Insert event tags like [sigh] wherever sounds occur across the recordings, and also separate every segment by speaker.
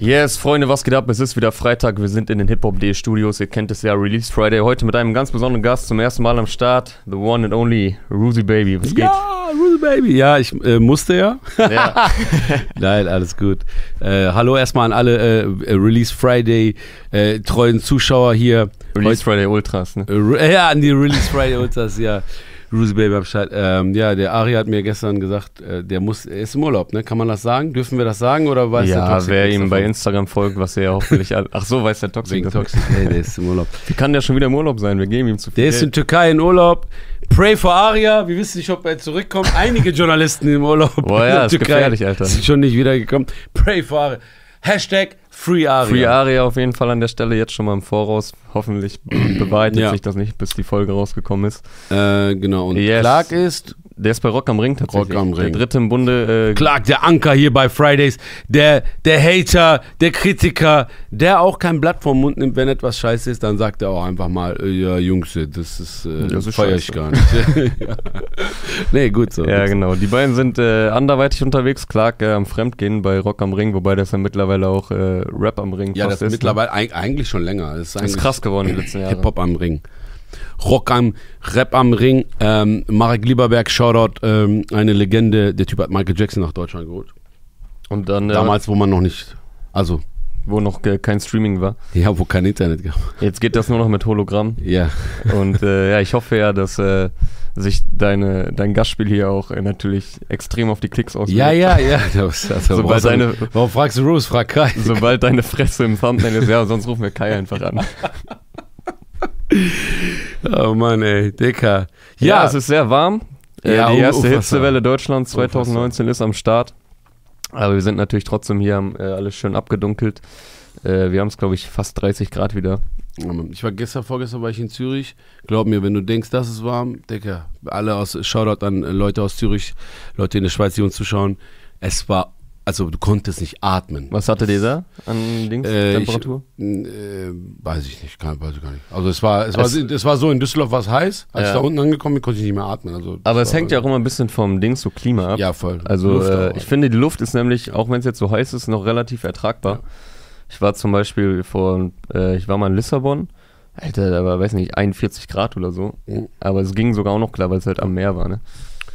Speaker 1: Yes, Freunde, was geht ab? Es ist wieder Freitag. Wir sind in den Hip-Hop.de Studios. Ihr kennt es ja, Release Friday. Heute mit einem ganz besonderen Gast zum ersten Mal am Start. The one and only Ruzy Baby. Was geht?
Speaker 2: Ja, Rule Baby. Ja, ich äh, musste ja. [laughs]
Speaker 1: Ja.
Speaker 2: Nein, alles gut. Äh, hallo erstmal an alle äh, Release Friday äh, treuen Zuschauer hier.
Speaker 1: Release Friday Ultras, ne?
Speaker 2: Äh, Ru- äh, ja, an die Release Friday Ultras, ja. Ruse Baby am Start. Ähm, ja, der Ari hat mir gestern gesagt, äh, der muss, er ist im Urlaub, ne? Kann man das sagen? Dürfen wir das sagen oder weiß der
Speaker 1: ja,
Speaker 2: Toxic
Speaker 1: wer
Speaker 2: nichts
Speaker 1: ihm bei
Speaker 2: davon?
Speaker 1: Instagram folgt, was er ja hoffentlich. all- Ach so, weiß der Toxic.
Speaker 2: Wegen
Speaker 1: das
Speaker 2: Toxic, nee, der ist im Urlaub.
Speaker 1: nicht. Wie kann der schon wieder im Urlaub sein? Wir geben ihm zu viel.
Speaker 2: Der ist in
Speaker 1: Geld.
Speaker 2: Türkei in Urlaub. Pray for Aria. Wir wissen nicht, ob er zurückkommt. Einige Journalisten im Urlaub.
Speaker 1: Boah,
Speaker 2: in
Speaker 1: ja,
Speaker 2: der
Speaker 1: ist gefährlich, Alter.
Speaker 2: Sind schon nicht wiedergekommen. Pray for Aria. Hashtag Free Aria.
Speaker 1: Free Aria auf jeden Fall an der Stelle jetzt schon mal im Voraus. Hoffentlich [clears throat] bewahrheitet
Speaker 2: Ja.
Speaker 1: sich das nicht, bis die Folge rausgekommen ist.
Speaker 2: Äh, genau. Und
Speaker 1: Yes.
Speaker 2: Clark ist.
Speaker 1: Der ist bei Rock am Ring tatsächlich.
Speaker 2: Rock am
Speaker 1: Der
Speaker 2: Ring.
Speaker 1: dritte im Bunde. Äh,
Speaker 2: Clark, der Anker hier bei Fridays. Der, der Hater, der Kritiker, der auch kein Blatt vom Mund nimmt, wenn etwas scheiße ist, dann sagt er auch einfach mal, äh, ja, Jungs, äh, das ist, äh,
Speaker 1: Das
Speaker 2: das
Speaker 1: ist
Speaker 2: feier ich
Speaker 1: scheiße.
Speaker 2: gar nicht. [laughs] ja. Nee, gut so.
Speaker 1: Ja, genau. Die beiden sind äh, anderweitig unterwegs. Clark äh, am Fremdgehen bei Rock am Ring, wobei das ja mittlerweile auch äh, Rap am Ring
Speaker 2: Ja,
Speaker 1: fast
Speaker 2: das ist mittlerweile eig- eigentlich schon länger. Das ist,
Speaker 1: Ne? Ist
Speaker 2: eigentlich-
Speaker 1: krass geworden die letzten Jahre.
Speaker 2: Hip-Hop am Ring. Rock am, Rap am Ring. Ähm, Marek Lieberberg, Shoutout, ähm, eine Legende. Der Typ hat Michael Jackson nach Deutschland geholt.
Speaker 1: Und dann, äh,
Speaker 2: Damals, wo man noch nicht, also,
Speaker 1: wo noch äh, kein Streaming war.
Speaker 2: ja, wo kein Internet gab.
Speaker 1: Jetzt geht das nur noch mit
Speaker 2: [laughs]
Speaker 1: Hologramm.
Speaker 2: Ja,
Speaker 1: Und äh, ja, ich hoffe ja, dass äh, sich deine, dein Gastspiel hier auch äh, natürlich extrem auf die Klicks auswirkt.
Speaker 2: ja, ja, ja. [laughs] Das, also,
Speaker 1: Sobald
Speaker 2: warum-
Speaker 1: deine-
Speaker 2: warum fragst du Rose? Frag Kai.
Speaker 1: Sobald deine Fresse im Thumbnail ist, ja, sonst rufen wir Kai einfach an.
Speaker 2: Oh Mann, ey, Dicker.
Speaker 1: Ja, es ist sehr warm. Äh,
Speaker 2: Ja,
Speaker 1: die erste
Speaker 2: unfassbar.
Speaker 1: Hitzewelle Deutschlands 2019 ist am Start. Aber wir sind natürlich trotzdem hier, haben äh, alles schön abgedunkelt. Äh, wir haben es, glaube ich, fast 30 Grad wieder.
Speaker 2: Ich war gestern, vorgestern war ich in Zürich. Glaub mir, wenn du denkst, das ist warm, Digga, alle aus, Shoutout an äh, Leute aus Zürich, Leute in der Schweiz, die uns zuschauen. Es war, also du konntest nicht atmen.
Speaker 1: Was hattet ihr da an Dings,
Speaker 2: Äh, ich,
Speaker 1: Temperatur?
Speaker 2: äh, weiß ich nicht, kann, weiß ich gar nicht. Also es war, es,
Speaker 1: Es-
Speaker 2: war, es war so in Düsseldorf war es heiß. Als
Speaker 1: Ja.
Speaker 2: ich da unten angekommen bin, konnte ich nicht mehr atmen. Also,
Speaker 1: Aber
Speaker 2: das
Speaker 1: es
Speaker 2: war-
Speaker 1: hängt ja auch immer ein bisschen vom Dings so Klima ab.
Speaker 2: Ja, voll.
Speaker 1: Also
Speaker 2: Luft
Speaker 1: äh,
Speaker 2: auch.
Speaker 1: ich finde, die Luft ist nämlich, auch wenn es jetzt so heiß ist, noch relativ ertragbar. Ich war zum Beispiel vor, äh, ich war mal in Lissabon, Alter, da war, weiß nicht, 41 Grad oder so.
Speaker 2: Mhm.
Speaker 1: Aber es ging sogar auch noch klar, weil es halt am Meer war, ne?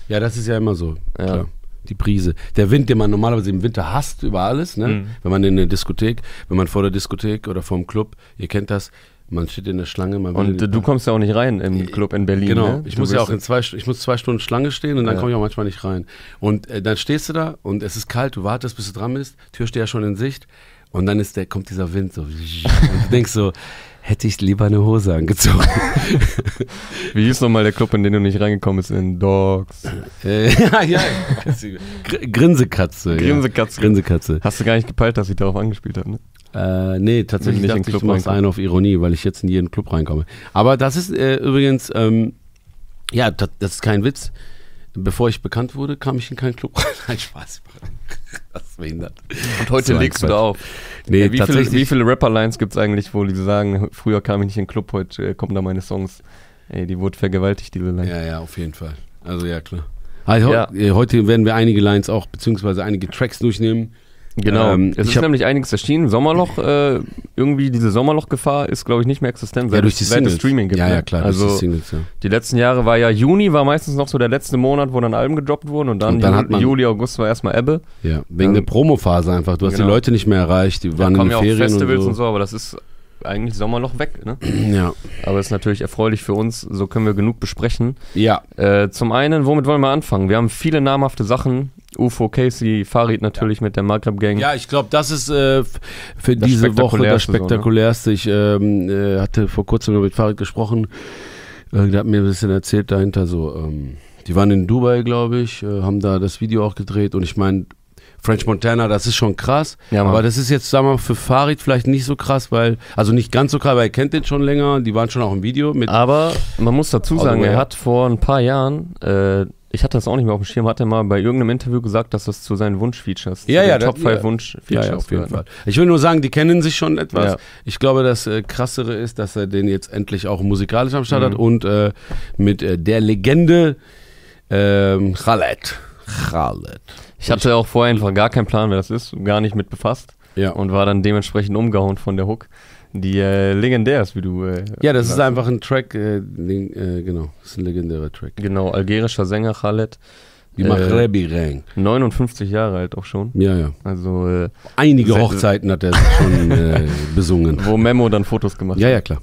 Speaker 2: ja, das ist ja immer so.
Speaker 1: Ja.
Speaker 2: Klar. Die Brise. Der Wind, den man normalerweise im Winter hasst über alles, ne?
Speaker 1: Mhm.
Speaker 2: Wenn man in der Diskothek, wenn man vor der Diskothek oder vorm Club, ihr kennt das, man steht in der Schlange, man will in
Speaker 1: Und
Speaker 2: den-
Speaker 1: äh, du kommst ja auch nicht rein im Club in Berlin.
Speaker 2: Genau,
Speaker 1: ne?
Speaker 2: ich
Speaker 1: Du
Speaker 2: muss ja
Speaker 1: bist-
Speaker 2: auch in zwei, Stu- ich muss zwei Stunden Schlange stehen und dann
Speaker 1: Ja.
Speaker 2: komme ich auch manchmal nicht rein. Und äh, dann stehst du da und es ist kalt, du wartest, bis du dran bist, Tür steht ja schon in Sicht und dann ist der, kommt dieser Wind so [laughs] und du denkst so, hätte ich lieber eine
Speaker 1: [laughs]
Speaker 2: Hose angezogen.
Speaker 1: Wie hieß nochmal der Club, in den du nicht reingekommen bist? In Dogs.
Speaker 2: Äh, [laughs] ja, ja. Gr- Grinsekatze.
Speaker 1: Grinsekatze.
Speaker 2: Ja. Grinsekatze.
Speaker 1: Hast du gar nicht gepeilt, dass ich darauf angespielt habe, ne?
Speaker 2: Äh, nee, tatsächlich
Speaker 1: Nicht in den
Speaker 2: dachte
Speaker 1: Club
Speaker 2: ich, du machst
Speaker 1: reinkommen.
Speaker 2: einen auf Ironie, weil ich jetzt in jeden Club reinkomme. Aber das ist äh, übrigens, ähm, ja, das, das ist kein Witz. Bevor ich bekannt wurde, kam ich in keinen Club rein. [laughs] Nein, Spaß. Das ist behindert.
Speaker 1: Und
Speaker 2: heute legst du da
Speaker 1: auf.
Speaker 2: Nee,
Speaker 1: wie,
Speaker 2: tatsächlich.
Speaker 1: viele, wie viele Rapper-Lines gibt es eigentlich, wo die sagen, früher kam ich nicht in den Club, heute äh, kommen da meine Songs. Ey, die wurde vergewaltigt, diese Line.
Speaker 2: Ja, ja, auf jeden Fall. Also ja, klar. Also,
Speaker 1: Ja.
Speaker 2: äh, Heute werden wir einige Lines auch, beziehungsweise einige Tracks durchnehmen.
Speaker 1: Genau.
Speaker 2: Ähm,
Speaker 1: es
Speaker 2: ich
Speaker 1: ist
Speaker 2: hab-
Speaker 1: nämlich einiges erschienen. Sommerloch, äh, irgendwie diese Sommerloch-Gefahr ist, glaube ich, nicht mehr existent,
Speaker 2: Ja,
Speaker 1: seit,
Speaker 2: durch die
Speaker 1: es- seit es
Speaker 2: Singles.
Speaker 1: Streaming gibt.
Speaker 2: ja,
Speaker 1: ne?
Speaker 2: ja, klar,
Speaker 1: Also,
Speaker 2: durch die Singles, ja.
Speaker 1: Die letzten Jahre war ja Juni, war meistens noch so der letzte Monat, wo dann Alben gedroppt wurden und dann,
Speaker 2: Und dann
Speaker 1: Ju-
Speaker 2: hat man-
Speaker 1: Juli, August war erstmal Ebbe.
Speaker 2: Ja, wegen
Speaker 1: Ähm,
Speaker 2: der Promophase einfach. Du hast
Speaker 1: genau.
Speaker 2: die Leute nicht mehr erreicht, die
Speaker 1: Dann
Speaker 2: waren in
Speaker 1: kommen
Speaker 2: den
Speaker 1: ja auch
Speaker 2: Ferien
Speaker 1: Festivals und so.
Speaker 2: und so.
Speaker 1: aber das ist eigentlich Sommerloch weg. Ne?
Speaker 2: [clears throat] Ja,
Speaker 1: Aber ist natürlich erfreulich für uns, so können wir genug besprechen.
Speaker 2: ja.
Speaker 1: Äh, zum einen, womit wollen wir anfangen? Wir haben viele namhafte Sachen. UFO, Casey, Farid natürlich mit der Maghreb Gang.
Speaker 2: Ja, ich glaube, das ist äh, f- für
Speaker 1: Hm? Das
Speaker 2: diese Woche das
Speaker 1: Spektakulärste so, ne?
Speaker 2: Spektakulärste. Ich ähm, äh, hatte vor kurzem mit Farid gesprochen. Äh, der hat mir ein bisschen erzählt dahinter so. Ähm, die waren in Dubai, glaube ich, äh, haben da das Video auch gedreht. Und ich meine, French Montana, das ist schon krass.
Speaker 1: Ja, Mann.
Speaker 2: aber das ist jetzt, sagen wir mal, für Farid vielleicht nicht so krass, weil, also nicht ganz so krass, weil er kennt den schon länger. Die waren schon auch im Video mit.
Speaker 1: Aber man muss dazu
Speaker 2: All the
Speaker 1: sagen,
Speaker 2: way
Speaker 1: er
Speaker 2: up.
Speaker 1: hat vor ein paar Jahren, äh, ich hatte das auch nicht mehr auf dem Schirm, hat er mal bei irgendeinem Interview gesagt, dass das zu seinen Wunschfeatures,
Speaker 2: Ja,
Speaker 1: zu
Speaker 2: ja,
Speaker 1: den
Speaker 2: das-
Speaker 1: Top 5
Speaker 2: ja.
Speaker 1: Wunschfeatures gehört. ne?
Speaker 2: Ich will nur sagen, die kennen sich schon etwas.
Speaker 1: Ja.
Speaker 2: Ich glaube, das äh, Krassere ist, dass er den jetzt endlich auch musikalisch am Start hat und äh, mit äh, der Legende ähm, Khaled. Khaled.
Speaker 1: Ich hatte auch vorher einfach gar keinen Plan, wer das ist, gar nicht mit befasst.
Speaker 2: Ja.
Speaker 1: und war dann dementsprechend umgehauen von der Hook, die äh, legendär ist, wie du. Äh,
Speaker 2: Ja, das ist
Speaker 1: sagst.
Speaker 2: einfach ein Track, äh, den, äh, genau, das ist ein legendärer Track.
Speaker 1: Genau, algerischer Sänger Khaled,
Speaker 2: Die
Speaker 1: Äh,
Speaker 2: Maghrebi Rang.
Speaker 1: 59 Jahre alt auch schon.
Speaker 2: Ja, ja.
Speaker 1: Also, äh,
Speaker 2: Einige
Speaker 1: Se-
Speaker 2: Hochzeiten hat er schon äh, [laughs] besungen.
Speaker 1: wo Memo dann Fotos gemacht
Speaker 2: Ja,
Speaker 1: hat.
Speaker 2: ja, klar.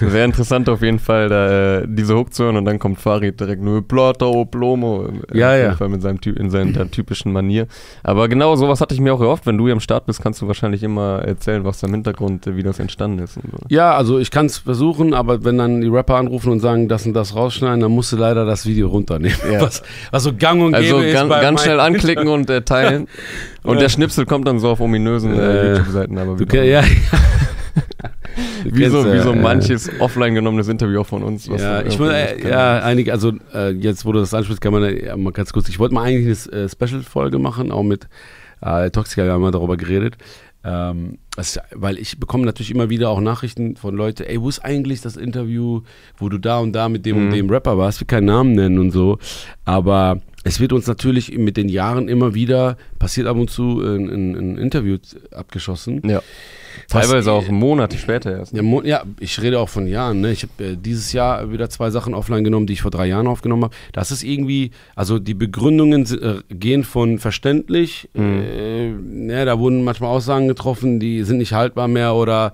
Speaker 1: Sehr interessant auf jeden Fall, da, äh, diese Hook zu hören und dann kommt Farid direkt nur Plata o Plomo. äh,
Speaker 2: Ja,
Speaker 1: auf
Speaker 2: ja.
Speaker 1: Jeden Fall mit seinem, Ty- in seiner typischen Manier. Aber genau sowas hatte ich mir auch erhofft. Wenn du hier am Start bist, kannst du wahrscheinlich immer erzählen, was da im Hintergrund, äh, wie das entstanden ist. Und so.
Speaker 2: Ja, also ich kann es versuchen, aber wenn dann die Rapper anrufen und sagen, das und das rausschneiden, dann musst du leider das Video runternehmen.
Speaker 1: Ja.
Speaker 2: [laughs] Was, was so gang und
Speaker 1: Also
Speaker 2: gäbe
Speaker 1: ganz,
Speaker 2: ist bei
Speaker 1: ganz
Speaker 2: meinen-
Speaker 1: schnell anklicken und äh, [laughs] teilen. Und der Schnipsel kommt dann so auf ominösen äh,
Speaker 2: Äh,
Speaker 1: YouTube-Seiten. Aber
Speaker 2: Du,
Speaker 1: wieder.
Speaker 2: ke- ja,
Speaker 1: [laughs] wie, so,
Speaker 2: kennst,
Speaker 1: wie so
Speaker 2: äh,
Speaker 1: manches offline genommenes Interview auch von uns. was
Speaker 2: ja,
Speaker 1: dann
Speaker 2: ich würde,
Speaker 1: irgendwie nicht
Speaker 2: äh, ja, einige, also äh, jetzt, wo du das ansprichst, kann man äh, ja, mal ganz kurz, ich wollte mal eigentlich eine äh, Special-Folge machen, auch mit äh, Toxica, wir haben mal darüber geredet. Ähm, das, weil ich bekomme natürlich immer wieder auch Nachrichten von Leuten, ey, wo ist eigentlich das Interview, wo du da und da mit dem und
Speaker 1: Mhm.
Speaker 2: dem Rapper warst, wir keinen Namen nennen und so, aber es wird uns natürlich mit den Jahren immer wieder, passiert ab und zu, äh, ein, ein, ein Interview abgeschossen.
Speaker 1: kann. Ja.
Speaker 2: Was,
Speaker 1: Teilweise auch
Speaker 2: äh,
Speaker 1: Monate später erst.
Speaker 2: Ja, Mo- ja, ich rede auch von Jahren. Ne? Ich habe äh, dieses Jahr wieder zwei Sachen offline genommen, die ich vor drei Jahren aufgenommen habe. Das ist irgendwie, also die Begründungen si- äh, gehen von verständlich. Äh, ne, da wurden manchmal Aussagen getroffen, die sind nicht haltbar mehr oder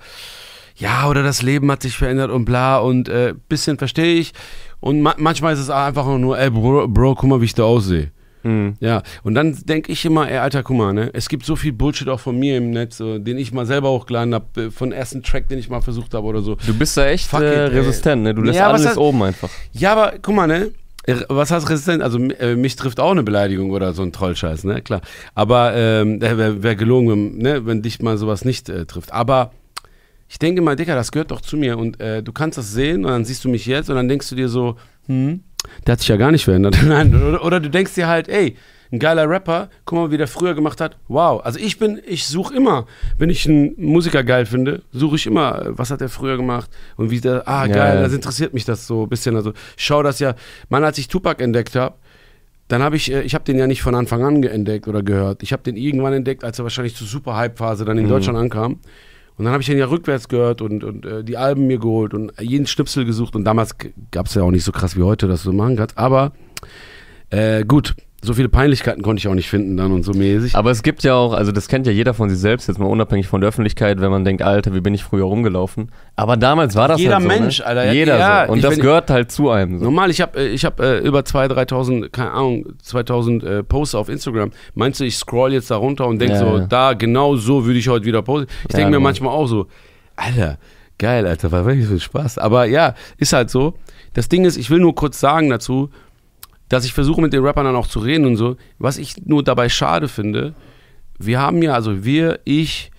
Speaker 2: ja, oder das Leben hat sich verändert und bla und äh, bisschen verstehe ich. Und ma manchmal ist es einfach nur, ey, Bro, Bro, guck mal, wie ich da aussehe.
Speaker 1: Mhm.
Speaker 2: Ja, und dann denke ich immer, ey, alter, guck mal, ne? Es gibt so viel Bullshit auch von mir im Netz, so, den ich mal selber hochgeladen habe, von ersten Track, den ich mal versucht habe oder so.
Speaker 1: Du bist da echt äh,
Speaker 2: Fuck it, ey.
Speaker 1: resistent, ne? Du lässt
Speaker 2: Ja, was
Speaker 1: alles
Speaker 2: hat-
Speaker 1: oben einfach.
Speaker 2: Ja, aber guck mal, ne? Was heißt resistent? Also m- äh, mich trifft auch eine Beleidigung oder so ein Trollscheiß, ne? Klar. Aber ähm, wäre wär gelogen, wenn, ne? wenn dich mal sowas nicht äh, trifft. Aber ich denke mal, Dicker, das gehört doch zu mir und äh, du kannst das sehen und dann siehst du mich jetzt und dann denkst du dir so, hm, der hat sich ja gar nicht verändert. [laughs] Nein, oder, oder du denkst dir halt, ey, ein geiler Rapper, guck mal, wie der früher gemacht hat. Wow. Also ich bin, ich suche immer, wenn ich einen Musiker geil finde, suche ich immer, äh, was hat er früher gemacht und wie der, ah
Speaker 1: Ja,
Speaker 2: geil,
Speaker 1: ja.
Speaker 2: das interessiert mich das so ein bisschen. Also ich schau das ja, Mann, als ich Tupac entdeckt habe, dann habe ich, äh, ich habe den ja nicht von Anfang an ge- entdeckt oder gehört. Ich habe den irgendwann entdeckt, als er wahrscheinlich zur Super-Hype-Phase dann in Deutschland ankam. Und dann habe ich den ja rückwärts gehört und, und äh, die Alben mir geholt und jeden Schnipsel gesucht. Und damals gab es ja auch nicht so krass wie heute, dass du so machen kannst. Aber äh, gut, so viele Peinlichkeiten konnte ich auch nicht finden dann und so mäßig.
Speaker 1: Aber es gibt ja auch, also das kennt ja jeder von sich selbst, jetzt mal unabhängig von der Öffentlichkeit, wenn man denkt, Alter, wie bin ich früher rumgelaufen. Aber damals war das
Speaker 2: Jeder
Speaker 1: halt so,
Speaker 2: Mensch,
Speaker 1: ne?
Speaker 2: Alter, ja,
Speaker 1: Jeder
Speaker 2: ja,
Speaker 1: so. Und
Speaker 2: ich
Speaker 1: das
Speaker 2: bin-
Speaker 1: gehört halt zu einem so.
Speaker 2: Normal, ich habe äh, ich hab, äh, über 2.000, 3.000, keine Ahnung, 2.000 äh, Posts auf Instagram. Meinst du, ich scroll jetzt da runter und denke
Speaker 1: Ja,
Speaker 2: so,
Speaker 1: ja.
Speaker 2: da, genau so würde ich heute wieder posten. Ich
Speaker 1: Ja,
Speaker 2: denke mir
Speaker 1: genau.
Speaker 2: manchmal auch so, Alter, geil, Alter, war wirklich viel Spaß. Aber ja, ist halt so. Das Ding ist, ich will nur kurz sagen dazu, dass ich versuche mit den Rappern dann auch zu reden und so. Was ich nur dabei schade finde, wir haben ja, also wir, ich,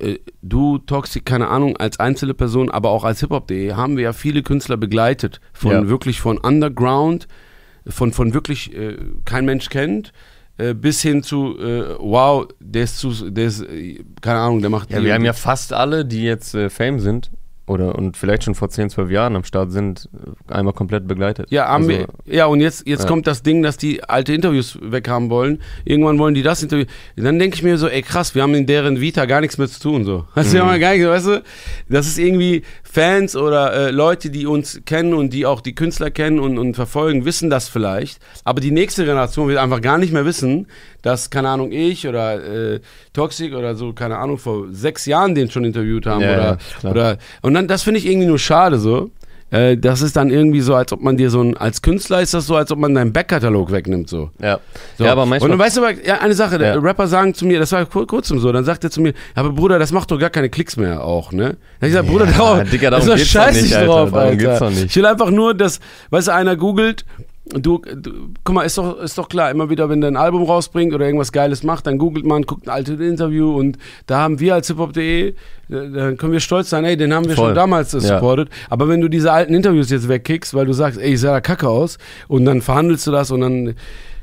Speaker 2: äh, du, Toxic, keine Ahnung, als einzelne Person, aber auch als Hip-Hop.de haben wir ja viele Künstler begleitet. Von
Speaker 1: Ja.
Speaker 2: wirklich von Underground, von, von wirklich äh, kein Mensch kennt, äh, bis hin zu, äh, wow, der ist zu, der ist, äh, keine Ahnung, der macht
Speaker 1: Ja,
Speaker 2: die-
Speaker 1: wir haben ja fast alle, die jetzt äh, Fame sind oder und vielleicht schon vor 10, 12 Jahren am Start sind, äh, einmal komplett begleitet.
Speaker 2: Ja, haben
Speaker 1: also,
Speaker 2: wir, ja und jetzt, jetzt
Speaker 1: ja.
Speaker 2: kommt das Ding, dass die alte Interviews weghaben wollen. Irgendwann wollen die das Interview. Dann denke ich mir so, ey krass, wir haben in deren Vita gar nichts mehr zu tun. So. [laughs] Also,
Speaker 1: Mhm.
Speaker 2: wir haben ja gar nichts, weißt du? Das ist irgendwie Fans oder äh, Leute, die uns kennen und die auch die Künstler kennen und, und verfolgen, wissen das vielleicht. Aber die nächste Generation wird einfach gar nicht mehr wissen, dass, keine Ahnung, ich oder äh, Toxic oder so, keine Ahnung, vor sechs Jahren den schon interviewt haben.
Speaker 1: Ja, ja,
Speaker 2: oder,
Speaker 1: klar.
Speaker 2: oder, und dann, das finde ich irgendwie nur schade so. Äh, das ist dann irgendwie so, als ob man dir so ein, als Künstler ist das so, als ob man deinen Backkatalog wegnimmt so.
Speaker 1: Ja.
Speaker 2: so.
Speaker 1: ja, aber
Speaker 2: Und
Speaker 1: manchmal.
Speaker 2: weißt du, aber, ja, eine Sache,
Speaker 1: Ja.
Speaker 2: der Rapper sagen zu mir, das war vor kurzem so, dann sagt er zu mir, aber Bruder, das macht doch gar keine Klicks mehr auch, ne? Dann hab ich gesagt, Bruder,
Speaker 1: Ja,
Speaker 2: darum,
Speaker 1: Digga,
Speaker 2: das
Speaker 1: darum
Speaker 2: war
Speaker 1: geht's doch
Speaker 2: scheiß
Speaker 1: nicht,
Speaker 2: ich
Speaker 1: Alter,
Speaker 2: drauf,
Speaker 1: darum
Speaker 2: Alter.
Speaker 1: geht's doch nicht.
Speaker 2: Ich will einfach nur, dass, weißt du, einer googelt, du, du, guck mal, ist doch, ist doch klar, immer wieder, wenn der ein Album rausbringt oder irgendwas Geiles macht, dann googelt man, guckt ein altes Interview und da haben wir als hiphop.de, äh, dann können wir stolz sein, ey, den haben wir
Speaker 1: Voll.
Speaker 2: schon damals äh,
Speaker 1: Ja.
Speaker 2: supported. Aber wenn du diese alten Interviews jetzt wegkickst, weil du sagst, ey, ich sah da kacke aus und dann verhandelst du das und dann,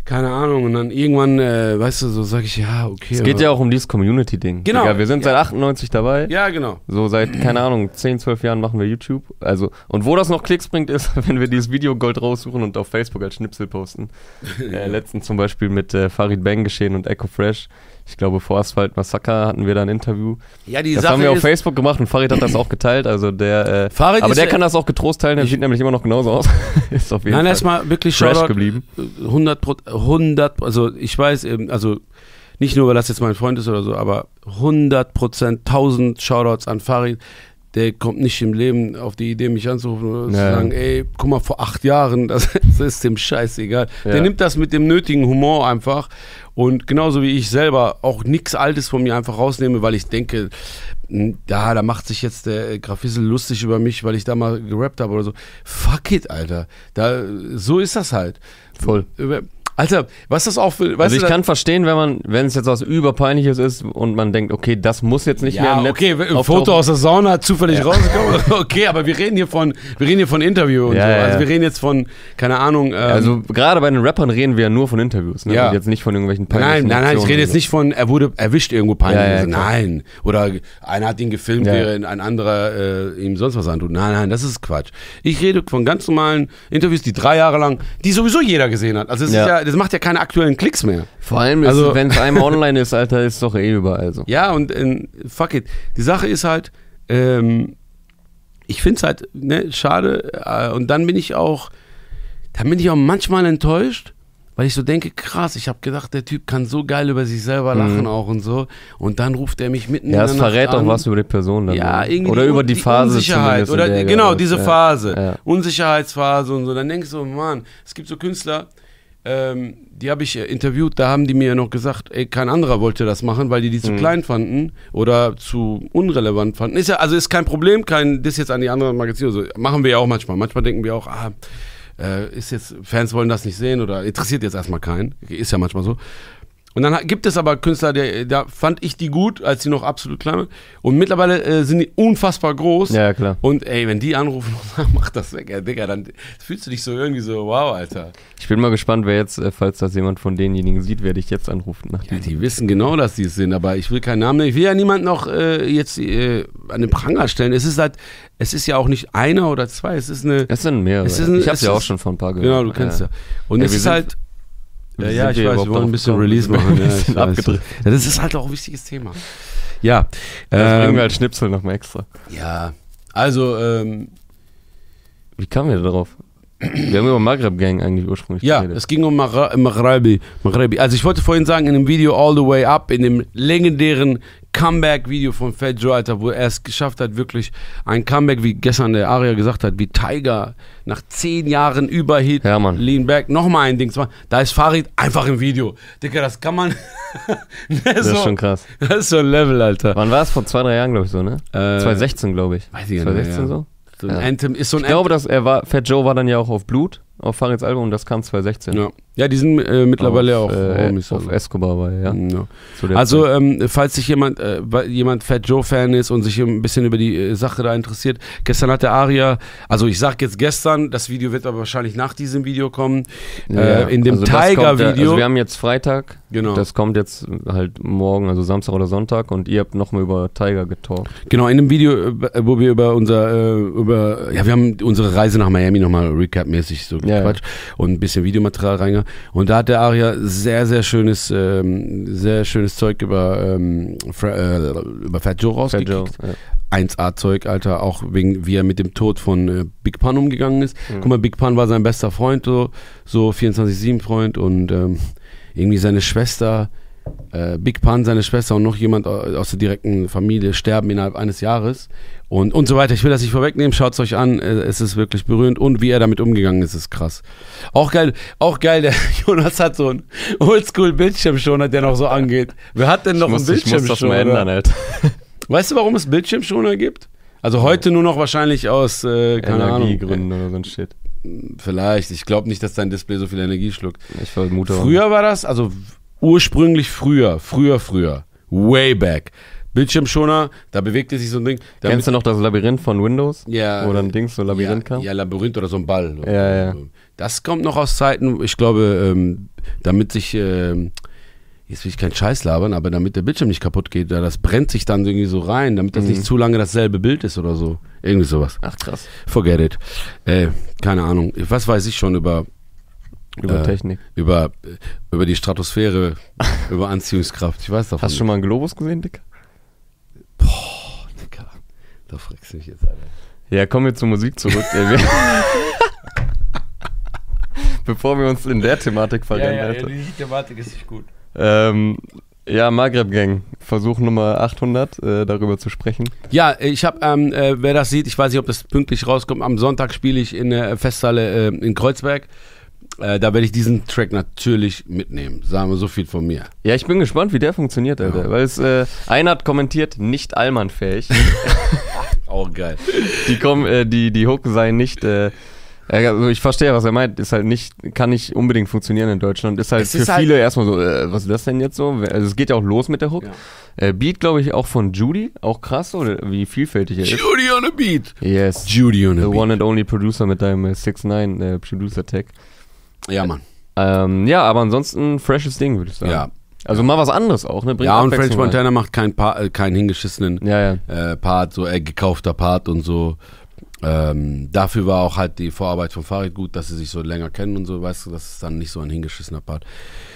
Speaker 2: keine Ahnung, und dann irgendwann, äh, weißt du, so sag ich, ja, okay.
Speaker 1: Es geht ja auch um dieses Community-Ding.
Speaker 2: Genau.
Speaker 1: Digga, wir sind seit 98 dabei.
Speaker 2: Ja, genau.
Speaker 1: So seit, keine Ahnung, 10, 12 Jahren machen wir YouTube. Also, und wo das noch Klicks bringt, ist, [laughs] wenn wir dieses Video Gold raussuchen und
Speaker 2: [laughs]
Speaker 1: auf Facebook als Schnipsel posten. äh, letztens zum Beispiel mit äh, Farid Bang geschehen und Echo Fresh. Ich glaube, vor Asphalt Massaker hatten wir da ein Interview.
Speaker 2: Ja, die
Speaker 1: Das
Speaker 2: Sache
Speaker 1: haben wir auf
Speaker 2: ist-
Speaker 1: Facebook gemacht und Farid hat das auch geteilt. Also der, äh,
Speaker 2: Farid
Speaker 1: aber
Speaker 2: ist
Speaker 1: der
Speaker 2: ja-
Speaker 1: kann das auch getrost teilen. Der sieht nämlich immer noch genauso aus. [laughs] ist auf jeden
Speaker 2: Nein,
Speaker 1: Fall
Speaker 2: erstmal wirklich
Speaker 1: fresh
Speaker 2: Shoutout.
Speaker 1: geblieben.
Speaker 2: 100, Pro- 100, also ich weiß eben, also nicht nur, weil das jetzt mein Freund ist oder so, aber 100 Prozent, 1000 Shoutouts an Farid. Der kommt nicht im Leben auf die Idee, mich anzurufen oder
Speaker 1: Ja, ja.
Speaker 2: zu sagen, ey, guck mal, vor acht Jahren, [laughs] das, das ist dem scheißegal.
Speaker 1: Ja.
Speaker 2: Der nimmt das mit dem nötigen Humor einfach und genauso wie ich selber auch nichts Altes von mir einfach rausnehme, weil ich denke, m, ja, da macht sich jetzt der Grafissel lustig über mich, weil ich da mal gerappt habe oder so. Fuck it, Alter. Da, so ist das halt.
Speaker 1: Voll.
Speaker 2: Über- Alter, was das auch für. Weißt
Speaker 1: Also ich
Speaker 2: du,
Speaker 1: kann verstehen, wenn man, wenn es jetzt was überpeinliches ist und man denkt, okay, das muss jetzt nicht mehr
Speaker 2: ja,
Speaker 1: im Netz
Speaker 2: okay, äh, ein
Speaker 1: auftauchen.
Speaker 2: Foto aus der Sauna hat zufällig rausgekommen. [laughs] Okay, aber wir reden hier von, wir reden hier von Interview und
Speaker 1: Ja,
Speaker 2: so.
Speaker 1: ja,
Speaker 2: Also
Speaker 1: ja.
Speaker 2: wir reden jetzt von, keine Ahnung. Ähm,
Speaker 1: Also gerade bei den Rappern reden wir ja nur von Interviews, ne?
Speaker 2: Ja.
Speaker 1: Und jetzt nicht von irgendwelchen
Speaker 2: nein,
Speaker 1: peinlichen
Speaker 2: nein, nein, ich
Speaker 1: Aktionen
Speaker 2: rede
Speaker 1: und
Speaker 2: jetzt
Speaker 1: so.
Speaker 2: nicht von, er wurde erwischt irgendwo peinlich.
Speaker 1: Ja, ja,
Speaker 2: also,
Speaker 1: klar.
Speaker 2: nein. Oder einer hat ihn gefilmt,
Speaker 1: Ja.
Speaker 2: während ein anderer äh, ihm sonst was antut. Nein, nein, das ist Quatsch. Ich rede von ganz normalen Interviews, die drei Jahre lang, die sowieso jeder gesehen hat. Also es
Speaker 1: Ja.
Speaker 2: Ist ja, das macht ja keine aktuellen Klicks mehr.
Speaker 1: Vor allem,
Speaker 2: Also-
Speaker 1: wenn es einmal online ist, Alter, ist doch eh überall so.
Speaker 2: Ja, und ähm, fuck it. Die Sache ist halt, ähm, ich finde es halt ne, schade. Äh, und dann bin ich auch, dann bin ich auch manchmal enttäuscht, weil ich so denke, krass, ich habe gedacht, der Typ kann so geil über sich selber lachen auch und so. Und dann ruft er mich mitten
Speaker 1: Mhm. Ja,
Speaker 2: in
Speaker 1: es
Speaker 2: der Nacht
Speaker 1: verrät auch
Speaker 2: an.
Speaker 1: was über die Person dann.
Speaker 2: Ja,
Speaker 1: ne?
Speaker 2: irgendwie
Speaker 1: Oder über die,
Speaker 2: Un-
Speaker 1: Phase
Speaker 2: Unsicherheit
Speaker 1: zumindest, in
Speaker 2: oder
Speaker 1: der er
Speaker 2: genau
Speaker 1: gerade
Speaker 2: diese
Speaker 1: ist.
Speaker 2: Phase,
Speaker 1: Ja.
Speaker 2: Unsicherheitsphase und so. Dann denkst du, Mann, es gibt so Künstler, ähm, die habe ich äh, interviewt, da haben die mir ja noch gesagt, ey, kein anderer wollte das machen, weil die die zu
Speaker 1: Mhm.
Speaker 2: klein fanden oder zu unrelevant fanden. Ist ja, also ist kein Problem, kein Diss jetzt an die anderen Magazine. oder So. Machen wir ja auch manchmal. Manchmal denken wir auch, ah, äh, ist jetzt, Fans wollen das nicht sehen oder interessiert jetzt erstmal keinen. Ist ja manchmal so. Und dann ha- gibt es aber Künstler, der, äh, da fand ich die gut, als die noch absolut klein waren. Und mittlerweile äh, sind die unfassbar groß.
Speaker 1: Ja, klar.
Speaker 2: Und ey, wenn die anrufen [laughs] und sagen, mach das weg, ey, Digga, dann fühlst du dich so irgendwie so, wow, Alter.
Speaker 1: Ich bin mal gespannt, wer jetzt, äh, falls das jemand von denjenigen sieht, wer dich jetzt anruft. Nach
Speaker 2: Ja,
Speaker 1: diesem-
Speaker 2: die wissen genau, dass die es sind, aber ich will keinen Namen nennen. Ich will ja niemanden noch äh, jetzt äh, an den Pranger stellen. Es ist halt, es ist ja auch nicht einer oder zwei, es ist eine.
Speaker 1: Es sind mehrere.
Speaker 2: Es ist ein-
Speaker 1: ich hab's
Speaker 2: es
Speaker 1: ja auch
Speaker 2: ist-
Speaker 1: schon vor ein paar gehört.
Speaker 2: Genau, du kennst ja. Und
Speaker 1: Ja,
Speaker 2: es
Speaker 1: wir
Speaker 2: ist
Speaker 1: sind-
Speaker 2: halt.
Speaker 1: Wie
Speaker 2: Ja,
Speaker 1: sind
Speaker 2: ja, ich
Speaker 1: wir
Speaker 2: weiß, wir
Speaker 1: überhaupt
Speaker 2: wollen ein bisschen
Speaker 1: drauf [laughs]
Speaker 2: Release
Speaker 1: gekommen?
Speaker 2: [laughs] machen. Ja,
Speaker 1: Wir
Speaker 2: ich
Speaker 1: sind
Speaker 2: weiß.
Speaker 1: abgedreht.
Speaker 2: Ja, das ist halt auch ein wichtiges Thema. Ja.
Speaker 1: Das bringen wir
Speaker 2: Ähm,
Speaker 1: als Schnipsel nochmal extra.
Speaker 2: ja. Also, ähm,
Speaker 1: Wie kamen wir da drauf? Wir haben über Maghreb-Gang eigentlich ursprünglich
Speaker 2: ja,
Speaker 1: geredet.
Speaker 2: es ging um Maghra- Maghrebi. Maghrebi. Also, ich wollte vorhin sagen, in dem Video All the Way Up, in dem legendären Comeback-Video von Fat Joe, Alter, wo er es geschafft hat, wirklich ein Comeback, wie gestern der Aria gesagt hat, wie Tiger nach zehn Jahren Überhit,
Speaker 1: Ja, Mann.
Speaker 2: Lean Back, nochmal ein Ding zu machen. Da ist Farid einfach im Video. Digga, das kann man. [laughs] Ne,
Speaker 1: das ist schon krass.
Speaker 2: Das ist so ein Level, Alter.
Speaker 1: Wann war es? Vor zwei, drei Jahren, glaube ich, so, ne?
Speaker 2: Äh,
Speaker 1: 2016, glaube ich.
Speaker 2: weiß ich gar nicht mehr,
Speaker 1: 2016
Speaker 2: ja.
Speaker 1: so?
Speaker 2: So ein
Speaker 1: Ja.
Speaker 2: Anthem ist so ein
Speaker 1: Ich glaube, dass er war, Fat Joe war dann ja auch auf Blut, auf Farids Album und das kam 2016.
Speaker 2: Anthem. Ja. ja, die sind äh, mittlerweile auch
Speaker 1: äh,
Speaker 2: Homies.
Speaker 1: auf
Speaker 2: also.
Speaker 1: Escobar war er, ja.
Speaker 2: Ja.
Speaker 1: Zu der
Speaker 2: Also,
Speaker 1: Zeit.
Speaker 2: ähm, falls sich jemand, äh, weil jemand Fat Joe Fan ist und sich ein bisschen über die äh, Sache da interessiert, gestern hat der Aria, also ich sag jetzt gestern, das Video wird aber wahrscheinlich nach diesem Video kommen,
Speaker 1: Ja,
Speaker 2: äh, in dem
Speaker 1: also das kommt ja-
Speaker 2: Tiger-Video.
Speaker 1: Also wir haben jetzt Freitag,
Speaker 2: genau,
Speaker 1: das kommt jetzt halt morgen, also Samstag oder Sonntag und ihr habt nochmal über Tiger getalkt.
Speaker 2: genau, in dem Video, äh, wo wir über unser, äh, über, ja, wir haben unsere Reise nach Miami nochmal recap-mäßig so
Speaker 1: Ja, ja.
Speaker 2: Quatsch und ein bisschen Videomaterial reingegangen. Und da hat der Aria sehr, sehr schönes, ähm, sehr schönes Zeug über, ähm, Fra äh, über Fat Joe
Speaker 1: Fat
Speaker 2: rausgekickt.
Speaker 1: Joe. Ja.
Speaker 2: 1A-Zeug, Alter, auch wegen, wie er mit dem Tod von äh, Big Pun umgegangen ist.
Speaker 1: Mhm. Hm.
Speaker 2: Guck mal, Big Pun war sein bester Freund, so, so 24-7-Freund und ähm, irgendwie seine Schwester, äh, Big Pun, seine Schwester und noch jemand au- aus der direkten Familie sterben innerhalb eines Jahres und, und so weiter. Ich will das nicht vorwegnehmen, schaut es euch an, äh, es ist wirklich berührend und wie er damit umgegangen ist, ist krass. Auch geil, auch geil, der [laughs] Jonas hat so einen Oldschool-Bildschirmschoner, der noch so angeht. Wer hat denn noch
Speaker 1: Ich, muss,
Speaker 2: einen
Speaker 1: ich muss das
Speaker 2: Bildschirmschoner?
Speaker 1: mal ändern, Alter.
Speaker 2: Weißt du, warum es Bildschirmschoner gibt? Also heute nur noch wahrscheinlich aus, äh, keine Ahnung, Äh,
Speaker 1: Energiegründen oder so ein Shit.
Speaker 2: vielleicht. Ich glaube nicht, dass dein Display so viel Energie schluckt.
Speaker 1: Ich vermute auch
Speaker 2: Früher war das, also ursprünglich früher, früher, früher, way back. Bildschirmschoner, da bewegte sich so ein Ding. damit-
Speaker 1: Kennst du noch das Labyrinth von Windows?
Speaker 2: Ja.
Speaker 1: Wo dann Dings so Labyrinth
Speaker 2: ja,
Speaker 1: kam?
Speaker 2: Ja, Labyrinth oder so ein Ball.
Speaker 1: Ja, ja.
Speaker 2: Das kommt noch aus Zeiten, ich glaube, ähm, damit sich, ähm, jetzt will ich keinen Scheiß labern, aber damit der Bildschirm nicht kaputt geht, da das brennt sich dann irgendwie so rein, damit
Speaker 1: Mhm.
Speaker 2: das nicht zu lange dasselbe Bild ist oder so. Irgendwie sowas.
Speaker 1: Ach krass.
Speaker 2: Forget it. Äh, keine Ahnung. Was weiß ich schon über
Speaker 1: Über
Speaker 2: Äh,
Speaker 1: Technik.
Speaker 2: Über, äh, über
Speaker 1: [laughs]
Speaker 2: die Stratosphäre, über Anziehungskraft. Ich weiß davon.
Speaker 1: Hast du schon mal einen Globus gesehen, Dick?
Speaker 2: nicht. Dicker. Da fragst du mich jetzt an.
Speaker 1: Ja, kommen wir zur Musik [laughs] zurück. ey. Wir- [laughs] Bevor wir uns in der Thematik verrennen, Alter.
Speaker 3: die Thematik ist nicht gut.
Speaker 1: Ähm, ja, Maghreb Gang, Versuch Nummer 800, äh, darüber zu sprechen.
Speaker 2: Ja, ich habe, ähm, äh, wer das sieht, ich weiß nicht, ob das pünktlich rauskommt. Am Sonntag spiele ich in der Festhalle äh, in Kreuzberg. Äh, da werde ich diesen Track natürlich mitnehmen. Sagen wir so viel von mir.
Speaker 1: Ja, ich bin gespannt, wie der funktioniert, Alter.
Speaker 2: Ja.
Speaker 1: Weil es, äh, einer hat kommentiert, nicht [laughs] allmannfähig.
Speaker 2: Auch geil.
Speaker 1: die kommen, äh, die, die Hook sei nicht, äh, ja, also ich verstehe, was er meint, ist halt nicht, kann nicht unbedingt funktionieren in Deutschland. Ist halt
Speaker 2: Es
Speaker 1: für
Speaker 2: ist halt-
Speaker 1: viele erstmal so, äh, was ist das denn jetzt so? Also es geht ja auch los mit der Hook.
Speaker 2: Ja.
Speaker 1: Äh, Beat, glaube ich, auch von Judy, auch krass, oder wie vielfältig er ist.
Speaker 2: [laughs] Judy on a Beat.
Speaker 1: Yes.
Speaker 2: Judy on
Speaker 1: The
Speaker 2: a Beat.
Speaker 1: one and only producer mit deinem äh, 6ix9ine äh, Producer Tag.
Speaker 2: Ja, Mann.
Speaker 1: Ähm, ja, aber ansonsten freshes Ding, würde ich sagen.
Speaker 2: Ja.
Speaker 1: Also mal was anderes auch, ne? Bringt
Speaker 2: Ja, und French
Speaker 1: Abwechslung rein.
Speaker 2: Montana macht keinen pa äh, keinen hingeschissenen
Speaker 1: Ja, ja.
Speaker 2: äh, Part, so äh, gekaufter Part und so. Ähm, dafür war auch halt die Vorarbeit von Farid gut, dass sie sich so länger kennen und so, weißt du, das ist dann nicht so ein hingeschissener Part.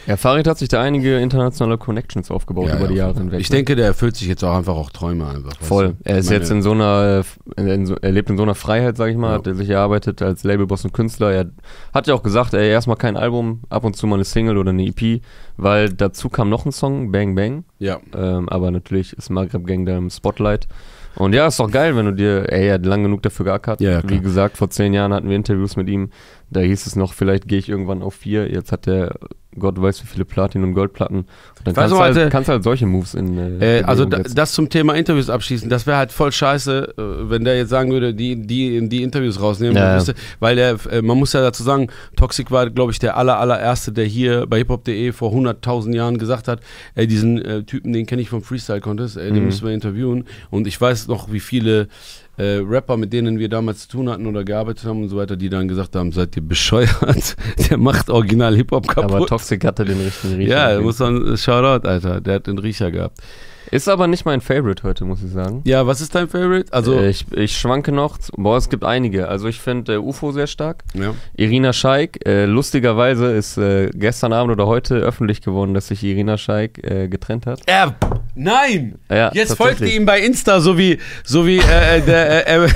Speaker 1: Ja, Farid hat sich da einige internationale Connections aufgebaut
Speaker 2: Ja,
Speaker 1: über
Speaker 2: ja,
Speaker 1: die
Speaker 2: auf
Speaker 1: Jahre
Speaker 2: jeden Fall.
Speaker 1: hinweg.
Speaker 2: Ich
Speaker 1: ne?
Speaker 2: denke, der erfüllt sich jetzt auch einfach auch Träume einfach. weißt
Speaker 1: Voll.
Speaker 2: du?
Speaker 1: Er ist
Speaker 2: Ich meine,
Speaker 1: jetzt in so einer, in, in so, er lebt in so einer Freiheit, sag ich mal,
Speaker 2: Ja.
Speaker 1: hat er sich erarbeitet als Labelboss und Künstler. Er hat ja auch gesagt, ey, erstmal kein Album, ab und zu mal eine Single oder eine EP, weil dazu kam noch ein Song, Bang Bang.
Speaker 2: Ja.
Speaker 1: Ähm, aber natürlich ist Maghreb Gang da im Spotlight. Und ja, ist doch geil, wenn du dir, ey, er hat lang genug dafür geackert.
Speaker 2: Ja, ja, klar.
Speaker 1: Wie gesagt, vor zehn Jahren hatten wir Interviews mit ihm. Da hieß es noch, vielleicht gehe ich irgendwann auf vier. Jetzt hat der Gott weiß wie viele Platin- und Goldplatten. Dann
Speaker 2: Ich weiß
Speaker 1: kannst, du
Speaker 2: noch,
Speaker 1: halt,
Speaker 2: Alter,
Speaker 1: kannst halt solche Moves in.
Speaker 2: Äh,
Speaker 1: Bewegung
Speaker 2: also da,
Speaker 1: setzen.
Speaker 2: das zum Thema Interviews abschließen, das wäre halt voll scheiße, äh, wenn der jetzt sagen würde, die, die, die Interviews rausnehmen.
Speaker 1: Ja,
Speaker 2: dann
Speaker 1: ja.
Speaker 2: müsste- Weil der, äh, man muss ja dazu sagen, Toxic war, glaube ich, der aller, allererste, der hier bei hiphop.de vor 100.000 Jahren gesagt hat, ey, diesen äh, Typen, den kenne ich vom Freestyle Contest, ey,
Speaker 1: Mhm.
Speaker 2: den müssen wir interviewen. Und ich weiß noch, wie viele äh, Rapper, mit denen wir damals zu tun hatten oder gearbeitet haben und so weiter, die dann gesagt haben, seid ihr bescheuert, [laughs] der macht original Hip-Hop
Speaker 1: Aber
Speaker 2: kaputt.
Speaker 1: Toxic hatte den richtigen Riecher.
Speaker 2: ja, muss man, äh, Shoutout, Alter, der hat den Riecher gehabt.
Speaker 1: ist aber nicht mein Favorite heute, muss ich sagen.
Speaker 2: Ja, was ist dein Favorite? Also,
Speaker 1: Äh, ich, ich schwanke noch. zu- Boah, es gibt einige. Also ich finde äh, UFO sehr stark.
Speaker 2: ja.
Speaker 1: Irina Scheik, äh, lustigerweise ist äh, gestern Abend oder heute öffentlich geworden, dass sich Irina Scheik äh, getrennt hat. Ah
Speaker 2: Er, nein!
Speaker 1: Äh, Ja,
Speaker 2: Jetzt
Speaker 1: tatsächlich.
Speaker 2: folgte ihm bei Insta, so wie, so wie, äh, äh,
Speaker 1: [laughs]
Speaker 2: der, äh, äh,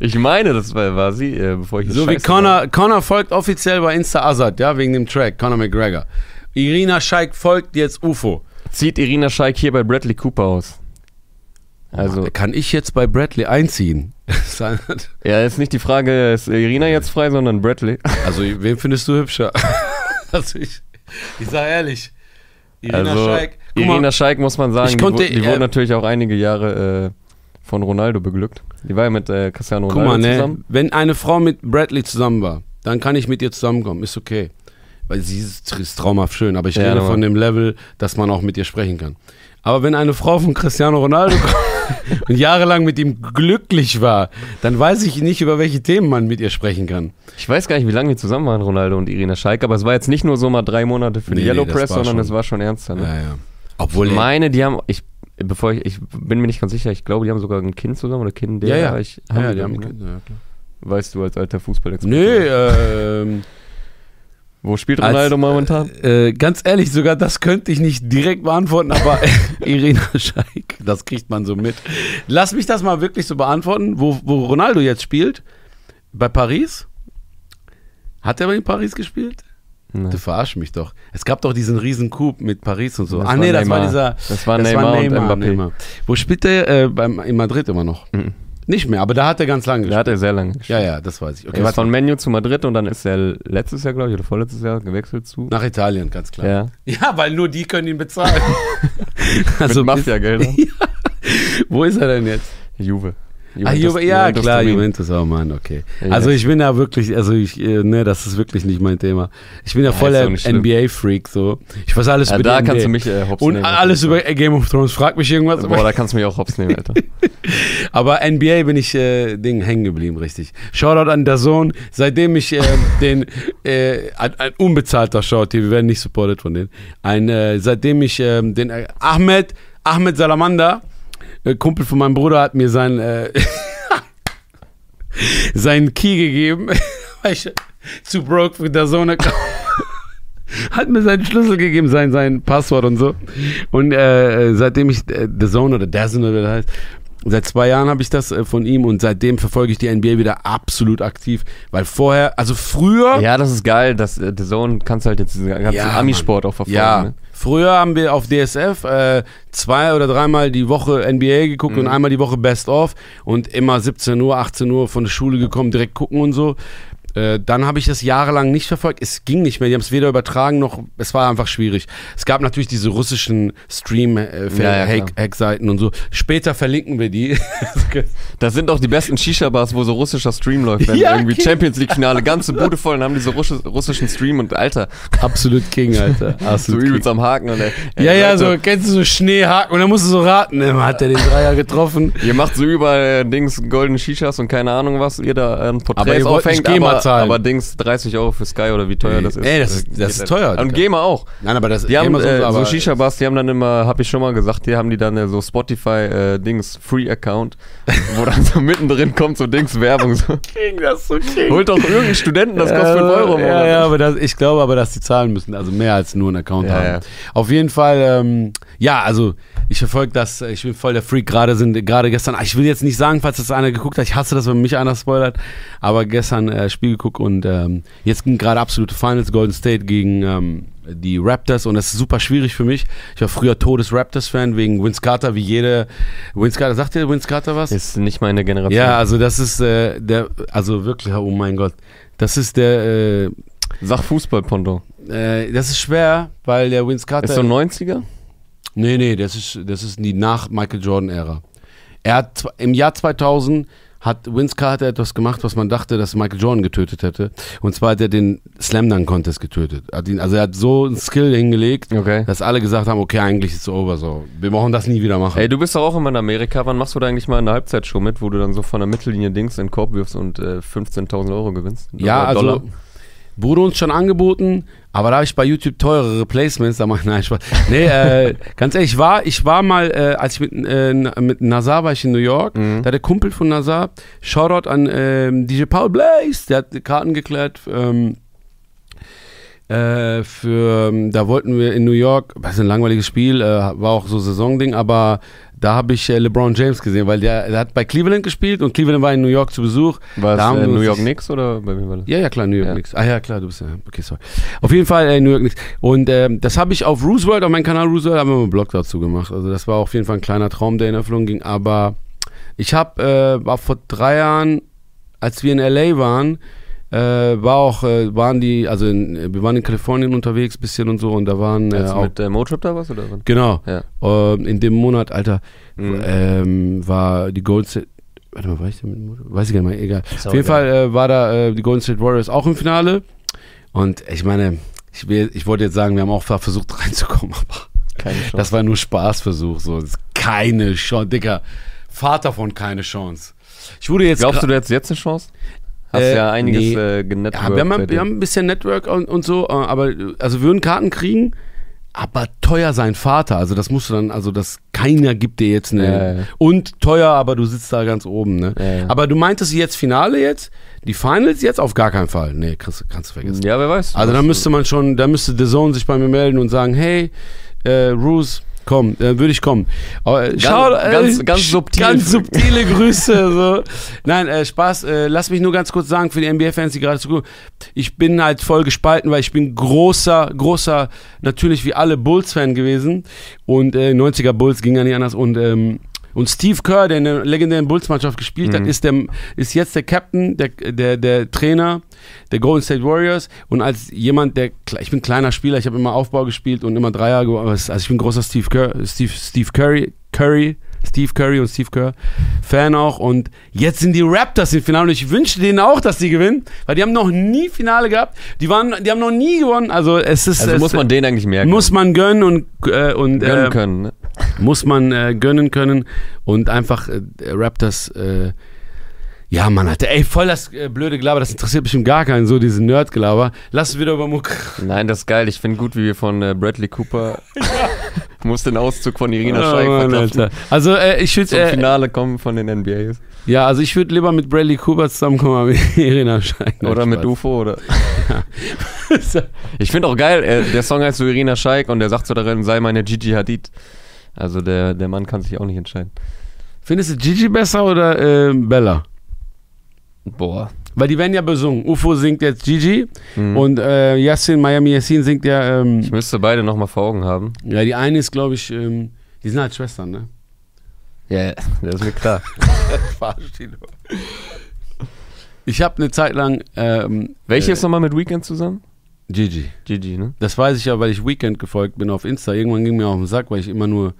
Speaker 1: Ich meine, das war, war sie, äh, bevor ich jetzt
Speaker 2: so wie
Speaker 1: scheiße
Speaker 2: Connor, Connor folgt offiziell bei Insta Azad, ja, wegen dem Track, Connor McGregor. Irina Scheik folgt jetzt UFO.
Speaker 1: war. Zieht Irina Scheik hier bei Bradley Cooper aus. Also,
Speaker 2: Kann ich jetzt bei Bradley einziehen? [laughs] Also,
Speaker 1: ja, ist nicht die Frage, ist Irina jetzt frei, sondern
Speaker 2: [laughs]
Speaker 1: Bradley.
Speaker 2: also, wen findest du hübscher? [laughs] also, ich, ich sag ehrlich, Irina
Speaker 1: also,
Speaker 2: Scheik. Guck mal,
Speaker 1: Irina Scheik muss man sagen,
Speaker 2: ich
Speaker 1: die,
Speaker 2: konnte-
Speaker 1: wu- die
Speaker 2: äh,
Speaker 1: wurde natürlich auch einige Jahre äh, von Ronaldo beglückt. Die war ja mit äh, Cristiano
Speaker 2: Guck
Speaker 1: Ronaldo
Speaker 2: mal, ne,
Speaker 1: zusammen.
Speaker 2: wenn eine Frau mit Bradley zusammen war, dann kann ich mit ihr zusammenkommen, ist okay. Weil sie ist, ist traumhaft schön, aber ich
Speaker 1: Ja,
Speaker 2: rede
Speaker 1: aber-
Speaker 2: von dem Level, dass man auch mit ihr sprechen kann. Aber wenn eine Frau von Cristiano Ronaldo kommt [laughs] und jahrelang mit ihm glücklich war, dann weiß ich nicht, über welche Themen man mit ihr sprechen kann.
Speaker 1: Ich weiß gar nicht, wie lange die zusammen waren, Ronaldo und Irina Scheik, aber es war jetzt nicht nur so mal drei Monate für die
Speaker 2: Nee,
Speaker 1: Yellow
Speaker 2: nee, das
Speaker 1: Press,
Speaker 2: war
Speaker 1: sondern
Speaker 2: schon-
Speaker 1: es war schon ernster. Ne?
Speaker 2: ja. Obwohl,
Speaker 1: ich meine, die haben, ich, bevor ich, ich bin mir nicht ganz sicher, ich glaube, die haben sogar ein Kind zusammen oder Kind,
Speaker 2: ja, ja.
Speaker 1: Ich,
Speaker 2: ja, ja, die
Speaker 1: die,
Speaker 2: haben,
Speaker 1: ne?
Speaker 2: ja, klar.
Speaker 1: Weißt du als alter Fußballexperte.
Speaker 2: Nee, ähm,
Speaker 1: Wo spielt Ronaldo
Speaker 2: Als,
Speaker 1: um momentan?
Speaker 2: Äh, ganz ehrlich, sogar das könnte ich nicht direkt
Speaker 1: [laughs]
Speaker 2: beantworten, aber Irina Scheik, das kriegt man so mit. Lass mich das mal wirklich so beantworten, wo, wo Ronaldo jetzt spielt. Bei Paris? Hat er bei Paris gespielt?
Speaker 1: Nein.
Speaker 2: Du verarsch mich doch. Es gab doch diesen riesen Coup mit Paris und so.
Speaker 1: Das
Speaker 2: ah
Speaker 1: war
Speaker 2: nee, das war
Speaker 1: Neymar.
Speaker 2: dieser.
Speaker 1: Das war Neymar und Mbappé. Mhm.
Speaker 2: Wo spielt der? Äh, beim, in Madrid immer noch. Nicht mehr, aber da hat er ganz
Speaker 1: Da
Speaker 2: lange gespielt.
Speaker 1: äh, hat er sehr lange gespielt.
Speaker 2: Ja, ja, das weiß ich. Okay,
Speaker 1: er war
Speaker 2: was war-
Speaker 1: von Menu zu Madrid und dann ist er letztes Jahr, glaube ich, oder vorletztes Jahr gewechselt zu.
Speaker 2: nach Italien, ganz klar.
Speaker 1: Ja.
Speaker 2: Ja, weil nur die können
Speaker 1: [laughs]
Speaker 2: ihn bezahlen. Also
Speaker 1: Mit Mafia-Geldern.
Speaker 2: Wo ist er denn jetzt?
Speaker 1: Juve.
Speaker 2: Ah,
Speaker 1: Juventus-
Speaker 2: Juve, ja,
Speaker 1: Juventus
Speaker 2: klar,
Speaker 1: Turin.
Speaker 2: Juventus, oh Mann, okay.
Speaker 1: Ja.
Speaker 2: Also ich bin da wirklich, also ich, äh, ne, das ist wirklich nicht mein Thema. Ich bin da
Speaker 1: ist
Speaker 2: voller
Speaker 1: auch nicht schlimm.
Speaker 2: NBA-Freak, so. Ich weiß alles
Speaker 1: Ja,
Speaker 2: über
Speaker 1: da
Speaker 2: die
Speaker 1: kannst
Speaker 2: NBA.
Speaker 1: du mich äh, hops
Speaker 2: und
Speaker 1: nehmen.
Speaker 2: alles über Game of Thrones, frag mich irgendwas.
Speaker 1: Boah, da kannst du mich auch hops nehmen, Alter.
Speaker 2: Aber NBA bin ich äh, Ding hängen geblieben, richtig. Shoutout an der Sohn, seitdem ich äh, [laughs] den äh, ein, ein unbezahlter Shoutout, hier, wir werden nicht supported von denen. Ein, äh, seitdem ich äh, den äh, Ahmed Ahmed Salamander, äh, Kumpel von meinem Bruder, hat mir sein äh, seinen Key gegeben. [laughs] Weil ich- zu broke für der Sohn Account. Hat mir seinen Schlüssel gegeben, sein, sein Passwort und so. Und äh, seitdem ich äh, The Zone oder Dazone oder wie das heißt, seit zwei Jahren habe ich das äh, von ihm und seitdem verfolge ich die NBA wieder absolut aktiv. Weil vorher, also früher,
Speaker 1: Ja, das ist geil, dass äh, The Zone kannst halt jetzt diesen ganzen
Speaker 2: Ja,
Speaker 1: Amisport auch verfolgen.
Speaker 2: Ja.
Speaker 1: Ne?
Speaker 2: Früher haben wir auf DSF äh, zwei oder dreimal die Woche NBA geguckt
Speaker 1: Mhm.
Speaker 2: und einmal die Woche Best of und immer 17 Uhr, 18 Uhr von der Schule gekommen, direkt gucken und so. Äh, Dann habe ich das jahrelang nicht verfolgt. Es ging nicht mehr. Die haben es weder übertragen noch. Es war einfach schwierig. Es gab natürlich diese russischen äh,
Speaker 1: Ja, ja, klar.
Speaker 2: Stream-Hack-Seiten und so. Später verlinken wir die. [laughs]
Speaker 1: Das sind auch die besten Shisha-Bars, wo so russischer Stream läuft. Wenn
Speaker 2: [laughs] Ja, genau.
Speaker 1: irgendwie
Speaker 2: okay.
Speaker 1: Champions League-Finale, ganze Bude voll, dann haben die so russi- russischen Stream und Alter,
Speaker 2: Absolut
Speaker 1: [laughs]
Speaker 2: King, Alter.
Speaker 1: so
Speaker 2: Absolut
Speaker 1: übelst am Haken. Und, äh, ey,
Speaker 2: Ah, Ja, ja,
Speaker 1: Leute,
Speaker 2: so kennst du so Schneehaken und dann musst du so raten. Ähm, Hat er den Dreier getroffen?
Speaker 1: Ihr macht so überall äh, Dings goldene Shishas und keine Ahnung was, ihr da ähm,
Speaker 2: Aber
Speaker 1: Porträts
Speaker 2: ihr wollt
Speaker 1: aufhängt,
Speaker 2: nicht GEMA
Speaker 1: aber,
Speaker 2: zahlen.
Speaker 1: aber Dings 30 Euro für Sky oder wie teuer
Speaker 2: Ey,
Speaker 1: das ist.
Speaker 2: ey, das ist-
Speaker 1: Äh,
Speaker 2: das
Speaker 1: geht
Speaker 2: ist
Speaker 1: halt.
Speaker 2: teuer,
Speaker 1: Und
Speaker 2: Digga.
Speaker 1: GEMA auch.
Speaker 2: Nein, aber das
Speaker 1: Die haben
Speaker 2: Amazon-
Speaker 1: äh, so
Speaker 2: aber-
Speaker 1: Shisha-Bars, die haben dann immer, habe ich schon mal gesagt, die haben die dann äh, so Spotify-Dings Free-Account, wo dann so mittendrin kommt so Dings Werbung. So.
Speaker 2: [laughs] King, das ist so King.
Speaker 1: Holt doch irgendeinen Studenten, das kostet 5 Euro. im
Speaker 2: Ja,
Speaker 1: Monat.
Speaker 2: ja, aber das, ich glaube aber, dass die zahlen müssen. Also mehr als nur einen Account
Speaker 1: Ja,
Speaker 2: haben.
Speaker 1: ja.
Speaker 2: Auf jeden Fall, ähm, ja, also ich verfolge das. Ich bin voll der Freak. Gerade sind, gerade gestern, ich will jetzt nicht sagen, falls das einer geguckt hat. Ich hasse das, wenn mich einer spoilert. Aber gestern äh, Spiel geguckt und ähm, jetzt ging gerade absolute Finals. Golden State gegen ähm, die Raptors und das ist super schwierig für mich. Ich war früher Todes Raptors-Fan wegen Vince Carter, wie jede. Vince Carter, sagt dir Vince Carter was?
Speaker 1: Ist nicht meine Generation.
Speaker 2: Ja, also das ist äh, der, also wirklich, oh mein Gott, das ist der, äh,
Speaker 1: Sag Fußball-Pondo.
Speaker 2: äh, das ist schwer, weil der Vince Carter.
Speaker 1: Ist so 90er?
Speaker 2: nee, nee, das ist, das ist die nach Michael Jordan Ära. Er hat zw- im Jahr 2000 hat Vince Carter etwas gemacht, was man dachte, dass Michael Jordan getötet hätte. Und zwar hat er den Slam Dunk Contest getötet. Hat ihn, also er hat so einen Skill hingelegt,
Speaker 1: Okay.
Speaker 2: dass alle gesagt haben, okay, eigentlich ist es over, so. Wir brauchen das nie wieder machen.
Speaker 1: Ey, du bist doch auch immer in Amerika. Wann machst du da eigentlich mal eine Halbzeitshow mit, wo du dann so von der Mittellinie Dings in den Korb wirfst und äh, 15.000 Euro gewinnst?
Speaker 2: Ja,
Speaker 1: Oder
Speaker 2: also
Speaker 1: Dollar.
Speaker 2: wurde uns schon angeboten, aber da habe ich bei YouTube teurere Placements, da mache ich [laughs] nein Spaß. Nee, äh, ganz ehrlich, ich war, ich war mal, äh, als ich mit, äh, mit Nazar war ich in New York,
Speaker 1: Mhm.
Speaker 2: da hat der Kumpel von Nazar, Shoutout an ähm, DJ Paul Blaze, der hat Karten geklärt, ähm, äh, für, ähm, da wollten wir in New York, was ein langweiliges Spiel, äh, war auch so Saisonding, aber da habe ich äh, LeBron James gesehen, weil der, der hat bei Cleveland gespielt und Cleveland war in New York zu Besuch.
Speaker 1: War
Speaker 2: Da haben
Speaker 1: es äh,
Speaker 2: wir
Speaker 1: New
Speaker 2: uns-
Speaker 1: York Knicks oder bei wem war das?
Speaker 2: ja, ja, klar, New York
Speaker 1: Ja.
Speaker 2: Knicks. Ah ja, klar, du bist ja. Okay, sorry. Auf jeden Fall äh, New York Knicks. Und ähm, das habe ich auf Roosevelt, auf meinem Kanal Roosevelt, haben wir mal einen Blog dazu gemacht. Also das war auf jeden Fall ein kleiner Traum, der in Erfüllung ging. Aber ich habe, äh, war vor drei Jahren, als wir in L.A. waren, äh, war auch, äh, waren die, also in, wir waren in Kalifornien unterwegs bisschen und so und da waren äh,
Speaker 1: Als du
Speaker 2: auch,
Speaker 1: mit äh, Motrip da warst oder wann?
Speaker 2: genau,
Speaker 1: Ja.
Speaker 2: ähm, in dem Monat, Alter,
Speaker 1: Mhm.
Speaker 2: ähm, war die Golden State. Warte mal, war ich da mit dem Motor? Weiß ich gar nicht mehr, egal.
Speaker 1: auch
Speaker 2: Auf jeden Fall äh, war da äh, die Golden State Warriors auch im Finale. Und ich meine, ich, will, ich wollte jetzt sagen, wir haben auch versucht [laughs] reinzukommen, aber
Speaker 1: Keine Chance.
Speaker 2: das war nur Spaßversuch. So. Das ist keine Chance, Dicker. Vater von keine Chance. Ich wurde jetzt.
Speaker 1: Glaubst
Speaker 2: gra-
Speaker 1: du, du hättest jetzt eine Chance? Hast
Speaker 2: Äh,
Speaker 1: ja einiges
Speaker 2: nee.
Speaker 1: äh, genetworked
Speaker 2: ja, wir, haben,
Speaker 1: seitdem.
Speaker 2: wir haben ein bisschen Network und, und so, äh, aber also würden Karten kriegen, aber teuer sein Vater. Also das musst du dann, also das keiner gibt dir jetzt eine.
Speaker 1: Ja, ja.
Speaker 2: Und teuer, aber du sitzt da ganz oben, ne?
Speaker 1: Ja, ja.
Speaker 2: Aber du meintest jetzt Finale jetzt? Die Finals jetzt auf gar keinen Fall. Nee, kriegst, kannst du vergessen.
Speaker 1: ja, wer weiß.
Speaker 2: Also da
Speaker 1: äh,
Speaker 2: müsste man schon, da müsste The Zone sich bei mir melden und sagen, hey, äh, Roos, komm, äh, würde ich kommen. Aber, äh,
Speaker 1: ganz- ganz subtil. [laughs]
Speaker 2: Ganz subtile Grüße. So. Nein, äh, Spaß, äh, lass mich nur ganz kurz sagen für die NBA-Fans, die gerade zugucken, ich bin halt voll gespalten, weil ich bin großer, großer, natürlich wie alle Bulls-Fan gewesen und äh, 90er Bulls ging ja nicht anders und ähm, und Steve Kerr, der in der legendären Bulls-Mannschaft gespielt hat, ist, der, ist jetzt der Captain, der, der, der Trainer der Golden State Warriors. Und als jemand, der, kle- ich bin kleiner Spieler, ich habe immer Aufbau gespielt und immer Dreier, ge- aber es- also ich bin großer Steve, Kerr, Steve, Steve Curry, Curry, Steve Curry und Steve Kerr Fan auch. Und jetzt sind die Raptors im Finale und ich wünsche denen auch, dass die gewinnen, weil die haben noch nie Finale gehabt. Die, waren, die haben noch nie gewonnen. Also es ist,
Speaker 1: also
Speaker 2: es
Speaker 1: muss man den eigentlich merken.
Speaker 2: muss man gönnen und, äh, und
Speaker 1: gönnen
Speaker 2: äh,
Speaker 1: können. Ne?
Speaker 2: muss man äh, gönnen können und einfach äh, Raptors äh, Ja, Mann, Alter, ey, voll das äh, blöde Gelaber, das interessiert bestimmt gar keinen, so diese Nerd-Gelaber. Lass wieder über Mucke.
Speaker 1: Nein, das ist geil. Ich finde gut, wie wir von äh, Bradley [laughs] Cooper muss den Auszug von Irina Scheik
Speaker 2: Oh, Mann,
Speaker 1: verkaufen.
Speaker 2: Alter. Also, äh, ich
Speaker 1: Zum
Speaker 2: würde, äh,
Speaker 1: Finale kommen von den NBAs.
Speaker 2: ja, also ich würde lieber mit Bradley Cooper zusammenkommen, [laughs] aber mit Irina Scheik.
Speaker 1: Oder mit UFO [laughs] oder. Ich finde auch geil, äh, der Song heißt so Irina Scheik und der sagt so darin, sei meine Gigi Hadid. Also der, der Mann kann sich auch nicht entscheiden.
Speaker 2: Findest du Gigi besser oder ähm, Bella?
Speaker 1: Boah.
Speaker 2: Weil die werden ja besungen. UFO singt jetzt Gigi
Speaker 1: Mhm.
Speaker 2: und äh, Yassin, Miami Yassin singt ja, ähm,
Speaker 1: Ich müsste beide nochmal vor Augen haben.
Speaker 2: ja, die eine ist, glaube ich, ähm, die sind halt Schwestern, ne?
Speaker 1: Ja, ja, das ist mir klar.
Speaker 2: Ich habe eine Zeit lang ähm,
Speaker 1: Welche ist nochmal mit Weekend zusammen?
Speaker 2: Gigi.
Speaker 1: Gigi, ne?
Speaker 2: Das weiß ich ja, weil ich Weekend gefolgt bin auf Insta. Irgendwann ging mir auf den Sack, weil ich immer nur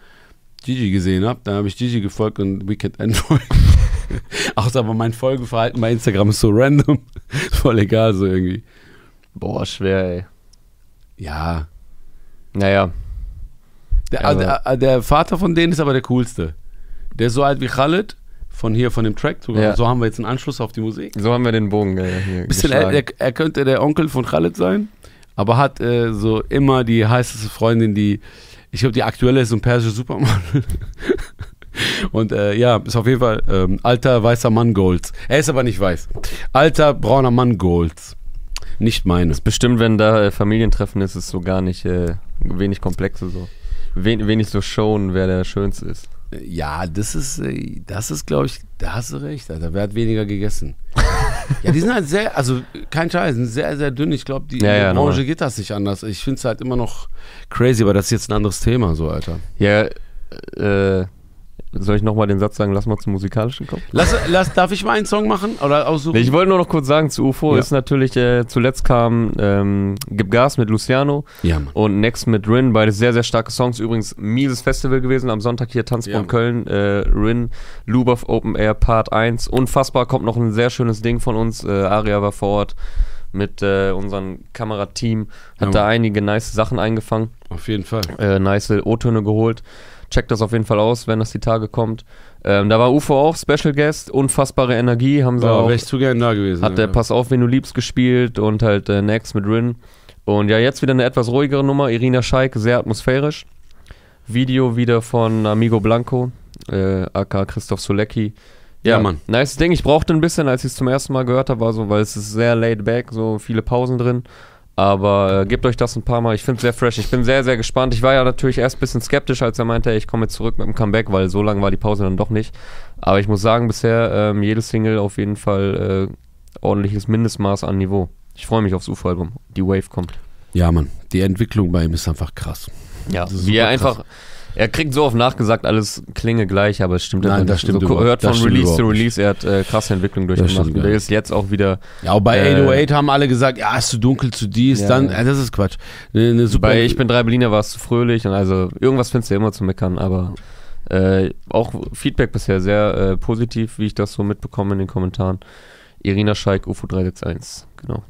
Speaker 2: Gigi gesehen habe. Dann habe ich Gigi gefolgt und Weekend [laughs] entfolgt. Auch aber mein Folgenverhalten bei Instagram ist so random. [laughs] Voll egal, so irgendwie.
Speaker 1: Boah, schwer, ey.
Speaker 2: Ja.
Speaker 1: Naja,
Speaker 2: Der,
Speaker 1: Also-
Speaker 2: der, der Vater von denen ist aber der coolste. Der ist so alt wie Khaled von hier, von dem Track. Sogar.
Speaker 1: Ja.
Speaker 2: So haben wir jetzt einen Anschluss auf die Musik.
Speaker 1: so haben wir den Bogen äh, hier
Speaker 2: Bisschen
Speaker 1: geschlagen.
Speaker 2: äl- er, er könnte der Onkel von Khaled sein, aber hat äh, so immer die heißeste Freundin, die, ich glaube, die aktuelle ist so ein persischer Supermann. [laughs] Und äh, ja, ist auf jeden Fall ähm, alter weißer Mann Golds. Er ist aber nicht weiß. Alter brauner Mann Golds. Nicht meine.
Speaker 1: Bestimmt, wenn da äh, Familientreffen ist, ist so gar nicht äh, wenig komplexe so. Wen, wenig so showen, wer der schönste ist.
Speaker 2: Ja, das ist, äh, das ist, glaube ich, da hast du recht. Alter. Wer hat weniger gegessen? ja, die sind halt sehr, also kein Scheiß, sind sehr, sehr dünn. Ich glaube, die
Speaker 1: Ja, ja,
Speaker 2: Branche
Speaker 1: normal.
Speaker 2: geht das nicht anders. Ich finde es halt immer noch crazy, aber das ist jetzt ein anderes Thema, so, Alter.
Speaker 1: Ja, äh, soll ich nochmal den Satz sagen, lass mal zum Musikalischen kommen?
Speaker 2: Lass, lass, darf ich mal einen Song machen? Oder aussuchen?
Speaker 1: Nee, ich wollte nur noch kurz sagen, zu UFO
Speaker 2: Ja.
Speaker 1: ist natürlich, äh, zuletzt kam ähm, Gib Gas mit Luciano
Speaker 2: ja, Mann.
Speaker 1: und Next mit Rin, beide sehr, sehr starke Songs. Übrigens, mieses Festival gewesen, am Sonntag hier
Speaker 2: Ja,
Speaker 1: Tanzbund
Speaker 2: Mann.
Speaker 1: Köln, äh, Rin, Lubov Open Air Part 1. Unfassbar, kommt noch ein sehr schönes Ding von uns. Äh, Aria war vor Ort mit äh, unserem Kamerateam, hat
Speaker 2: Ja,
Speaker 1: da
Speaker 2: Mann.
Speaker 1: einige nice Sachen eingefangen
Speaker 2: Auf jeden Fall.
Speaker 1: äh, nice O-Töne geholt. Checkt das auf jeden Fall aus, wenn das die Tage kommt. Ähm, da war UFO auch Special Guest, unfassbare Energie, haben sie
Speaker 2: Boah,
Speaker 1: auch.
Speaker 2: wäre ich zu gern da gewesen.
Speaker 1: Hat der
Speaker 2: Alter.
Speaker 1: Pass auf, wen du liebst gespielt und halt äh, Next mit Rin. Und ja, jetzt wieder eine etwas ruhigere Nummer. Irina Scheik, sehr atmosphärisch. Video wieder von Amigo Blanco, äh, aka Christoph Solecki. Ja,
Speaker 2: Ja, Mann.
Speaker 1: Nice Ding. Ich brauchte ein bisschen, als ich es zum ersten Mal gehört habe, war so, weil es ist sehr laid back, so viele Pausen drin. Aber äh, gebt euch das ein paar Mal. Ich finde es sehr fresh. Ich bin sehr, sehr gespannt. Ich war ja natürlich erst ein bisschen skeptisch, als er meinte, ey, ich komme jetzt zurück mit dem Comeback, weil so lang war die Pause dann doch nicht. Aber ich muss sagen, bisher ähm, jede Single auf jeden Fall äh, ordentliches Mindestmaß an Niveau. Ich freue mich aufs UFO-Album. Die Wave kommt.
Speaker 2: Ja, Mann. Die Entwicklung bei ihm ist einfach krass.
Speaker 1: Ja,
Speaker 2: Das ist
Speaker 1: wie
Speaker 2: super
Speaker 1: er einfach. Er kriegt so oft nachgesagt, alles klinge gleich, aber es stimmt
Speaker 2: Nein,
Speaker 1: einfach
Speaker 2: das
Speaker 1: nicht.
Speaker 2: stimmt
Speaker 1: so,
Speaker 2: überhaupt-
Speaker 1: hört
Speaker 2: das
Speaker 1: von
Speaker 2: stimmt
Speaker 1: Release zu
Speaker 2: überhaupt
Speaker 1: Release, er hat äh, krasse Entwicklung durchgemacht.
Speaker 2: stimmt gar
Speaker 1: Der ist jetzt auch wieder
Speaker 2: Ja, auch bei
Speaker 1: Äh,
Speaker 2: 808 haben alle gesagt, ja, ist zu dunkel, zu dies,
Speaker 1: Ja.
Speaker 2: dann, äh, das ist Quatsch. Eine, eine super.
Speaker 1: Bei Ich bin drei Berliner war es zu fröhlich und also irgendwas findest du ja immer zu meckern, aber äh, auch Feedback bisher sehr äh, positiv, wie ich das so mitbekomme in den Kommentaren. Irina Scheik, UFO 361, genau.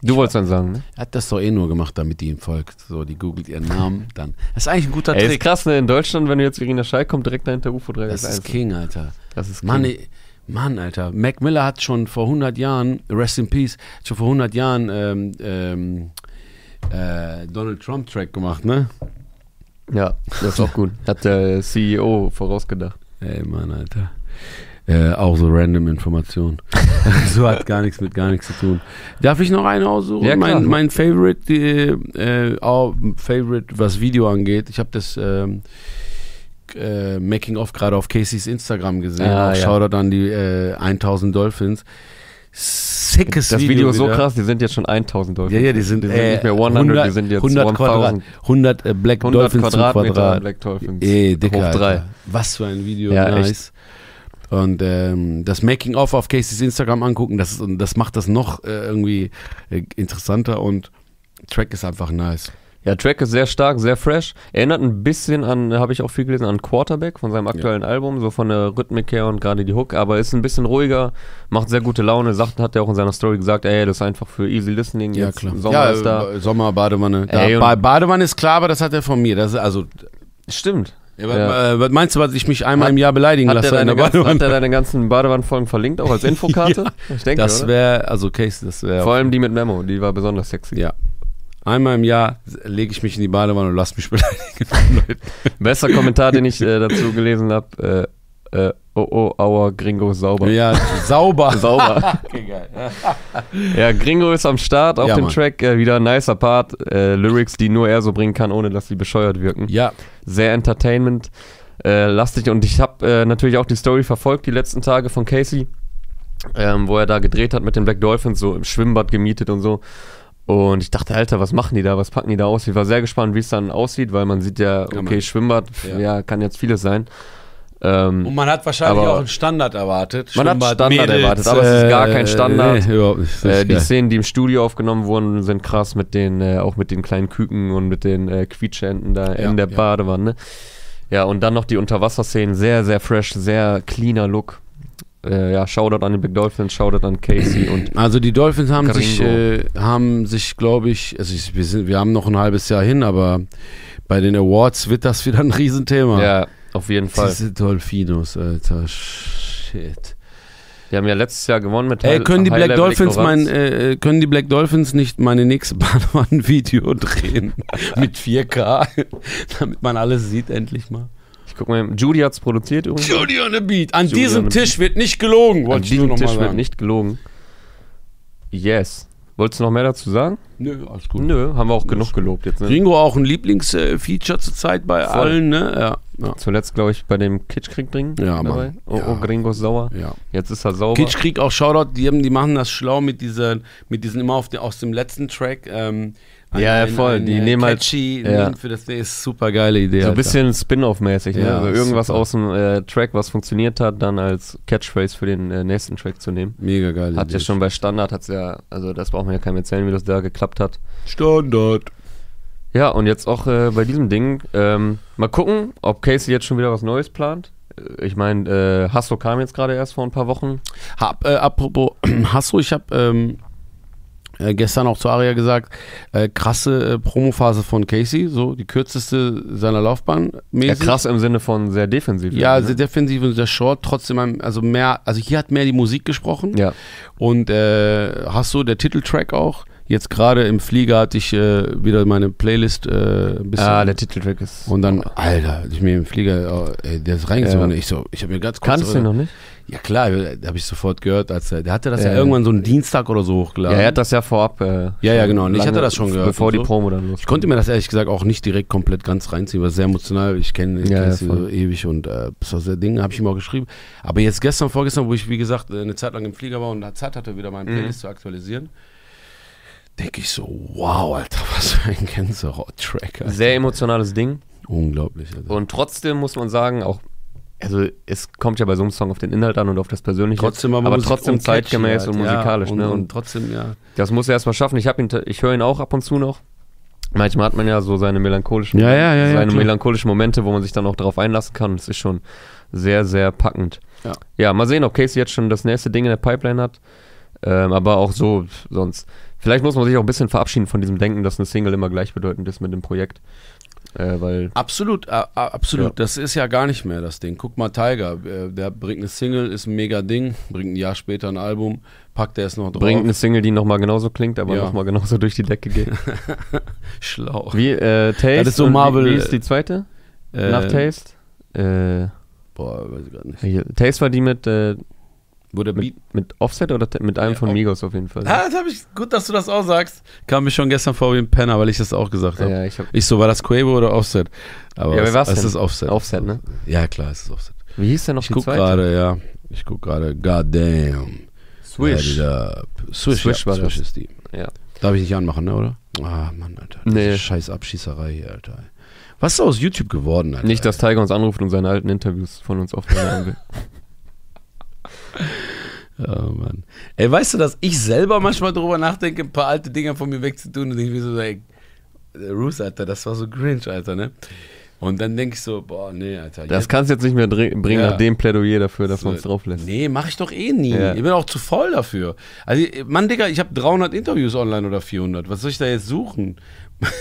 Speaker 1: Du wolltest dann sagen, ne?
Speaker 2: Er hat das doch eh nur gemacht, damit die ihm folgt. So, die googelt ihren Namen, dann. Das ist eigentlich ein guter
Speaker 1: Ey, ist
Speaker 2: Trick.
Speaker 1: krass, ne? In Deutschland, wenn du jetzt Irina Scheik kommt, direkt dahinter UFO
Speaker 2: Das
Speaker 1: 361.
Speaker 2: ist King, Alter.
Speaker 1: Das ist
Speaker 2: Mann,
Speaker 1: King.
Speaker 2: ey, Mann, Alter. Mac Miller hat schon vor 100 Jahren, Rest in Peace, hat schon vor 100 Jahren ähm, ähm, äh, Donald Trump Track gemacht, ne?
Speaker 1: Ja, das ist auch gut. Hat der CEO vorausgedacht.
Speaker 2: Ey, Mann, Alter. Äh, auch so random Informationen. [laughs] so hat gar nichts mit gar nichts zu tun. Darf ich noch einen aussuchen?
Speaker 1: Ja, klar.
Speaker 2: Mein, mein Favorite, die, äh, auch Favorite, was Video angeht. Ich habe das ähm, äh, Making of gerade auf Caseys Instagram gesehen.
Speaker 1: Ah, ja.
Speaker 2: auch Shoutout an die äh, 1000 Dolphins. Sickes
Speaker 1: Das Video,
Speaker 2: Video
Speaker 1: ist so
Speaker 2: wieder.
Speaker 1: krass, die sind jetzt schon 1000 Dolphins.
Speaker 2: Ja, ja, die sind,
Speaker 1: sind
Speaker 2: äh,
Speaker 1: nicht mehr 100, die sind jetzt
Speaker 2: 100 Quadrat,
Speaker 1: 1000.
Speaker 2: 100 äh, Black
Speaker 1: 100
Speaker 2: Dolphins
Speaker 1: Quadratmeter
Speaker 2: zum Quadrat.
Speaker 1: Black Dolphins.
Speaker 2: Ey, Dicker,
Speaker 1: Hoch drei.
Speaker 2: Alter. Was für ein Video,
Speaker 1: Ja,
Speaker 2: nice. Und ähm, das Making-of auf Caseys Instagram angucken, das, ist, und das macht das noch äh, irgendwie äh, interessanter und Track ist einfach nice.
Speaker 1: Ja, Track ist sehr stark, sehr fresh. Erinnert ein bisschen an, habe ich auch viel gelesen, an Quarterback von seinem aktuellen Album, so von der Rhythmik her und gerade die Hook, aber ist ein bisschen ruhiger, macht sehr gute Laune. Sagt, hat er auch in seiner Story gesagt, ey, das ist einfach für easy listening.
Speaker 2: Ja,
Speaker 1: jetzt
Speaker 2: klar.
Speaker 1: Sommer
Speaker 2: ja,
Speaker 1: ist da.
Speaker 2: äh, Sommer, Badewanne. Da,
Speaker 1: Ey, und-
Speaker 2: bei Badewanne ist klar, aber das hat er von mir. Das ist also
Speaker 1: Stimmt.
Speaker 2: Ja, was, äh, was meinst du, was ich mich einmal im Jahr beleidigen
Speaker 1: Hat
Speaker 2: lasse
Speaker 1: der,
Speaker 2: in
Speaker 1: deine
Speaker 2: der
Speaker 1: ganzen, hat der
Speaker 2: Badewanne?
Speaker 1: deine ganzen Badewannenfolgen verlinkt,
Speaker 2: [laughs]
Speaker 1: auch als Infokarte? ich denke,
Speaker 2: Das
Speaker 1: oder?
Speaker 2: wäre, also Case, das
Speaker 1: Vor
Speaker 2: wäre.
Speaker 1: allem die mit Memo, die war besonders sexy.
Speaker 2: Ja. Einmal im Jahr lege ich mich in die Badewanne und lass mich beleidigen. von Leuten.
Speaker 1: Bester Kommentar, den ich äh, dazu gelesen habe, äh, äh, oh oh, our Gringo ist sauber.
Speaker 2: ja,
Speaker 1: [laughs]
Speaker 2: sauber.
Speaker 1: Sauber. ja, Gringo ist am Start auf
Speaker 2: Ja,
Speaker 1: dem
Speaker 2: Mann.
Speaker 1: Track. Äh, wieder ein nicer Part. Äh, Lyrics, die nur er so bringen kann, ohne dass sie bescheuert wirken.
Speaker 2: Ja,
Speaker 1: Sehr entertainment. Äh, lastig und ich habe äh, natürlich auch die Story verfolgt die letzten Tage von Casey, ähm, wo er da gedreht hat mit den Black Dolphins, so im Schwimmbad gemietet und so. Und ich dachte, Alter, was machen die da? Was packen die da aus? Ich war sehr gespannt, wie es dann aussieht, weil man sieht ja,
Speaker 2: Ja,
Speaker 1: okay,
Speaker 2: Mann.
Speaker 1: Schwimmbad, pf,
Speaker 2: Ja.
Speaker 1: ja. kann jetzt vieles sein. Ähm,
Speaker 2: Und man hat wahrscheinlich
Speaker 1: Aber-
Speaker 2: auch einen Standard erwartet.
Speaker 1: Man hat Standard erwartet, aber es ist gar kein Standard.
Speaker 2: Äh, überhaupt nicht. Das
Speaker 1: Äh,
Speaker 2: ist
Speaker 1: die
Speaker 2: geil.
Speaker 1: Szenen, die im Studio aufgenommen wurden, sind krass mit den, äh, auch mit den kleinen Küken und mit den äh, Quietschenten da
Speaker 2: Ja,
Speaker 1: in der
Speaker 2: ja.
Speaker 1: Badewanne. Ja, und dann noch die Unterwasserszenen, sehr, sehr fresh, sehr cleaner Look. Äh, ja, Shoutout an den Big Dolphins, Shoutout an
Speaker 2: [clears throat]
Speaker 1: Casey und
Speaker 2: also die Dolphins haben sich,
Speaker 1: Gringo.
Speaker 2: äh, haben sich, glaube ich, also ich, wir, sind, wir haben noch ein halbes Jahr hin, aber bei den Awards wird das wieder ein Riesenthema.
Speaker 1: ja, auf jeden Fall.
Speaker 2: Diese Dolphinos, Alter, shit.
Speaker 1: Die haben ja letztes Jahr gewonnen mit
Speaker 2: Ey,
Speaker 1: High-
Speaker 2: können die
Speaker 1: High
Speaker 2: Black
Speaker 1: Level
Speaker 2: Dolphins mein,
Speaker 1: Ignoranz.
Speaker 2: äh, können die Black Dolphins nicht meine nächste [laughs] Badewanne-Video drehen mit 4K, [laughs] damit man alles sieht endlich mal.
Speaker 1: Ich guck mal, Judy hat's produziert übrigens.
Speaker 2: Judy on the Beat. An
Speaker 1: Judy on
Speaker 2: diesem
Speaker 1: the
Speaker 2: Tisch wird nicht gelogen,
Speaker 1: An
Speaker 2: wollte ich nur
Speaker 1: diesem
Speaker 2: noch mal
Speaker 1: Tisch wird
Speaker 2: sagen.
Speaker 1: nicht gelogen. Yes. Wolltest du noch mehr dazu sagen?
Speaker 2: Nö, alles gut.
Speaker 1: Nö, haben wir auch genug gelobt jetzt. Ne?
Speaker 2: Gringo auch ein Lieblingsfeature zurzeit bei
Speaker 1: Voll.
Speaker 2: allen, ne? Ja.
Speaker 1: Zuletzt, glaube ich, bei dem Kitschkrieg drin.
Speaker 2: Ja, Mann.
Speaker 1: dabei. Oh, oh,
Speaker 2: Ja.
Speaker 1: Gringo ist sauer.
Speaker 2: ja. ja.
Speaker 1: Jetzt ist er sauber.
Speaker 2: Kitschkrieg auch Shoutout, die, haben, die machen das schlau mit diesen, mit diesen immer auf den, aus dem letzten Track. Ähm,
Speaker 1: Ja, voll, die
Speaker 2: äh,
Speaker 1: nehmen halt-
Speaker 2: catchy
Speaker 1: ja.
Speaker 2: Link für das Ding ist super geile Idee.
Speaker 1: so ein
Speaker 2: Alter.
Speaker 1: bisschen Spin-off-mäßig. Ne?
Speaker 2: Ja,
Speaker 1: also irgendwas
Speaker 2: super.
Speaker 1: aus dem äh, Track, was funktioniert hat, dann als Catchphrase für den äh, nächsten Track zu nehmen.
Speaker 2: Mega geil.
Speaker 1: Hat ja schon bei Standard, hat's ja, also das braucht man ja keinem erzählen, wie das da geklappt hat.
Speaker 2: Standard.
Speaker 1: Ja, und jetzt auch äh, bei diesem Ding, ähm, mal gucken, ob Casey jetzt schon wieder was Neues plant. Äh, Ich meine, äh, Hasso kam jetzt gerade erst vor ein paar Wochen.
Speaker 2: Hab, äh, apropos [clears throat] Hasso, ich habe ähm, äh, gestern auch zu Aria gesagt, äh, krasse äh, Promophase von Casey, so die kürzeste seiner Laufbahn.
Speaker 1: Ja,
Speaker 2: Mäßig.
Speaker 1: krass im Sinne von sehr defensiv.
Speaker 2: Ja,
Speaker 1: ne?
Speaker 2: sehr defensiv und sehr short, trotzdem, ein- also mehr, also hier hat mehr die Musik gesprochen.
Speaker 1: ja.
Speaker 2: Und äh, hast du der Titeltrack auch? Jetzt gerade im Flieger hatte ich äh, wieder meine Playlist äh, ein bisschen.
Speaker 1: Ah, der Titeltrack ist.
Speaker 2: und dann, Alter, ich mir im Flieger, äh, ey, der ist reingezogen.
Speaker 1: Ja.
Speaker 2: Ich so, ich habe mir ganz kurz.
Speaker 1: Kannst du ihn noch nicht?
Speaker 2: Ja klar, habe ich sofort gehört, als er, der hatte das ja,
Speaker 1: Ja.
Speaker 2: irgendwann so einen Dienstag oder so hochgeladen.
Speaker 1: Ähm, Ja, er hat das ja vorab. Äh,
Speaker 2: Ja, ja,
Speaker 1: schon
Speaker 2: genau. Und ich
Speaker 1: lange
Speaker 2: hatte das schon gehört
Speaker 1: Bevor
Speaker 2: und
Speaker 1: die
Speaker 2: so.
Speaker 1: Promo dann los.
Speaker 2: ich konnte mir das ehrlich gesagt auch nicht direkt komplett ganz reinziehen, war sehr emotional. Ich kenne ich
Speaker 1: Ja,
Speaker 2: kenne
Speaker 1: ja,
Speaker 2: sie so
Speaker 1: voll.
Speaker 2: ewig und äh, das war sehr Ding, habe ich ihm auch geschrieben. Aber jetzt gestern, vorgestern, wo ich wie gesagt äh, eine Zeit lang im Flieger war und da Zeit hatte, wieder
Speaker 1: Mhm.
Speaker 2: meine Playlist zu aktualisieren, denke ich so, wow, Alter, [laughs] was für ein Gänsehaut-Track. Alter.
Speaker 1: Sehr emotionales Ding.
Speaker 2: Unglaublich. Alter.
Speaker 1: Und trotzdem muss man sagen, auch. Also, es kommt ja bei so einem Song auf den Inhalt an und auf das Persönliche.
Speaker 2: war
Speaker 1: aber
Speaker 2: Musik
Speaker 1: trotzdem
Speaker 2: und catchy
Speaker 1: zeitgemäß
Speaker 2: halt,
Speaker 1: und
Speaker 2: ja,
Speaker 1: musikalisch.
Speaker 2: und,
Speaker 1: ne?
Speaker 2: und
Speaker 1: und
Speaker 2: trotzdem, ja.
Speaker 1: das muss er erstmal schaffen. Ich, hab ihn, ta- ich höre ihn auch ab und zu noch. Manchmal hat man ja so seine melancholischen,
Speaker 2: Ja, ja, ja, ja,
Speaker 1: seine
Speaker 2: klar.
Speaker 1: melancholischen Momente, wo man sich dann auch darauf einlassen kann. Das ist schon sehr, sehr packend.
Speaker 2: Ja.
Speaker 1: mal sehen, ob Casey jetzt schon das nächste Ding in der Pipeline hat. Ähm, aber auch so sonst. Vielleicht muss man sich auch ein bisschen verabschieden von diesem Denken, dass eine Single immer gleichbedeutend ist mit dem Projekt. Äh, weil
Speaker 2: Absolut, äh, absolut.
Speaker 1: Ja.
Speaker 2: Das ist ja gar nicht mehr das Ding. Guck mal, Tiger, äh, der bringt eine Single, ist ein mega Ding, bringt ein Jahr später ein Album, packt er es noch drauf.
Speaker 1: bringt eine Single, die nochmal genauso klingt, aber
Speaker 2: Ja.
Speaker 1: nochmal genauso durch die Decke
Speaker 2: [laughs]
Speaker 1: geht.
Speaker 2: Schlau.
Speaker 1: Wie äh, Taste?
Speaker 2: ist so
Speaker 1: und
Speaker 2: Marvel,
Speaker 1: Wie, wie ist die zweite?
Speaker 2: Äh,
Speaker 1: Nach Taste? Äh,
Speaker 2: Boah, weiß ich grad nicht.
Speaker 1: Hier, Taste war die mit, äh,
Speaker 2: Wo der Beat.
Speaker 1: mit, mit Offset oder te- mit einem
Speaker 2: Ja,
Speaker 1: von
Speaker 2: Off-
Speaker 1: Migos auf jeden Fall.
Speaker 2: [laughs] Ah, das hab ich, gut, dass du das auch sagst. Kam mir schon gestern vor wie ein Penner, weil ich das auch gesagt habe.
Speaker 1: ja, ich hab
Speaker 2: Ich so, war das Quavo oder Offset? Aber
Speaker 1: Ja,
Speaker 2: es,
Speaker 1: wer war's
Speaker 2: es
Speaker 1: denn?
Speaker 2: ist Offset.
Speaker 1: Offset, ne?
Speaker 2: Ja, klar, es ist Offset.
Speaker 1: Wie hieß denn noch
Speaker 2: Ich
Speaker 1: die
Speaker 2: guck
Speaker 1: zweite?
Speaker 2: gerade, ja. Ich guck gerade, goddamn.
Speaker 1: Swish.
Speaker 2: Light it up. Swish,
Speaker 1: Swish
Speaker 2: ja,
Speaker 1: war
Speaker 2: Swish
Speaker 1: das.
Speaker 2: ist die.
Speaker 1: Ja.
Speaker 2: Darf ich nicht anmachen, ne, oder? Ah, Mann, Alter.
Speaker 1: Nee.
Speaker 2: Diese Scheiß Abschießerei hier, Alter. Was ist aus YouTube geworden, Alter?
Speaker 1: Nicht, dass Tiger uns anruft und seine alten Interviews von uns
Speaker 2: [laughs]
Speaker 1: aufnehmen will.
Speaker 2: Oh, Mann. Ey, weißt du, dass ich selber manchmal drüber nachdenke, ein paar äh, alte Dinger von mir wegzutun und ich mir so denke, Ruth, Alter, das war so cringe, Alter, ne? Und dann denke ich so, boah, nee, Alter.
Speaker 1: Das kannst du jetzt nicht mehr dr- bringen
Speaker 2: Ja.
Speaker 1: nach dem Plädoyer dafür, dass
Speaker 2: So,
Speaker 1: man es drauf lässt.
Speaker 2: Äh, Nee, mache ich doch eh nie.
Speaker 1: Ja.
Speaker 2: Ich bin auch zu voll dafür. Also, Mann, Digga, ich habe 300 Interviews online oder 400. Was soll ich da jetzt suchen? [laughs]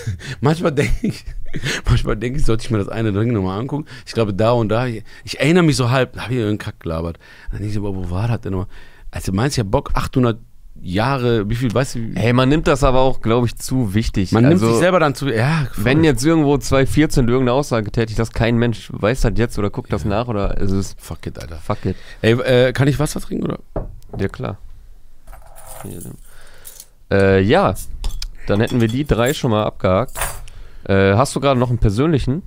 Speaker 2: manchmal denke ich, [laughs] manchmal denke ich, sollte ich mir das eine Ding nochmal angucken. Ich glaube, da und da, ich, ich erinnere mich so halb, da habe ich irgendeinen Kack gelabert. Dann denke ich aber, wo war das denn nochmal? Also, meinst du, ich hab Bock, 800 Jahre, wie viel, weißt du, wie-
Speaker 1: Hey, man nimmt das aber auch, glaube ich, zu wichtig.
Speaker 2: man
Speaker 1: also,
Speaker 2: nimmt sich selber dann zu, ja, voll.
Speaker 1: Wenn jetzt irgendwo 2014 irgendeine Aussage tätigt, dass kein Mensch weiß das jetzt oder guckt das nach oder ist es
Speaker 2: Fuck it, Alter.
Speaker 1: fuck it.
Speaker 2: Ey, äh, kann ich Wasser trinken oder?
Speaker 1: Ja, klar. Hier sind- Äh, ja, dann hätten wir die drei schon mal abgehakt. Äh, hast du gerade noch einen persönlichen?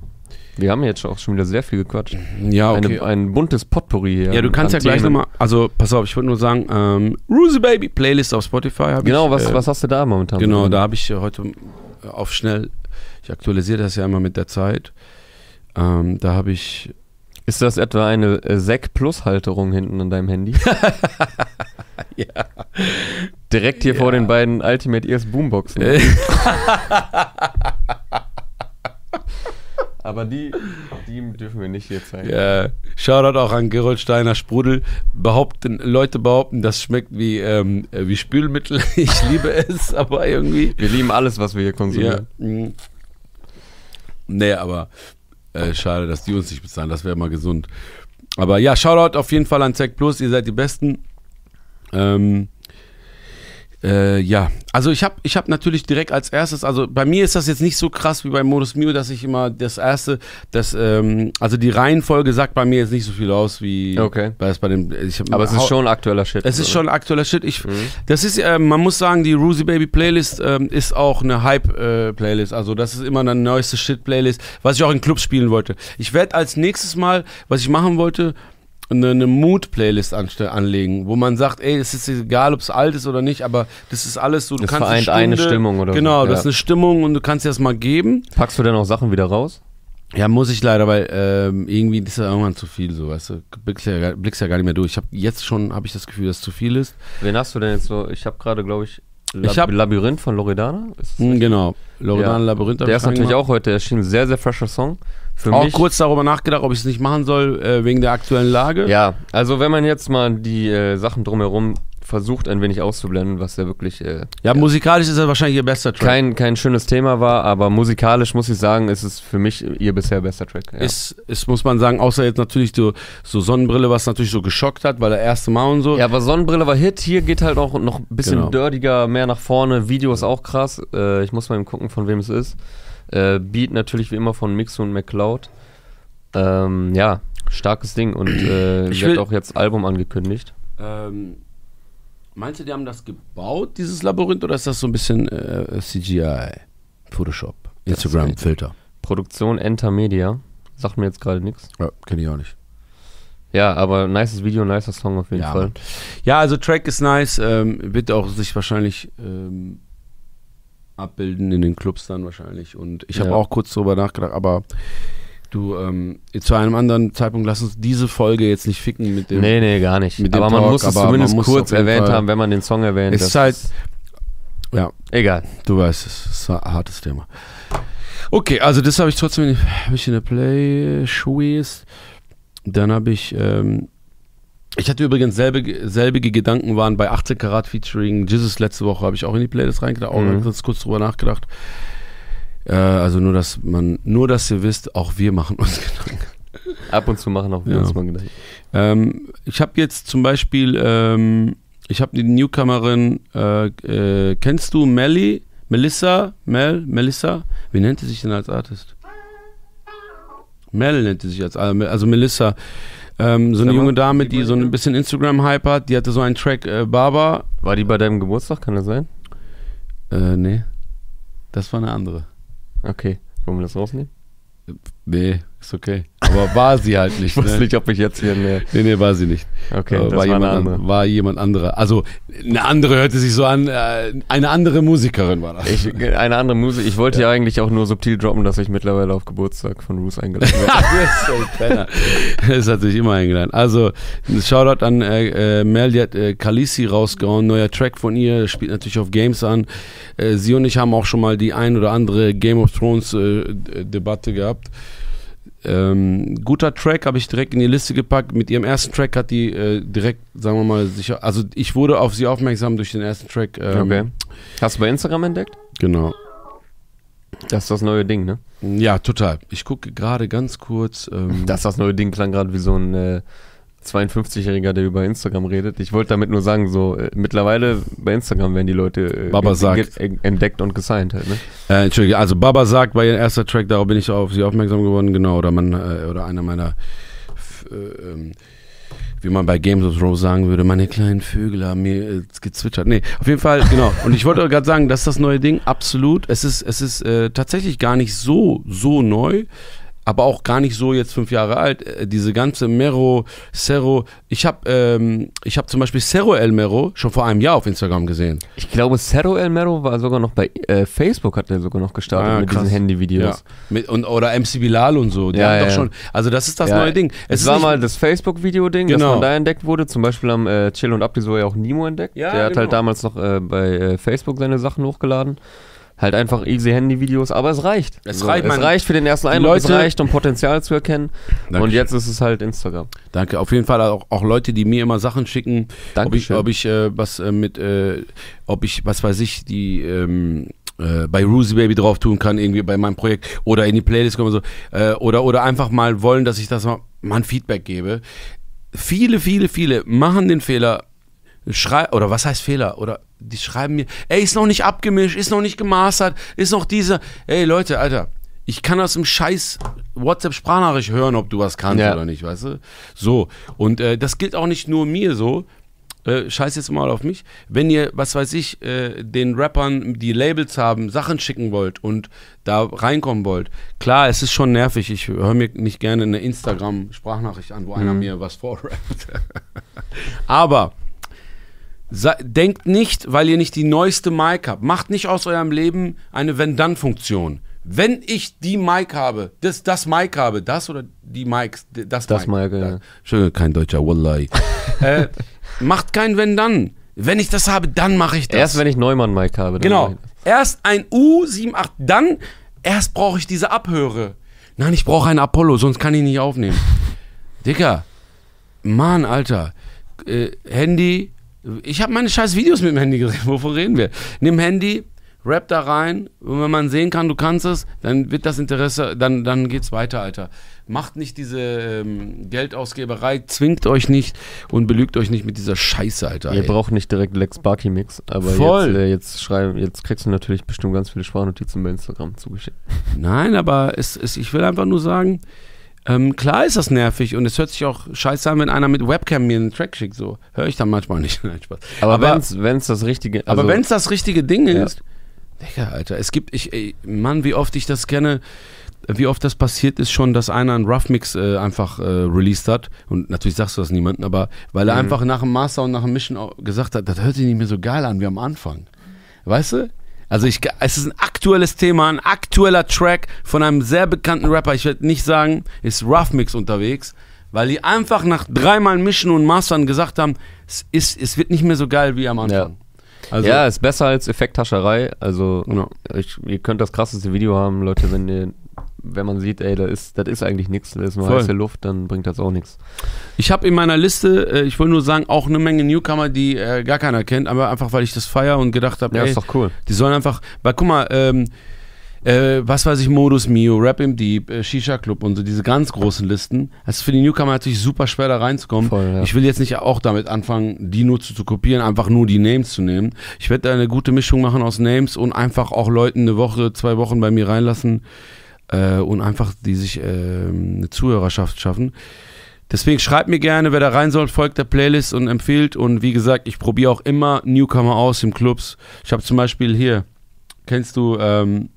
Speaker 1: Wir haben jetzt auch schon wieder sehr viel gequatscht.
Speaker 2: Ja,
Speaker 1: Eine, ein buntes Potpourri hier.
Speaker 2: Ja, du
Speaker 1: an-
Speaker 2: kannst ja
Speaker 1: Ähm, an
Speaker 2: gleich
Speaker 1: Themen.
Speaker 2: nochmal, also pass auf, ich wollte nur sagen, ähm, Ruse Baby Playlist auf Spotify habe
Speaker 1: Genau,
Speaker 2: ich.
Speaker 1: was,
Speaker 2: äh,
Speaker 1: was hast du da momentan?
Speaker 2: Genau,
Speaker 1: drin?
Speaker 2: da habe ich äh, heute äh, auf schnell, ich aktualisiere das ja immer mit der Zeit. Ähm, da habe ich,
Speaker 1: Ist das etwa eine äh, Sec Plus Halterung hinten an deinem Handy?
Speaker 2: [laughs] Ja.
Speaker 1: Direkt hier vor den beiden Ultimate Ears Boomboxen.
Speaker 2: Äh.
Speaker 1: [laughs] Aber die, die dürfen wir nicht hier zeigen.
Speaker 2: äh, Shoutout auch an Gerold Steiner Sprudel, behaupten, Leute behaupten, das schmeckt wie, ähm, äh, wie Spülmittel. [laughs] Ich liebe es, aber irgendwie.
Speaker 1: Wir lieben alles, was wir hier
Speaker 2: Ja.
Speaker 1: konsumieren.
Speaker 2: mh. ne? Nee, aber äh, schade, dass die uns nicht bezahlen. Das wäre mal gesund. Aber ja, Shoutout auf jeden Fall an Zack Plus. Ihr seid die Besten. Ähm, äh, ja, also ich habe ich hab natürlich direkt als erstes, also bei mir ist das jetzt nicht so krass wie bei Modus Mio, dass ich immer das erste, das, ähm, also die Reihenfolge sagt bei mir jetzt nicht so viel aus wie
Speaker 1: Okay.
Speaker 2: bei, bei dem, ich hab-
Speaker 1: Aber es ist
Speaker 2: hau-
Speaker 1: schon aktueller Shit.
Speaker 2: es ist
Speaker 1: oder?
Speaker 2: schon aktueller Shit. Ich,
Speaker 1: Mhm.
Speaker 2: Das ist, äh, man muss sagen, die Rosie Baby Playlist ähm, ist auch eine Hype-Playlist. also das ist immer eine neueste Shit-Playlist, was ich auch in Clubs spielen wollte. Ich werde als nächstes Mal, was ich machen wollte, eine, eine Mood-Playlist anste- anlegen, wo man sagt, ey, es ist egal, ob es alt ist oder nicht, aber das ist alles so. Du
Speaker 1: Das vereint eine Stimmung oder so,
Speaker 2: Genau, das
Speaker 1: ja.
Speaker 2: ist eine Stimmung und du kannst dir das mal geben.
Speaker 1: Packst du denn auch Sachen wieder raus?
Speaker 2: Ja, muss ich leider, weil ähm, irgendwie ist ja irgendwann zu viel, so, weißt du, blickst ja, gar- blickst ja gar nicht mehr durch. Ich habe jetzt schon, habe ich das Gefühl, dass es zu viel ist.
Speaker 1: Wen hast du denn jetzt so? Ich habe gerade, glaube ich, Lab
Speaker 2: Ich hab-
Speaker 1: Labyrinth von Loredana. Ist
Speaker 2: Hm, Genau. Loredan
Speaker 1: Ja.
Speaker 2: Labyrinth. hab
Speaker 1: Der
Speaker 2: ich
Speaker 1: ist natürlich
Speaker 2: reingemacht.
Speaker 1: auch heute erschienen. Sehr, sehr fresher Song. Für
Speaker 2: Auch
Speaker 1: mich.
Speaker 2: kurz darüber nachgedacht, ob ich es nicht machen soll, äh, wegen der aktuellen Lage.
Speaker 1: Ja, also wenn man jetzt mal die äh, Sachen drumherum versucht, ein wenig auszublenden, was ja wirklich äh,
Speaker 2: Ja, musikalisch ist das wahrscheinlich ihr bester Track.
Speaker 1: kein, kein schönes Thema war, aber musikalisch muss ich sagen, ist es für mich ihr bisher bester Track. Ja.
Speaker 2: Ist, ist, muss man sagen, außer jetzt natürlich so, so Sonnenbrille, was natürlich so geschockt hat, weil der erste Mal und so.
Speaker 1: ja, aber Sonnenbrille war Hit. Hier geht halt auch noch ein bisschen
Speaker 2: Genau.
Speaker 1: dirtiger, mehr nach vorne. Video ist auch krass. Äh, ich muss mal eben gucken, von wem es ist. Äh, Beat natürlich wie immer von Mixo und McCloud. Ähm, ja, starkes Ding. Und äh,
Speaker 2: Ich
Speaker 1: sie hat
Speaker 2: will-
Speaker 1: auch jetzt Album angekündigt.
Speaker 2: Ähm, meinst du, die haben das gebaut, dieses Labyrinth, oder ist das so ein bisschen äh, CGI? Photoshop, Instagram, Filter.
Speaker 1: Produktion Enter Media. Sagt mir jetzt gerade nichts.
Speaker 2: Ja, kenne ich auch nicht.
Speaker 1: Ja, aber nices Video, nicer Song auf jeden
Speaker 2: Ja,
Speaker 1: Fall.
Speaker 2: Mann. Ja, also Track ist nice, ähm, wird auch sich wahrscheinlich ähm, abbilden in den Clubs dann wahrscheinlich. Und ich habe
Speaker 1: Ja.
Speaker 2: auch kurz drüber nachgedacht, aber du, ähm, zu einem anderen Zeitpunkt lass uns diese Folge jetzt nicht ficken mit dem.
Speaker 1: Nee, nee, gar nicht.
Speaker 2: mit dem
Speaker 1: Aber man
Speaker 2: Talk,
Speaker 1: muss es
Speaker 2: aber
Speaker 1: zumindest
Speaker 2: man muss
Speaker 1: kurz
Speaker 2: auf jeden
Speaker 1: erwähnt
Speaker 2: Fall-
Speaker 1: haben, wenn man den Song erwähnt.
Speaker 2: Es
Speaker 1: das
Speaker 2: ist halt, ja,
Speaker 1: egal.
Speaker 2: du weißt, es ist ein hartes Thema. Okay, also das habe ich trotzdem in, hab ich in der Play Shoes. Dann habe ich, ähm, ich hatte übrigens selbe, selbige Gedanken waren bei 18 Karat featuring Jesus letzte Woche, habe ich auch in die Playlist reingedacht, auch
Speaker 1: Mhm.
Speaker 2: ganz kurz drüber nachgedacht. Äh, also nur, dass man, nur, dass ihr wisst, auch wir machen uns [laughs] Gedanken.
Speaker 1: Ab und zu machen auch wir
Speaker 2: Ja.
Speaker 1: uns mal Gedanken.
Speaker 2: Ähm, ich habe jetzt zum Beispiel, ähm, ich habe die Newcomerin, äh, äh, kennst du Melly? Melissa? Mel? Melissa? Wie nennt sie sich denn als Artist? Mel nennt sie sich als Artist, also Melissa. Ähm, so eine
Speaker 1: Sag mal,
Speaker 2: junge Dame,
Speaker 1: sieht man
Speaker 2: die so
Speaker 1: die
Speaker 2: ein
Speaker 1: da?
Speaker 2: bisschen Instagram-Hype hat, die hatte so einen Track, äh, Baba.
Speaker 1: War die bei deinem Geburtstag? Kann das sein?
Speaker 2: Äh, nee. Das war eine andere.
Speaker 1: Okay. Wollen wir das rausnehmen?
Speaker 2: Nee, ist okay. Aber war sie halt
Speaker 1: [laughs]
Speaker 2: nicht. ne?
Speaker 1: nicht, ob ich jetzt hier eine.
Speaker 2: Nee, nee, war sie nicht.
Speaker 1: Okay,
Speaker 2: Äh,
Speaker 1: das
Speaker 2: war,
Speaker 1: war
Speaker 2: jemand
Speaker 1: eine andere.
Speaker 2: an- war jemand anderer. Also eine andere hörte sich so an, äh, eine andere Musikerin war das. [laughs]
Speaker 1: Ich, eine andere Musik. Ich wollte ja. eigentlich auch nur subtil droppen, dass ich mittlerweile auf Geburtstag von Roos eingeladen
Speaker 2: [laughs]
Speaker 1: werde.
Speaker 2: das ist natürlich immer eingeladen. Also ein Shoutout an äh, äh, Mel, die hat äh, Khaleesi rausgehauen, neuer Track von ihr, spielt natürlich auf Games an. Äh, sie und ich haben auch schon mal die ein oder andere Game of Thrones äh, d- Debatte gehabt. Ähm, guter Track habe ich direkt in die Liste gepackt. Mit ihrem ersten Track hat die äh, direkt, sagen wir mal, sicher. Also ich wurde auf sie aufmerksam durch den ersten Track. Ähm,
Speaker 1: okay. Hast du bei Instagram entdeckt?
Speaker 2: Genau.
Speaker 1: Das ist das neue Ding, ne?
Speaker 2: Ja, total. Ich gucke gerade ganz kurz. Ähm,
Speaker 1: Das ist das neue Ding, klang gerade wie so ein äh, 52-Jähriger, der über Instagram redet. Ich wollte damit nur sagen, so äh, mittlerweile bei Instagram werden die Leute äh,
Speaker 2: Baba
Speaker 1: ge-
Speaker 2: sagt.
Speaker 1: ge- entdeckt und gesigned halt, ne?
Speaker 2: Äh, Entschuldige, also Baba sagt bei ihrem ersten Track, darauf bin ich auf sie aufmerksam geworden, genau, oder man, äh, oder einer meiner, f- äh, ähm, wie man bei Games of Thrones sagen würde, meine kleinen Vögel haben mir äh, gezwitschert. Nee, auf jeden Fall, genau. Und ich wollte gerade sagen, das ist das neue Ding, absolut. Es ist, es ist äh, tatsächlich gar nicht so, so neu. Aber auch gar nicht so jetzt fünf Jahre alt. Äh, diese ganze Mero, Cerro. Ich habe ähm, ich hab zum Beispiel Cerro El Mero schon vor einem Jahr auf Instagram gesehen.
Speaker 1: Ich glaube, Cero El Mero war sogar noch bei äh, Facebook, hat er sogar noch gestartet
Speaker 2: Ah,
Speaker 1: mit
Speaker 2: krass.
Speaker 1: diesen
Speaker 2: Ja.
Speaker 1: Handyvideos.
Speaker 2: Mit, und, oder MC Bilal und so. Die
Speaker 1: Ja,
Speaker 2: haben
Speaker 1: ja.
Speaker 2: doch schon. Also das ist das
Speaker 1: Ja,
Speaker 2: neue Ding.
Speaker 1: Es,
Speaker 2: ist
Speaker 1: war
Speaker 2: nicht-
Speaker 1: mal das Facebook-Video-Ding,
Speaker 2: Genau.
Speaker 1: dass man da entdeckt wurde. Zum Beispiel haben äh, Chill und Abdi so ja auch Nimo entdeckt.
Speaker 2: Ja,
Speaker 1: Der hat
Speaker 2: genau.
Speaker 1: halt damals noch äh, bei äh, Facebook seine Sachen hochgeladen. Halt einfach easy Handy-Videos, aber es reicht.
Speaker 2: Es reicht,
Speaker 1: es
Speaker 2: man-
Speaker 1: reicht für den ersten Eindruck, es
Speaker 2: Leute-
Speaker 1: reicht, um Potenzial zu erkennen. Und
Speaker 2: Dankeschön.
Speaker 1: jetzt ist es halt Instagram.
Speaker 2: Danke. Auf jeden Fall auch, auch Leute, die mir immer Sachen schicken, ob ich,
Speaker 1: Dankeschön.
Speaker 2: ob ich äh, was äh, mit, äh, ob ich, was weiß ich, die ähm, äh, bei Ruzy Baby drauf tun kann, irgendwie bei meinem Projekt oder in die Playlist kommen und so. Äh, oder, oder einfach mal wollen, dass ich das mal, mal ein Feedback gebe. Viele, viele, viele machen den Fehler, Schrei oder was heißt Fehler? Oder die schreiben mir, ey, ist noch nicht abgemischt, ist noch nicht gemastert, ist noch dieser. Ey, Leute, Alter, ich kann aus dem scheiß WhatsApp-Sprachnachricht hören, ob du was kannst
Speaker 1: Ja.
Speaker 2: oder nicht, weißt du? So, und äh, das gilt auch nicht nur mir so. Äh, scheiß jetzt mal auf mich. Wenn ihr, was weiß ich, äh, den Rappern, die Labels haben, Sachen schicken wollt und da reinkommen wollt, klar, es ist schon nervig. Ich höre mir nicht gerne eine Instagram-Sprachnachricht an, wo einer mir was vorrappt. Aber Sa denkt nicht, weil ihr nicht die neueste Mic habt. Macht nicht aus eurem Leben eine Wenn-Dann-Funktion. Wenn ich die Mic habe, das, das Mic habe, das oder die Mics, d- das,
Speaker 1: Das
Speaker 2: Mic.
Speaker 1: Mic, ja.
Speaker 2: Da- Schön, kein
Speaker 1: [laughs]
Speaker 2: deutscher Wallahi. äh, macht kein Wenn-Dann. Wenn ich das habe, dann mache ich das.
Speaker 1: Erst wenn ich Neumann-Mike habe. dann mache
Speaker 2: Genau.
Speaker 1: ich das.
Speaker 2: Erst ein U78, dann erst brauche ich diese Abhöre. Nein, ich brauche einen Apollo, sonst kann ich nicht aufnehmen. Dicker, Mann, Alter. Äh, Handy, ich habe meine scheiß Videos mit dem Handy gesehen. [laughs] Wovon reden wir? Nimm Handy, rap da rein und wenn man sehen kann, du kannst es, dann wird das Interesse, dann, dann geht's weiter, Alter. Macht nicht diese ähm, Geldausgeberei, zwingt euch nicht und belügt euch nicht mit dieser Scheiße, Alter.
Speaker 1: Ihr
Speaker 2: ey.
Speaker 1: braucht nicht direkt Lex Barky Mix, aber
Speaker 2: Voll.
Speaker 1: Jetzt, äh, jetzt schreiben, jetzt kriegst du natürlich bestimmt ganz viele Sprachnotizen bei Instagram zugeschickt.
Speaker 2: Nein, aber es, es, ich will einfach nur sagen, ähm, klar ist das nervig und es hört sich auch scheiße an, wenn einer mit Webcam mir einen Track schickt. So höre ich dann manchmal nicht. [laughs] Nein, Spaß.
Speaker 1: Aber,
Speaker 2: aber,
Speaker 1: wenn es das richtige, also
Speaker 2: aber wenn's das richtige Ding
Speaker 1: Ja.
Speaker 2: ist, Digga, Alter, es gibt, ich, ey, Mann, wie oft ich das kenne, wie oft das passiert ist schon, dass einer einen Rough Mix äh, einfach äh, released hat und natürlich sagst du das niemandem, aber weil
Speaker 1: Mhm.
Speaker 2: er einfach nach dem Master und nach dem Mission auch gesagt hat, das hört sich nicht mehr so geil an wie am Anfang. Weißt du? Also ich, es ist ein aktuelles Thema, ein aktueller Track von einem sehr bekannten Rapper. Ich werde nicht sagen, ist Rough Mix unterwegs, weil die einfach nach dreimal Mischen und Mastern gesagt haben, es, ist, es wird nicht mehr so geil wie am Anfang. Also,
Speaker 1: ja, ist besser als Effekthascherei. Also
Speaker 2: Genau.
Speaker 1: ich, ihr könnt das krasseste Video haben, Leute, wenn ihr, wenn man sieht, ey, da ist, das ist eigentlich nichts, da ist nur
Speaker 2: Voll.
Speaker 1: heiße Luft, dann bringt das auch nichts.
Speaker 2: Ich habe in meiner Liste, äh, ich wollte nur sagen, auch eine Menge Newcomer, die äh, gar keiner kennt, aber einfach weil ich das feier und gedacht habe,
Speaker 1: Ja,
Speaker 2: ey,
Speaker 1: ist doch cool.
Speaker 2: die sollen einfach, weil guck mal, ähm, äh, was weiß ich, Modus Mio, Rap im Deep, äh, Shisha Club und so diese ganz großen Listen. Das ist für die Newcomer natürlich super schwer da reinzukommen.
Speaker 1: Voll, ja.
Speaker 2: Ich will jetzt nicht auch damit anfangen, die nur zu, zu kopieren, einfach nur die Names zu nehmen. Ich werde da eine gute Mischung machen aus Names und einfach auch Leuten eine Woche, zwei Wochen bei mir reinlassen äh, und einfach die sich ähm, eine Zuhörerschaft schaffen. Deswegen schreibt mir gerne, wer da rein soll, folgt der Playlist und empfiehlt. Und wie gesagt, ich probiere auch immer Newcomer aus im Clubs. Ich habe zum Beispiel hier, kennst du ähm,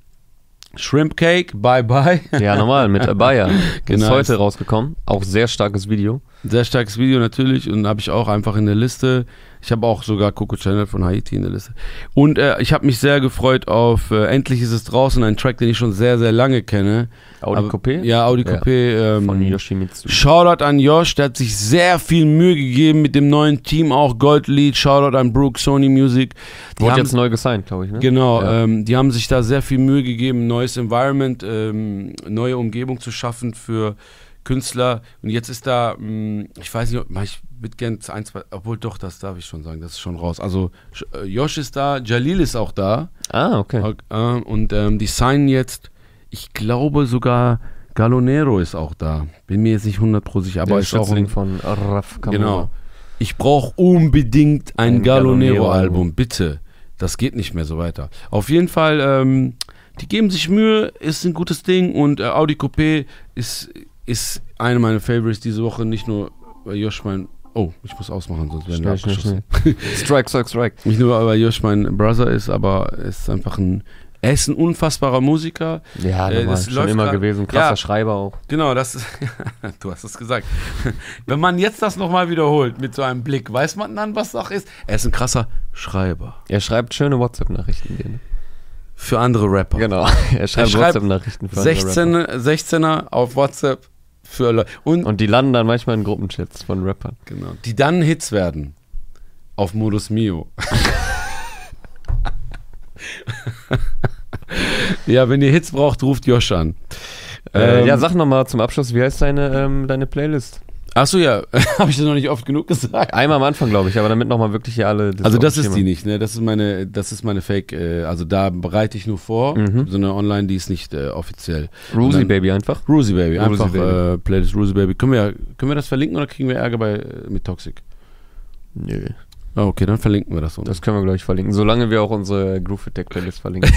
Speaker 2: Shrimp Cake, Bye Bye.
Speaker 1: [laughs] Ja, normal, mit Abaya.
Speaker 2: [laughs] Genau.
Speaker 1: Ist heute rausgekommen. Auch sehr starkes Video.
Speaker 2: Sehr starkes Video natürlich und habe ich auch einfach in der Liste. Ich habe auch sogar Coco Channel von Haiti in der Liste. Und äh, ich habe mich sehr gefreut auf äh, Endlich ist es draußen, ein Track, den ich schon sehr, sehr lange kenne.
Speaker 1: Audi
Speaker 2: Aber-
Speaker 1: Coupé?
Speaker 2: Ja, Audi
Speaker 1: Ja.
Speaker 2: Coupé. Ähm,
Speaker 1: Von Yoshimitsu.
Speaker 2: Shoutout an Josh, der hat sich sehr viel Mühe gegeben mit dem neuen Team, auch Goldlied. Shoutout an Brooke, Sony Music. Die
Speaker 1: Wurde
Speaker 2: haben-
Speaker 1: jetzt neu gesigned, glaube ich, ne?
Speaker 2: Genau,
Speaker 1: Ja.
Speaker 2: ähm, die haben sich da sehr viel Mühe gegeben, ein neues Environment, ähm, neue Umgebung zu schaffen für Künstler. Und jetzt ist da, mh, ich weiß nicht, ob- ich würde gerne ein, zwei, obwohl doch, das darf ich schon sagen, das ist schon raus. Also Sch- äh, Josh ist da, Jalil ist auch da.
Speaker 1: Ah, okay.
Speaker 2: Äh, und ähm, die signen jetzt, ich glaube sogar Galonero ist auch da. Bin mir jetzt nicht 100% sicher, aber
Speaker 1: Der
Speaker 2: ist auch ein
Speaker 1: Schützling von Raf Kamura.
Speaker 2: Genau. Ich brauche unbedingt ein,
Speaker 1: Ein Galonero-Album.
Speaker 2: Galonero-Album, bitte. Das geht nicht mehr so weiter. Auf jeden Fall, ähm, die geben sich Mühe, ist ein gutes Ding und äh, Audi Coupé ist, ist eine meiner Favorites diese Woche. Nicht nur bei Josh mein. Oh, ich muss ausmachen, sonst werden wir
Speaker 1: Schnell, schnell,
Speaker 2: abgeschossen.
Speaker 1: schnell.
Speaker 2: [laughs]
Speaker 1: strike, strike, strike.
Speaker 2: Nicht nur, weil Josh mein Brother ist, aber er ist einfach ein. Er ist ein unfassbarer Musiker.
Speaker 1: Ja,
Speaker 2: Äh,
Speaker 1: normal.
Speaker 2: das
Speaker 1: schon
Speaker 2: läuft
Speaker 1: immer
Speaker 2: grad-
Speaker 1: gewesen. Krasser
Speaker 2: Ja.
Speaker 1: Schreiber auch.
Speaker 2: Genau, das ist, [laughs] du hast es gesagt. Wenn man jetzt das nochmal wiederholt mit so einem Blick, weiß man dann, was Sache ist. Er ist ein krasser Schreiber.
Speaker 1: Er schreibt schöne WhatsApp-Nachrichten. dir, ne?
Speaker 2: Für andere Rapper.
Speaker 1: Genau. [laughs] Er schreibt,
Speaker 2: schreibt
Speaker 1: WhatsApp-Nachrichten für andere
Speaker 2: 16, 16er auf WhatsApp für Leute. Und,
Speaker 1: Rapper. Und die landen dann manchmal in Gruppenchats von Rappern.
Speaker 2: genau, die dann Hits werden. Auf Modus Mio. [laughs] ja, wenn ihr Hits braucht, ruft Josh an.
Speaker 1: Äh,
Speaker 2: Ähm,
Speaker 1: ja, sag nochmal zum Abschluss, wie heißt deine, ähm, deine Playlist?
Speaker 2: Achso, ja, [laughs] habe ich das noch nicht oft genug gesagt.
Speaker 1: Einmal am Anfang, glaube ich, aber damit nochmal wirklich hier alle.
Speaker 2: Also das
Speaker 1: auf dem
Speaker 2: ist die nicht, ne? Das ist meine, das ist meine Fake. Äh, also da bereite ich nur vor,
Speaker 1: Mhm.
Speaker 2: so eine Online, die ist nicht äh, offiziell.
Speaker 1: Schema. Rosie
Speaker 2: Und dann-
Speaker 1: Baby einfach.
Speaker 2: Rosie Baby,
Speaker 1: Rosie
Speaker 2: einfach
Speaker 1: Baby.
Speaker 2: Äh, Playlist Rosie Baby. Können wir, können wir das verlinken oder kriegen wir Ärger bei äh, mit Toxic?
Speaker 1: Nö.
Speaker 2: Ah, okay, dann verlinken wir das. unten.
Speaker 1: Das können wir gleich verlinken, solange wir auch unsere Groove Attack Playlist verlinken.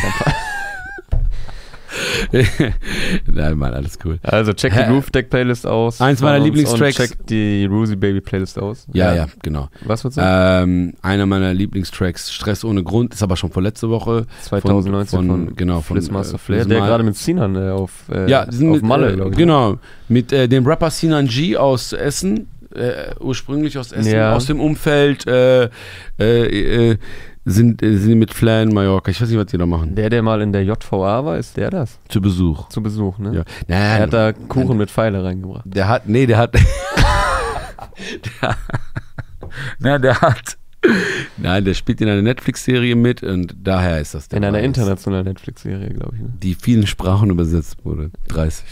Speaker 2: [laughs] Nein, Mann, alles cool.
Speaker 1: also check die
Speaker 2: Hä?
Speaker 1: Groove Attack Playlist aus.
Speaker 2: Eins meiner
Speaker 1: von uns
Speaker 2: Lieblingstracks.
Speaker 1: Und check die Rosie Baby Playlist aus. Äh,
Speaker 2: Ja, ja, genau.
Speaker 1: Was würdest du sagen?
Speaker 2: Ähm, einer meiner Lieblingstracks, Stress ohne Grund, ist aber schon vor letzte Woche.
Speaker 1: 2019 von,
Speaker 2: von- genau, von,
Speaker 1: Flissmaster
Speaker 2: äh,
Speaker 1: Flair, der
Speaker 2: Flissmaster.
Speaker 1: gerade mit Sinan äh, auf, äh,
Speaker 2: Ja, die sind
Speaker 1: auf
Speaker 2: mit,
Speaker 1: Malle,
Speaker 2: äh,
Speaker 1: glaub ich. ne?
Speaker 2: Genau, mit äh, dem Rapper Sinan G aus Essen, äh, ursprünglich aus Essen,
Speaker 1: Ja.
Speaker 2: aus dem Umfeld, äh, äh, äh, sind, äh, sind die mit Flair in Mallorca. Ich weiß nicht, was die da machen.
Speaker 1: Der, der mal in der JVA war, ist der das?
Speaker 2: Zu Besuch.
Speaker 1: Zu Besuch, ne?
Speaker 2: Ja.
Speaker 1: Er
Speaker 2: Nein,
Speaker 1: hat da Kuchen mit Pfeile reingebracht.
Speaker 2: der hat, nee, der
Speaker 1: [laughs]
Speaker 2: hat. der, [laughs] nein, der hat. Nein, der spielt in einer Netflix-Serie mit und daher ist das der
Speaker 1: In einer
Speaker 2: Preis.
Speaker 1: internationalen Netflix-Serie, glaube ich. Ne?
Speaker 2: Die vielen Sprachen übersetzt wurde. 30.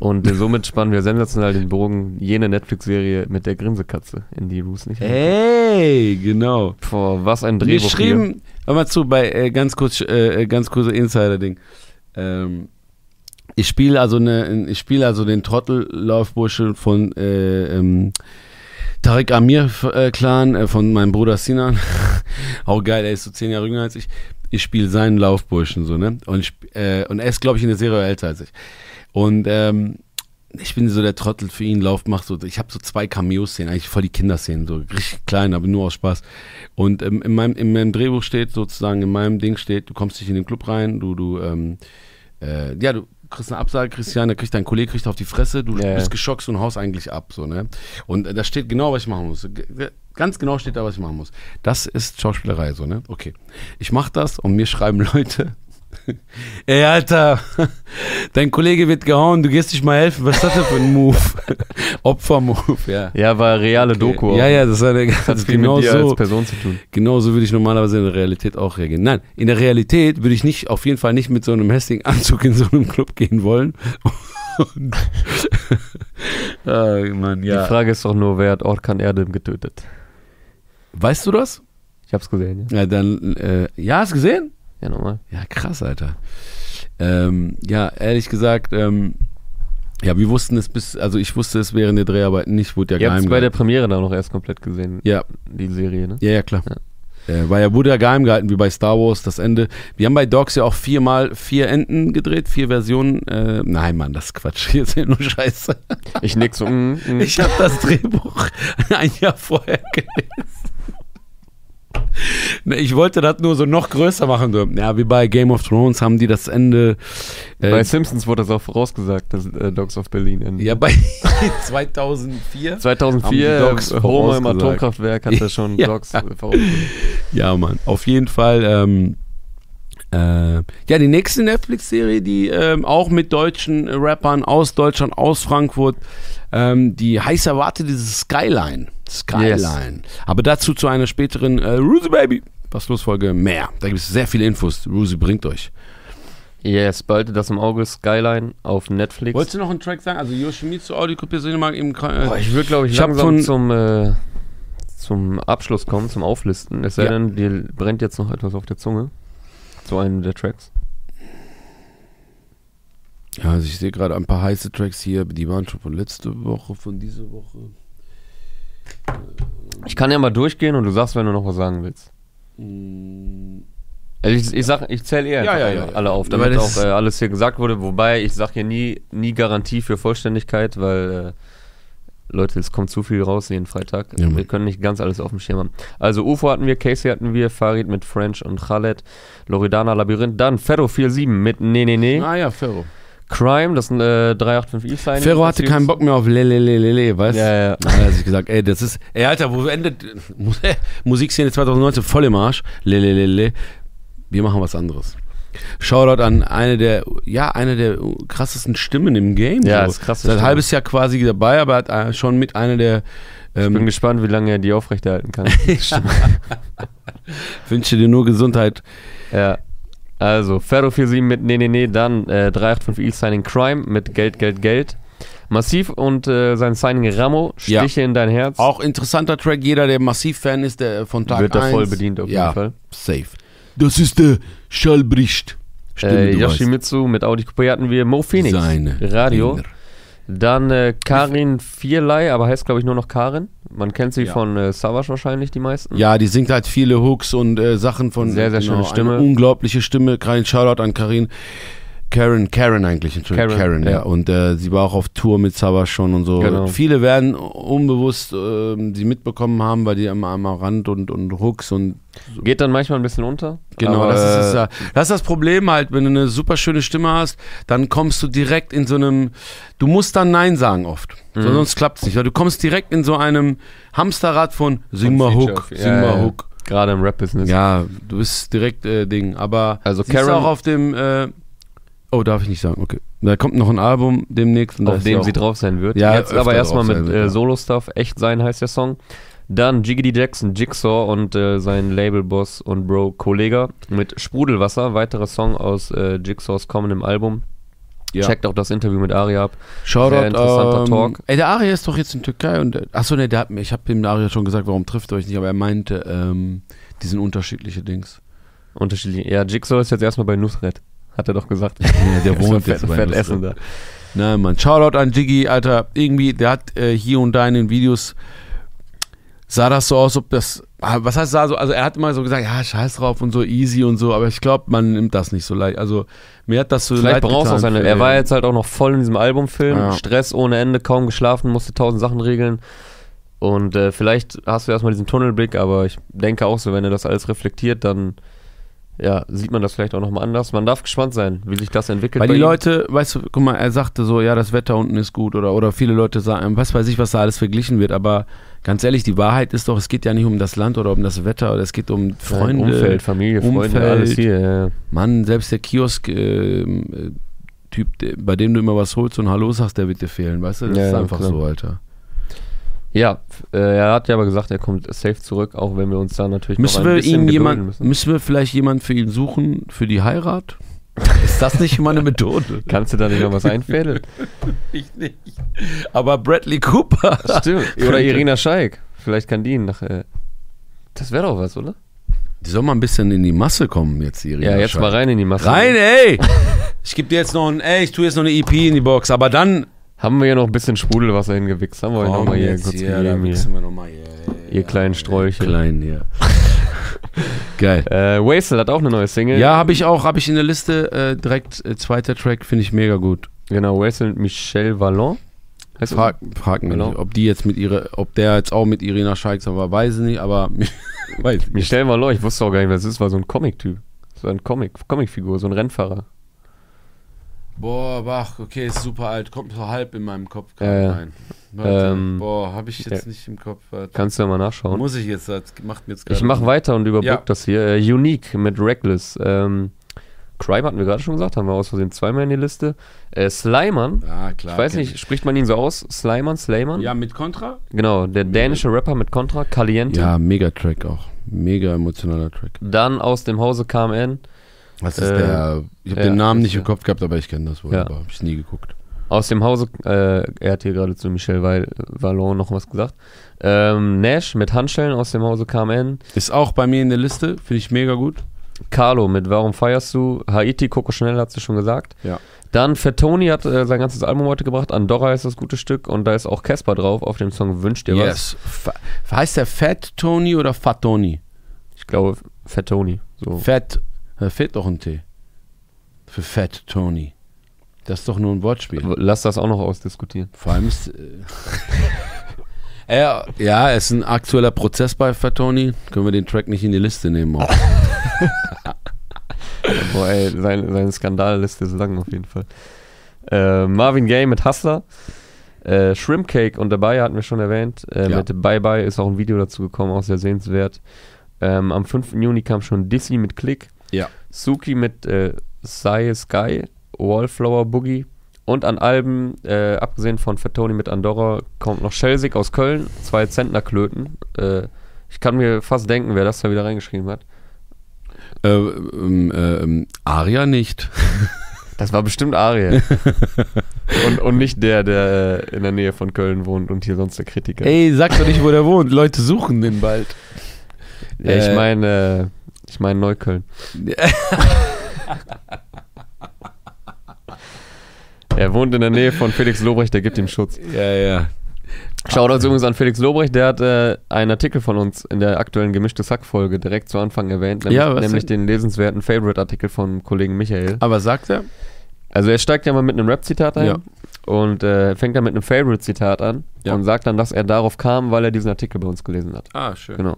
Speaker 1: Und äh, somit spannen wir sensationell den Bogen, jene Netflix-Serie mit der Grinsekatze, in die Roos nicht.
Speaker 2: Hey, genau.
Speaker 1: Boah, was ein
Speaker 2: Mir
Speaker 1: Drehbuch. hier.
Speaker 2: schrieben, hör mal zu, bei äh, ganz kurz, äh, ganz kurzer Insider-Ding. Ähm, ich spiele also ne, ich spiele also den Trottellaufburschen von äh, ähm, Tarek Amir f- äh, Clan äh, von meinem Bruder Sinan. [laughs] Auch geil, er ist so zehn Jahre jünger als ich. Ich spiele seinen Laufburschen so ne und ich, sp- äh, und er ist glaube ich in der Serie älter als ich. Und ähm, ich bin so der Trottel für ihn, Lauf macht so. Ich habe so zwei Cameo-Szenen, eigentlich voll die Kinderszenen, so richtig klein, aber nur aus Spaß. Und ähm, in, meinem, in meinem Drehbuch steht sozusagen, in meinem Ding steht, du kommst nicht in den Club rein, du, du, ähm, äh, ja, du kriegst eine Absage, Christian, da kriegt dein Kollege kriegt auf die Fresse, du
Speaker 1: Ja, ja.
Speaker 2: bist geschockt und haust eigentlich ab, so, ne? Und äh, da steht genau, was ich machen muss. G- g- Ganz genau steht da, was ich machen muss. Das ist Schauspielerei, so, ne? Okay. Ich mach das und mir schreiben Leute, [laughs] Ey, Alter, [laughs] dein Kollege wird gehauen, du gehst nicht mal helfen. Was ist das denn für ein Move? [laughs] Opfer-Move, ja.
Speaker 1: Ja, war reale Doku.
Speaker 2: Ja, ja, das war [laughs] der
Speaker 1: Das
Speaker 2: ganze
Speaker 1: hat viel
Speaker 2: genau
Speaker 1: mit dir als
Speaker 2: so.
Speaker 1: Person zu tun.
Speaker 2: Genauso würde ich normalerweise in der Realität auch reagieren. Nein, in der Realität würde ich nicht, auf jeden Fall nicht mit so einem hässlichen Anzug in so einem Club
Speaker 1: [laughs]
Speaker 2: gehen wollen. Und
Speaker 1: Ah,
Speaker 2: oh, Mann,
Speaker 1: Die Frage ist doch nur, wer hat Orkan Erdem getötet?
Speaker 2: Weißt du das?
Speaker 1: Ich hab's gesehen, ja.
Speaker 2: Ja, dann, äh, ja, hast du gesehen?
Speaker 1: Ja, nochmal.
Speaker 2: Ja, krass, Alter. Ähm, ja, ehrlich gesagt, ähm, ja, wir wussten es bis, also ich wusste es während der Dreharbeiten nicht, wurde ja
Speaker 1: Ihr habt's
Speaker 2: geheim
Speaker 1: bei der
Speaker 2: gehalten.
Speaker 1: Premiere da noch erst komplett gesehen,
Speaker 2: Ja,
Speaker 1: die Serie, ne?
Speaker 2: ja, ja, klar. Äh, weil er wurde ja geheim gehalten, wie bei Star Wars, das Ende. Wir haben bei Dogs ja auch viermal vier Enden gedreht, vier Versionen. Äh, nein, Mann, das ist Quatsch. Hier ist ja nur Scheiße.
Speaker 1: Ich nix so, mm, mm.
Speaker 2: Ich [laughs] habe das Drehbuch ein Jahr vorher gelesen. Ne, Ich wollte das nur so noch größer machen. So. Ja, wie bei Game of Thrones haben die das Ende. äh,
Speaker 1: Bei Simpsons wurde das auch vorausgesagt, dass äh, Dogs of Berlin in
Speaker 2: ja, bei [laughs] 2004.
Speaker 1: 2004
Speaker 2: Haben die Dogs
Speaker 1: äh, Homer im
Speaker 2: vorausgesagt.
Speaker 1: Atomkraftwerk hat ja schon
Speaker 2: Ja.
Speaker 1: Dogs äh, vorausgesagt.
Speaker 2: Ja, Mann. Auf jeden Fall. Ähm, äh, ja, die nächste Netflix-Serie, die ähm, auch mit deutschen Rappern aus Deutschland, aus Frankfurt, ähm, die heiß erwartete ist Skyline. Skyline. Aber dazu zu einer späteren äh, Ruse Baby. Was los, Folge mehr. Da gibt es sehr viele Infos. Ruse bringt euch.
Speaker 1: Yes, bald das im Auge Skyline auf Netflix.
Speaker 2: Wolltest du noch einen Track sagen? Also Yoshimitsu Audio Kopie Cinema im Kra- äh,
Speaker 1: Boah, ich würde, glaube ich,
Speaker 2: Ich hab
Speaker 1: langsam
Speaker 2: von-
Speaker 1: zum, äh, zum Abschluss kommen, zum Auflisten. Es sei
Speaker 2: Ja.
Speaker 1: denn, dir brennt jetzt noch etwas auf der Zunge. Zu einem der Tracks.
Speaker 2: Ja, also ich sehe gerade ein paar heiße Tracks hier, die waren schon von letzte Woche, von dieser Woche.
Speaker 1: Ich kann ja mal durchgehen und du sagst, wenn du noch was sagen willst.
Speaker 2: Hm.
Speaker 1: Also ich, ich, sag- ich zähle eher
Speaker 2: Ja,
Speaker 1: einfach
Speaker 2: ja,
Speaker 1: alle-
Speaker 2: ja, ja.
Speaker 1: alle auf,
Speaker 2: Aber
Speaker 1: damit auch
Speaker 2: das-
Speaker 1: äh, alles hier gesagt wurde. Wobei ich sage hier nie, nie Garantie für Vollständigkeit, weil äh, Leute, es kommt zu viel raus jeden Freitag.
Speaker 2: Ja, Mann.
Speaker 1: wir können nicht ganz alles auf dem Schirm haben. Also UFO hatten wir, Casey hatten wir, Farid mit French und Khaled, Loredana Labyrinth, dann Ferro 47 mit Nee Nee Nee,
Speaker 2: Ah ja, Ferro.
Speaker 1: Crime, das sind äh, 385 e signing
Speaker 2: Ferro hatte keinen Bock mehr auf Lelelelele, weißt du?
Speaker 1: Ja, ja.
Speaker 2: Da hat er sich gesagt, ey, das ist, ey, Alter, wo endet [laughs] Musikszene 2019 voll im Arsch? Lelelele. Wir machen was anderes. Shoutout an eine der, ja, eine der krassesten Stimmen im Game.
Speaker 1: Ja,
Speaker 2: so.
Speaker 1: ist krasse
Speaker 2: Seit
Speaker 1: Stimme.
Speaker 2: halbes Jahr quasi dabei, aber hat äh, schon mit einer der,
Speaker 1: Ich bin
Speaker 2: ähm,
Speaker 1: gespannt, wie lange er die aufrechterhalten
Speaker 2: [laughs]
Speaker 1: kann.
Speaker 2: wünsche dir nur Gesundheit.
Speaker 1: Ja. Also, Ferro 47 mit Nee, nee, nee, dann äh, 385 E-Signing Crime mit Geld, Geld, Geld. Massiv und äh, sein Signing Ramo,
Speaker 2: Ja.
Speaker 1: Stiche in dein Herz.
Speaker 2: Auch interessanter Track, jeder, der massiv Fan ist, der von Tag
Speaker 1: Wird da
Speaker 2: 1.
Speaker 1: voll bedient auf
Speaker 2: ja,
Speaker 1: jeden Fall.
Speaker 2: safe. Das ist äh, der Schallbricht.
Speaker 1: Äh,
Speaker 2: du weißt.
Speaker 1: Yoshimitsu mit Audi Coupé hatten wir Mo Phoenix,
Speaker 2: Seine
Speaker 1: Radio.
Speaker 2: Dinger.
Speaker 1: Dann äh, Karin Vierlei, aber heißt glaube ich nur noch Karin. Man kennt sie
Speaker 2: Ja.
Speaker 1: von äh, Savage wahrscheinlich, die meisten.
Speaker 2: Ja, die singt halt viele Hooks und äh, Sachen von.
Speaker 1: Sehr, sehr schöne
Speaker 2: eine
Speaker 1: Stimme.
Speaker 2: Unglaubliche Stimme. Kein Shoutout an Karin. Karen, Karen eigentlich, Entschuldigung.
Speaker 1: Karen,
Speaker 2: Karen, ja.
Speaker 1: ja.
Speaker 2: Und äh, sie war auch auf Tour mit Sabah schon und so.
Speaker 1: Genau.
Speaker 2: Viele werden unbewusst ähm, sie mitbekommen haben, weil die am, am Rand und, und Hooks und
Speaker 1: Geht dann manchmal ein bisschen unter.
Speaker 2: Genau,
Speaker 1: aber,
Speaker 2: das, ist, das,
Speaker 1: äh,
Speaker 2: ja, das ist das Problem halt, wenn du eine super schöne Stimme hast, dann kommst du direkt in so einem, du musst dann Nein sagen oft, So, sonst klappt es nicht, weil du kommst direkt in so einem Hamsterrad von Sing mal
Speaker 1: Feature
Speaker 2: Hook,
Speaker 1: auf-
Speaker 2: Sing
Speaker 1: ja,
Speaker 2: mal
Speaker 1: ja.
Speaker 2: Hook.
Speaker 1: Gerade im Rap-Business.
Speaker 2: Ja, du bist direkt äh, Ding, aber
Speaker 1: Also
Speaker 2: siehst du
Speaker 1: Karen-
Speaker 2: auch auf dem, äh, oh darf ich nicht sagen, okay, da kommt noch ein Album demnächst. und da
Speaker 1: auf
Speaker 2: ist
Speaker 1: dem
Speaker 2: auch-
Speaker 1: sie drauf sein wird.
Speaker 2: Ja,
Speaker 1: Jetzt
Speaker 2: öfter
Speaker 1: aber erstmal
Speaker 2: drauf sein
Speaker 1: mit
Speaker 2: wird,
Speaker 1: äh,
Speaker 2: ja.
Speaker 1: Solo-Stuff. Echt sein heißt der Song. Dann Jiggy D. Jackson, Jigsaw und äh, sein Labelboss und Bro Kollega mit Sprudelwasser. Weiterer Song aus äh, Jigsaws kommendem Album.
Speaker 2: Ja.
Speaker 1: Checkt auch das Interview mit Ari ab.
Speaker 2: Shoutout,
Speaker 1: Sehr interessanter
Speaker 2: ähm,
Speaker 1: Talk.
Speaker 2: Ey, der Aria ist doch jetzt in Türkei und äh, achso, ne, der hat mir, ich habe dem Aria schon gesagt, warum trifft ihr euch nicht, aber er meinte, ähm, die sind
Speaker 1: [laughs]
Speaker 2: unterschiedliche Dings.
Speaker 1: Unterschiedlich. Ja, Jigsaw ist jetzt erstmal bei Nusret. Hat er doch gesagt.
Speaker 2: [laughs] Ja,
Speaker 1: [laughs]
Speaker 2: der
Speaker 1: Erstmal
Speaker 2: wohnt jetzt
Speaker 1: fett,
Speaker 2: bei
Speaker 1: fett
Speaker 2: Nusret.
Speaker 1: essen da.
Speaker 2: Nein, Mann. Ne, Shoutout an Jiggy, Alter. Irgendwie, der hat äh, hier und da in den Videos sah das so aus, ob das. ah, Was heißt sah so? Also er hat immer so gesagt, ja, scheiß drauf und so easy und so, aber ich glaube, man nimmt das nicht so leicht. Also mir hat das so
Speaker 1: Vielleicht
Speaker 2: leid
Speaker 1: brauchst du auch
Speaker 2: getan
Speaker 1: seine.
Speaker 2: für
Speaker 1: Er
Speaker 2: den.
Speaker 1: war jetzt halt auch noch voll in diesem Albumfilm.
Speaker 2: Ja.
Speaker 1: Stress ohne Ende, kaum geschlafen, musste tausend Sachen regeln. Und äh, vielleicht hast du erstmal diesen Tunnelblick, aber ich denke auch so, wenn er das alles reflektiert, dann ja, sieht man das vielleicht auch nochmal anders. Man darf gespannt sein, wie sich das entwickelt.
Speaker 2: Weil
Speaker 1: bei
Speaker 2: die
Speaker 1: ihm.
Speaker 2: Leute, weißt du, guck mal, er sagte so, ja, das Wetter unten ist gut oder, oder viele Leute sagen, was weiß ich, was da alles verglichen wird, aber ganz ehrlich, die Wahrheit ist doch, es geht ja nicht um das Land oder um das Wetter, oder es geht um
Speaker 1: Sein
Speaker 2: Freunde.
Speaker 1: Umfeld, Familie, Freunde,
Speaker 2: Umfeld.
Speaker 1: alles hier. Ja.
Speaker 2: Mann, selbst der Kiosk-Typ, bei dem du immer was holst und Hallo sagst, der wird dir fehlen, weißt du? Das
Speaker 1: Ja,
Speaker 2: ist
Speaker 1: ja,
Speaker 2: einfach
Speaker 1: klar.
Speaker 2: so, Alter.
Speaker 1: ja f- äh, er hat ja aber gesagt, er kommt safe zurück, auch wenn wir uns da natürlich
Speaker 2: Müssen
Speaker 1: noch ein
Speaker 2: wir
Speaker 1: bisschen
Speaker 2: ihm
Speaker 1: gedulden
Speaker 2: jemand, müssen.
Speaker 1: müssen.
Speaker 2: wir vielleicht jemanden für ihn suchen, für
Speaker 1: [laughs]
Speaker 2: die Heirat? ist das nicht immer eine Methode?
Speaker 1: Kannst du da nicht noch was
Speaker 2: [laughs]
Speaker 1: einfädeln?
Speaker 2: ich nicht. Aber Bradley Cooper.
Speaker 1: Stimmt. Oder Irina Scheik. Vielleicht kann die ihn nach. Äh, das wäre doch was, oder?
Speaker 2: Die soll mal ein bisschen in die Masse kommen jetzt, Irina.
Speaker 1: Ja, jetzt
Speaker 2: Scheiß.
Speaker 1: mal rein in die Masse. [laughs]
Speaker 2: Rein, ey! Ich gebe dir jetzt noch ein, ey, ich tue jetzt noch eine EP in die Box, aber dann.
Speaker 1: Haben wir ja noch ein bisschen Sprudelwasser hingewichst. Haben wir euch nochmal Oh, hier kurz gegeben, hier,
Speaker 2: wir nochmal hier.
Speaker 1: ihr kleinen Sträuche. [laughs]
Speaker 2: Klein, ja. Geil.
Speaker 1: Äh, Wastel hat auch eine neue Single.
Speaker 2: Ja, habe ich auch, habe ich in der Liste äh, direkt äh, zweiter Track, finde ich mega gut.
Speaker 1: Genau, Wastel mit Michel Vallon. Heißt das
Speaker 2: Frag, frag mich,
Speaker 1: Genau.
Speaker 2: nicht, ob die jetzt mit ihrer, ob der jetzt auch mit Irina Scheik war, weiß ich nicht, aber [laughs] weiß ich
Speaker 1: so? Mir stellen mal Leute, ich wusste auch gar nicht, wer das ist, war so ein Comic-Typ. So ein Comic, Comicfigur, so ein Rennfahrer.
Speaker 2: Boah, wach, okay, ist super alt, kommt so halb in meinem Kopf
Speaker 1: Ja,
Speaker 2: gerade
Speaker 1: ja.
Speaker 2: rein. Warte,
Speaker 1: Ähm,
Speaker 2: boah, habe ich jetzt
Speaker 1: ja.
Speaker 2: nicht im Kopf. Warte.
Speaker 1: Kannst du ja mal nachschauen.
Speaker 2: Muss ich jetzt, das macht mir jetzt gerade.
Speaker 1: Ich mache weiter und überbrück
Speaker 2: Ja.
Speaker 1: das hier. Äh, Unique mit Reckless. Ähm, Crime hatten wir gerade schon gesagt, haben wir aus Versehen zweimal in die Liste. Äh, Sliman,
Speaker 2: Ah, klar.
Speaker 1: ich weiß
Speaker 2: kenn
Speaker 1: nicht, spricht man ihn so aus? Sliman, Slayman?
Speaker 2: Ja, mit Contra?
Speaker 1: Genau, der dänische Rapper mit Contra, Caliente.
Speaker 2: Ja, mega Track auch. Mega emotionaler Track.
Speaker 1: Dann aus dem Hause KMN,
Speaker 2: Was
Speaker 1: ist
Speaker 2: ist
Speaker 1: der-
Speaker 2: der? Äh, Ich habe
Speaker 1: ja,
Speaker 2: den Namen
Speaker 1: ist
Speaker 2: nicht im
Speaker 1: der-
Speaker 2: Kopf gehabt, aber ich kenne das wohl,
Speaker 1: Ja.
Speaker 2: aber habe ich nie geguckt.
Speaker 1: aus dem Hause, äh, er hat hier gerade zu Michel Val- Vallon noch was gesagt. Ähm, Nash mit Handschellen aus dem Hause KMN.
Speaker 2: Ist auch bei mir in der Liste, finde ich mega gut.
Speaker 1: Carlo mit Warum feierst du? Haiti, Coco Schnell hat sie schon gesagt.
Speaker 2: Ja.
Speaker 1: Dann Fettoni hat äh, sein ganzes Album heute gebracht. Andorra ist das gute Stück und da ist auch Casper drauf auf dem Song Wünsch dir was.
Speaker 2: Fa heißt der Fat Tony oder Fat Tony?
Speaker 1: Ich glaube Fettoni. So.
Speaker 2: Fat, da fehlt doch ein T. Für Fat Tony. Das ist doch nur ein Wortspiel.
Speaker 1: Lass das auch noch ausdiskutieren.
Speaker 2: Vor allem ist. Äh, [laughs] er, ja, es ist ein aktueller Prozess bei Fat Tony. Können wir den Track nicht in die Liste nehmen? Auch.
Speaker 1: Boah, ey, sein, seine Skandalliste ist lang auf jeden Fall. Äh, Marvin Gaye mit Hustler. Äh, Shrimp Cake und dabei hatten wir schon erwähnt. Äh,
Speaker 2: Ja.
Speaker 1: Mit Bye Bye ist auch ein Video dazu gekommen, auch sehr sehenswert. Ähm, am 5. Juni kam schon Dizzy mit Click.
Speaker 2: Ja.
Speaker 1: Suki mit äh, Sai Sky, Wallflower Boogie. Und an Alben, äh, abgesehen von Fatoni mit Andorra, kommt noch Schelsig aus Köln, zwei Zentnerklöten. Äh, ich kann mir fast denken, wer das da wieder reingeschrieben hat.
Speaker 2: Äh, ähm, äh, ähm, Aria nicht.
Speaker 1: Das war bestimmt Ariel. und, und nicht der, der äh, in der Nähe von Köln wohnt und hier sonst der Kritiker.
Speaker 2: [laughs] Ey, sag doch nicht, wo der wohnt. Leute suchen den bald.
Speaker 1: Ja, ich meine, äh, ich meine
Speaker 2: [laughs]
Speaker 1: Neukölln. er wohnt in der Nähe von Felix Lobrecht, der gibt ihm Schutz.
Speaker 2: Ja, ja.
Speaker 1: Shoutouts übrigens an Felix Lobrecht, der hat äh, einen Artikel von uns in der aktuellen Gemischtes Hack-Folge direkt zu Anfang erwähnt, nämlich,
Speaker 2: Ja, was
Speaker 1: nämlich
Speaker 2: denn?
Speaker 1: den lesenswerten Favorite-Artikel vom Kollegen Michael.
Speaker 2: Aber sagt er?
Speaker 1: Also er steigt ja mal mit einem Rap-Zitat ein
Speaker 2: Ja.
Speaker 1: und äh, fängt dann mit einem Favorite-Zitat an
Speaker 2: Ja.
Speaker 1: und sagt dann, dass er darauf kam, weil er diesen Artikel bei uns gelesen hat.
Speaker 2: Ah, schön.
Speaker 1: Genau.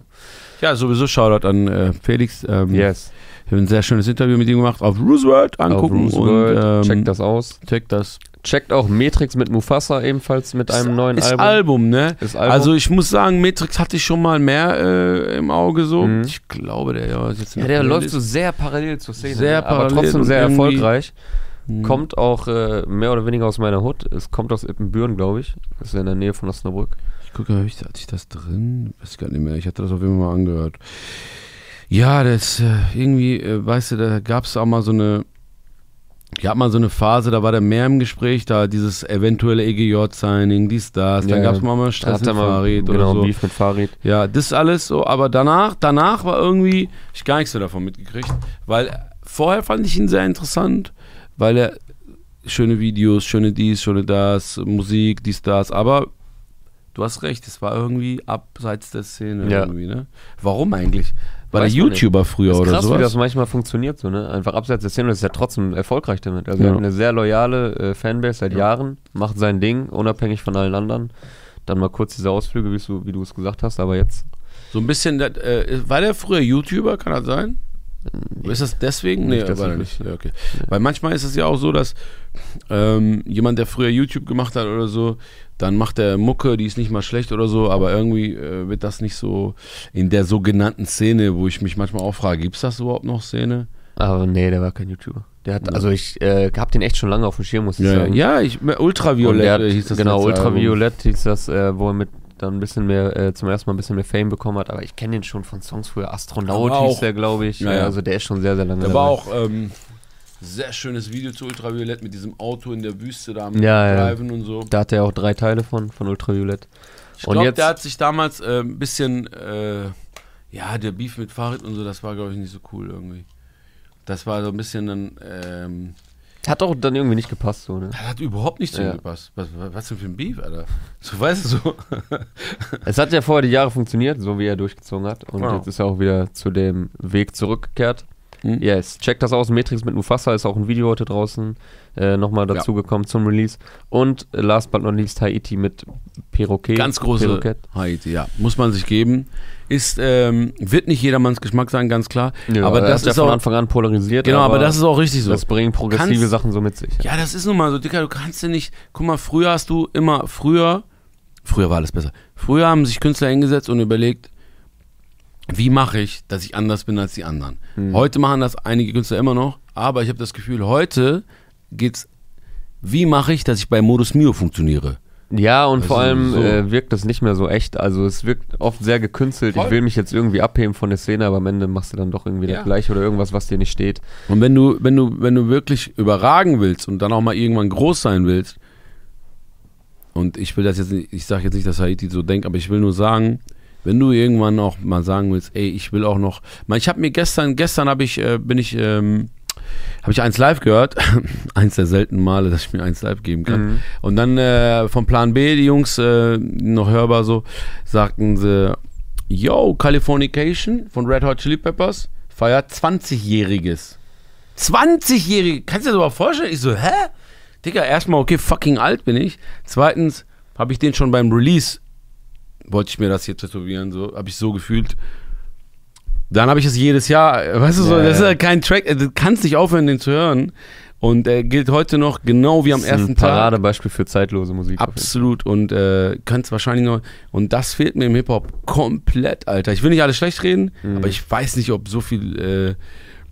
Speaker 2: Ja, sowieso Shoutout an äh, Felix. Ähm,
Speaker 1: Yes.
Speaker 2: Ich habe ein sehr schönes Interview mit ihm gemacht. Auf Roosevelt angucken.
Speaker 1: Auf Roosevelt,
Speaker 2: und, ähm,
Speaker 1: checkt das aus.
Speaker 2: Check das.
Speaker 1: Checkt auch Matrix mit Mufasa ebenfalls mit einem neuen
Speaker 2: ist
Speaker 1: Album.
Speaker 2: Album, ne?
Speaker 1: Ist Album.
Speaker 2: Also ich muss sagen, Matrix hatte ich schon mal mehr äh, im Auge so.
Speaker 1: Mhm.
Speaker 2: Ich glaube, der ja, ist jetzt in
Speaker 1: ja, der läuft
Speaker 2: Playlist.
Speaker 1: so sehr parallel zur Szene,
Speaker 2: Sehr
Speaker 1: ne? aber
Speaker 2: parallel
Speaker 1: trotzdem
Speaker 2: und
Speaker 1: sehr
Speaker 2: irgendwie-
Speaker 1: erfolgreich.
Speaker 2: Mhm.
Speaker 1: Kommt auch äh, mehr oder weniger aus meiner Hut. Es kommt aus Ippenbüren, glaube ich. Ist in der Nähe von Osnabrück.
Speaker 2: Ich gucke, hab ich, hatte ich das drin? Weiß gar nicht mehr. Ich hatte das auf jeden Fall mal angehört. Ja, das äh, irgendwie, äh, weißt du, da gab es auch mal so eine. Ich habe mal so eine Phase, da war der mehr im Gespräch, da dieses eventuelle EGJ-Signing, dies, das. Dann
Speaker 1: Ja,
Speaker 2: gab es mal mal Stress mit Fahrrad
Speaker 1: genau,
Speaker 2: oder so.
Speaker 1: Beef mit Farid.
Speaker 2: Ja, das alles so, aber danach, danach war irgendwie, hab ich gar nichts mehr davon mitgekriegt, weil vorher fand ich ihn sehr interessant, weil er schöne Videos, schöne dies, schöne das, Musik, dies, das, aber du hast recht, es war irgendwie abseits der Szene
Speaker 1: Ja.
Speaker 2: irgendwie, ne? Warum eigentlich? War
Speaker 1: Weiß
Speaker 2: der
Speaker 1: man nicht.
Speaker 2: YouTuber früher
Speaker 1: Ist
Speaker 2: oder
Speaker 1: krass, wie
Speaker 2: sowas?
Speaker 1: das manchmal funktioniert, so, ne? Einfach abseits der Szene, das ist ja trotzdem erfolgreich damit. Also, er
Speaker 2: Ja.
Speaker 1: hat eine sehr loyale äh, Fanbase seit Jahren, macht sein Ding, unabhängig von allen anderen. Dann mal kurz diese Ausflüge, wie du, wie du es gesagt hast, aber jetzt.
Speaker 2: so ein bisschen, das, äh, war der früher YouTuber, kann das sein? Ist das deswegen?
Speaker 1: Nicht,
Speaker 2: Nee,
Speaker 1: dass
Speaker 2: war
Speaker 1: ich
Speaker 2: er nicht.
Speaker 1: wüsste.
Speaker 2: Ja, okay. Weil manchmal ist es ja auch so, dass ähm, jemand, der früher YouTube gemacht hat oder so, dann macht er Mucke, die ist nicht mal schlecht oder so, aber irgendwie äh, wird das nicht so in der sogenannten Szene, wo ich mich manchmal auch frage, gibt es das überhaupt noch Szene?
Speaker 1: Aber nee, der war kein YouTuber. Der hat, also ich äh, hab den echt schon lange auf dem Schirm, muss ich
Speaker 2: Ja,
Speaker 1: sagen.
Speaker 2: ja ich,
Speaker 1: Und der
Speaker 2: Ultraviolett
Speaker 1: hat,
Speaker 2: äh, hieß das
Speaker 1: genau,
Speaker 2: letzte Album.
Speaker 1: Ultraviolett hieß das, äh, wo er mit dann ein bisschen mehr, äh, zum ersten Mal ein bisschen mehr Fame bekommen hat, aber ich kenne den schon von Songs früher. Astronaut
Speaker 2: Aber
Speaker 1: hieß
Speaker 2: auch-
Speaker 1: der, glaube ich.
Speaker 2: Ja, ja.
Speaker 1: Also der ist schon sehr, sehr lange
Speaker 2: Da
Speaker 1: dabei.
Speaker 2: war auch ähm, sehr schönes Video zu Ultraviolett mit diesem Auto in der Wüste da am
Speaker 1: Ja, ja.
Speaker 2: Driven und so.
Speaker 1: Da hat er auch drei Teile von, von Ultraviolett.
Speaker 2: Ich
Speaker 1: Und
Speaker 2: glaube,
Speaker 1: jetzt-
Speaker 2: der hat sich damals äh, ein bisschen, äh, ja, der Beef mit Farid und so, das war, glaube ich, nicht so cool irgendwie. Das war so ein bisschen dann, ähm,
Speaker 1: Hat auch dann irgendwie nicht gepasst, so, ne?
Speaker 2: das hat überhaupt nicht zu ihm
Speaker 1: Ja.
Speaker 2: gepasst. Was, was, was denn für ein Beef, Alter? So,
Speaker 1: [laughs]
Speaker 2: weißt du, so.
Speaker 1: Es hat ja vorher die Jahre funktioniert, so wie er durchgezogen hat. Und
Speaker 2: Genau.
Speaker 1: jetzt ist er auch wieder zu dem Weg zurückgekehrt.
Speaker 2: Hm.
Speaker 1: Yes, check das aus. Matrix mit Mufasa ist auch ein Video heute draußen äh, nochmal dazu gekommen zum Release. Und äh, last but not least Haiti mit Perroquet.
Speaker 2: Ganz große
Speaker 1: Perroquet.
Speaker 2: Haiti, ja. Muss man sich geben. Ist, ähm, wird nicht jedermanns Geschmack sein, ganz klar.
Speaker 1: Ja,
Speaker 2: aber
Speaker 1: er
Speaker 2: das
Speaker 1: hat ja
Speaker 2: ist
Speaker 1: von
Speaker 2: auch,
Speaker 1: Anfang an polarisiert.
Speaker 2: genau, aber, das ist auch richtig so.
Speaker 1: Das bringen progressive
Speaker 2: Kannst-
Speaker 1: Sachen so mit sich.
Speaker 2: Ja, das ist nun mal so, Dicker, du kannst ja nicht. Guck mal, früher hast du immer, früher, früher war alles besser. Früher haben sich Künstler hingesetzt und überlegt, wie mache ich, dass ich anders bin als die anderen. Heute machen das einige Künstler immer noch, aber ich habe das Gefühl, heute geht's, wie mache ich, dass ich bei Modus Mio funktioniere?
Speaker 1: Ja, und vor
Speaker 2: Also
Speaker 1: allem
Speaker 2: so.
Speaker 1: äh, wirkt das nicht mehr so echt. Also es wirkt oft sehr gekünstelt.
Speaker 2: Voll.
Speaker 1: Ich will mich jetzt irgendwie abheben von der Szene, aber am Ende machst du dann doch irgendwie
Speaker 2: Ja.
Speaker 1: das gleiche oder irgendwas, was dir nicht steht.
Speaker 2: Und wenn du, wenn du, wenn du wirklich überragen willst und dann auch mal irgendwann groß sein willst, und ich will das jetzt nicht, ich sage jetzt nicht, dass Haiti so denkt, aber ich will nur sagen, wenn du irgendwann auch mal sagen willst, ey, ich will auch noch, man, ich habe mir gestern, gestern habe ich, äh, bin ich, ähm, habe ich eins live gehört, [laughs] eins der seltenen Male, dass ich mir eins live geben kann. Und dann äh, vom Plan B, die Jungs, äh, noch hörbar so, sagten sie, yo, Californication von Red Hot Chili Peppers feiert 20-Jähriges. 20-Jährige, kannst du dir das überhaupt vorstellen? Ich so, hä? Digga, erstmal, okay, fucking alt bin ich. Zweitens, habe ich den schon beim Release, wollte ich mir das hier tätowieren, so, habe ich so gefühlt. Dann habe ich es jedes Jahr, äh, weißt du, so,
Speaker 1: Ja,
Speaker 2: das ist
Speaker 1: ja.
Speaker 2: ja kein Track, äh, du kannst nicht aufhören, den zu hören. Und er gilt heute noch genau wie am
Speaker 1: Das ist
Speaker 2: ersten
Speaker 1: ein
Speaker 2: Tag.
Speaker 1: Paradebeispiel für zeitlose Musik. auf jeden Fall.
Speaker 2: Absolut und äh, kannst wahrscheinlich noch. Und das fehlt mir im Hip-Hop komplett, Alter. Ich will nicht alles schlecht reden,
Speaker 1: Mhm.
Speaker 2: aber ich weiß nicht, ob so viel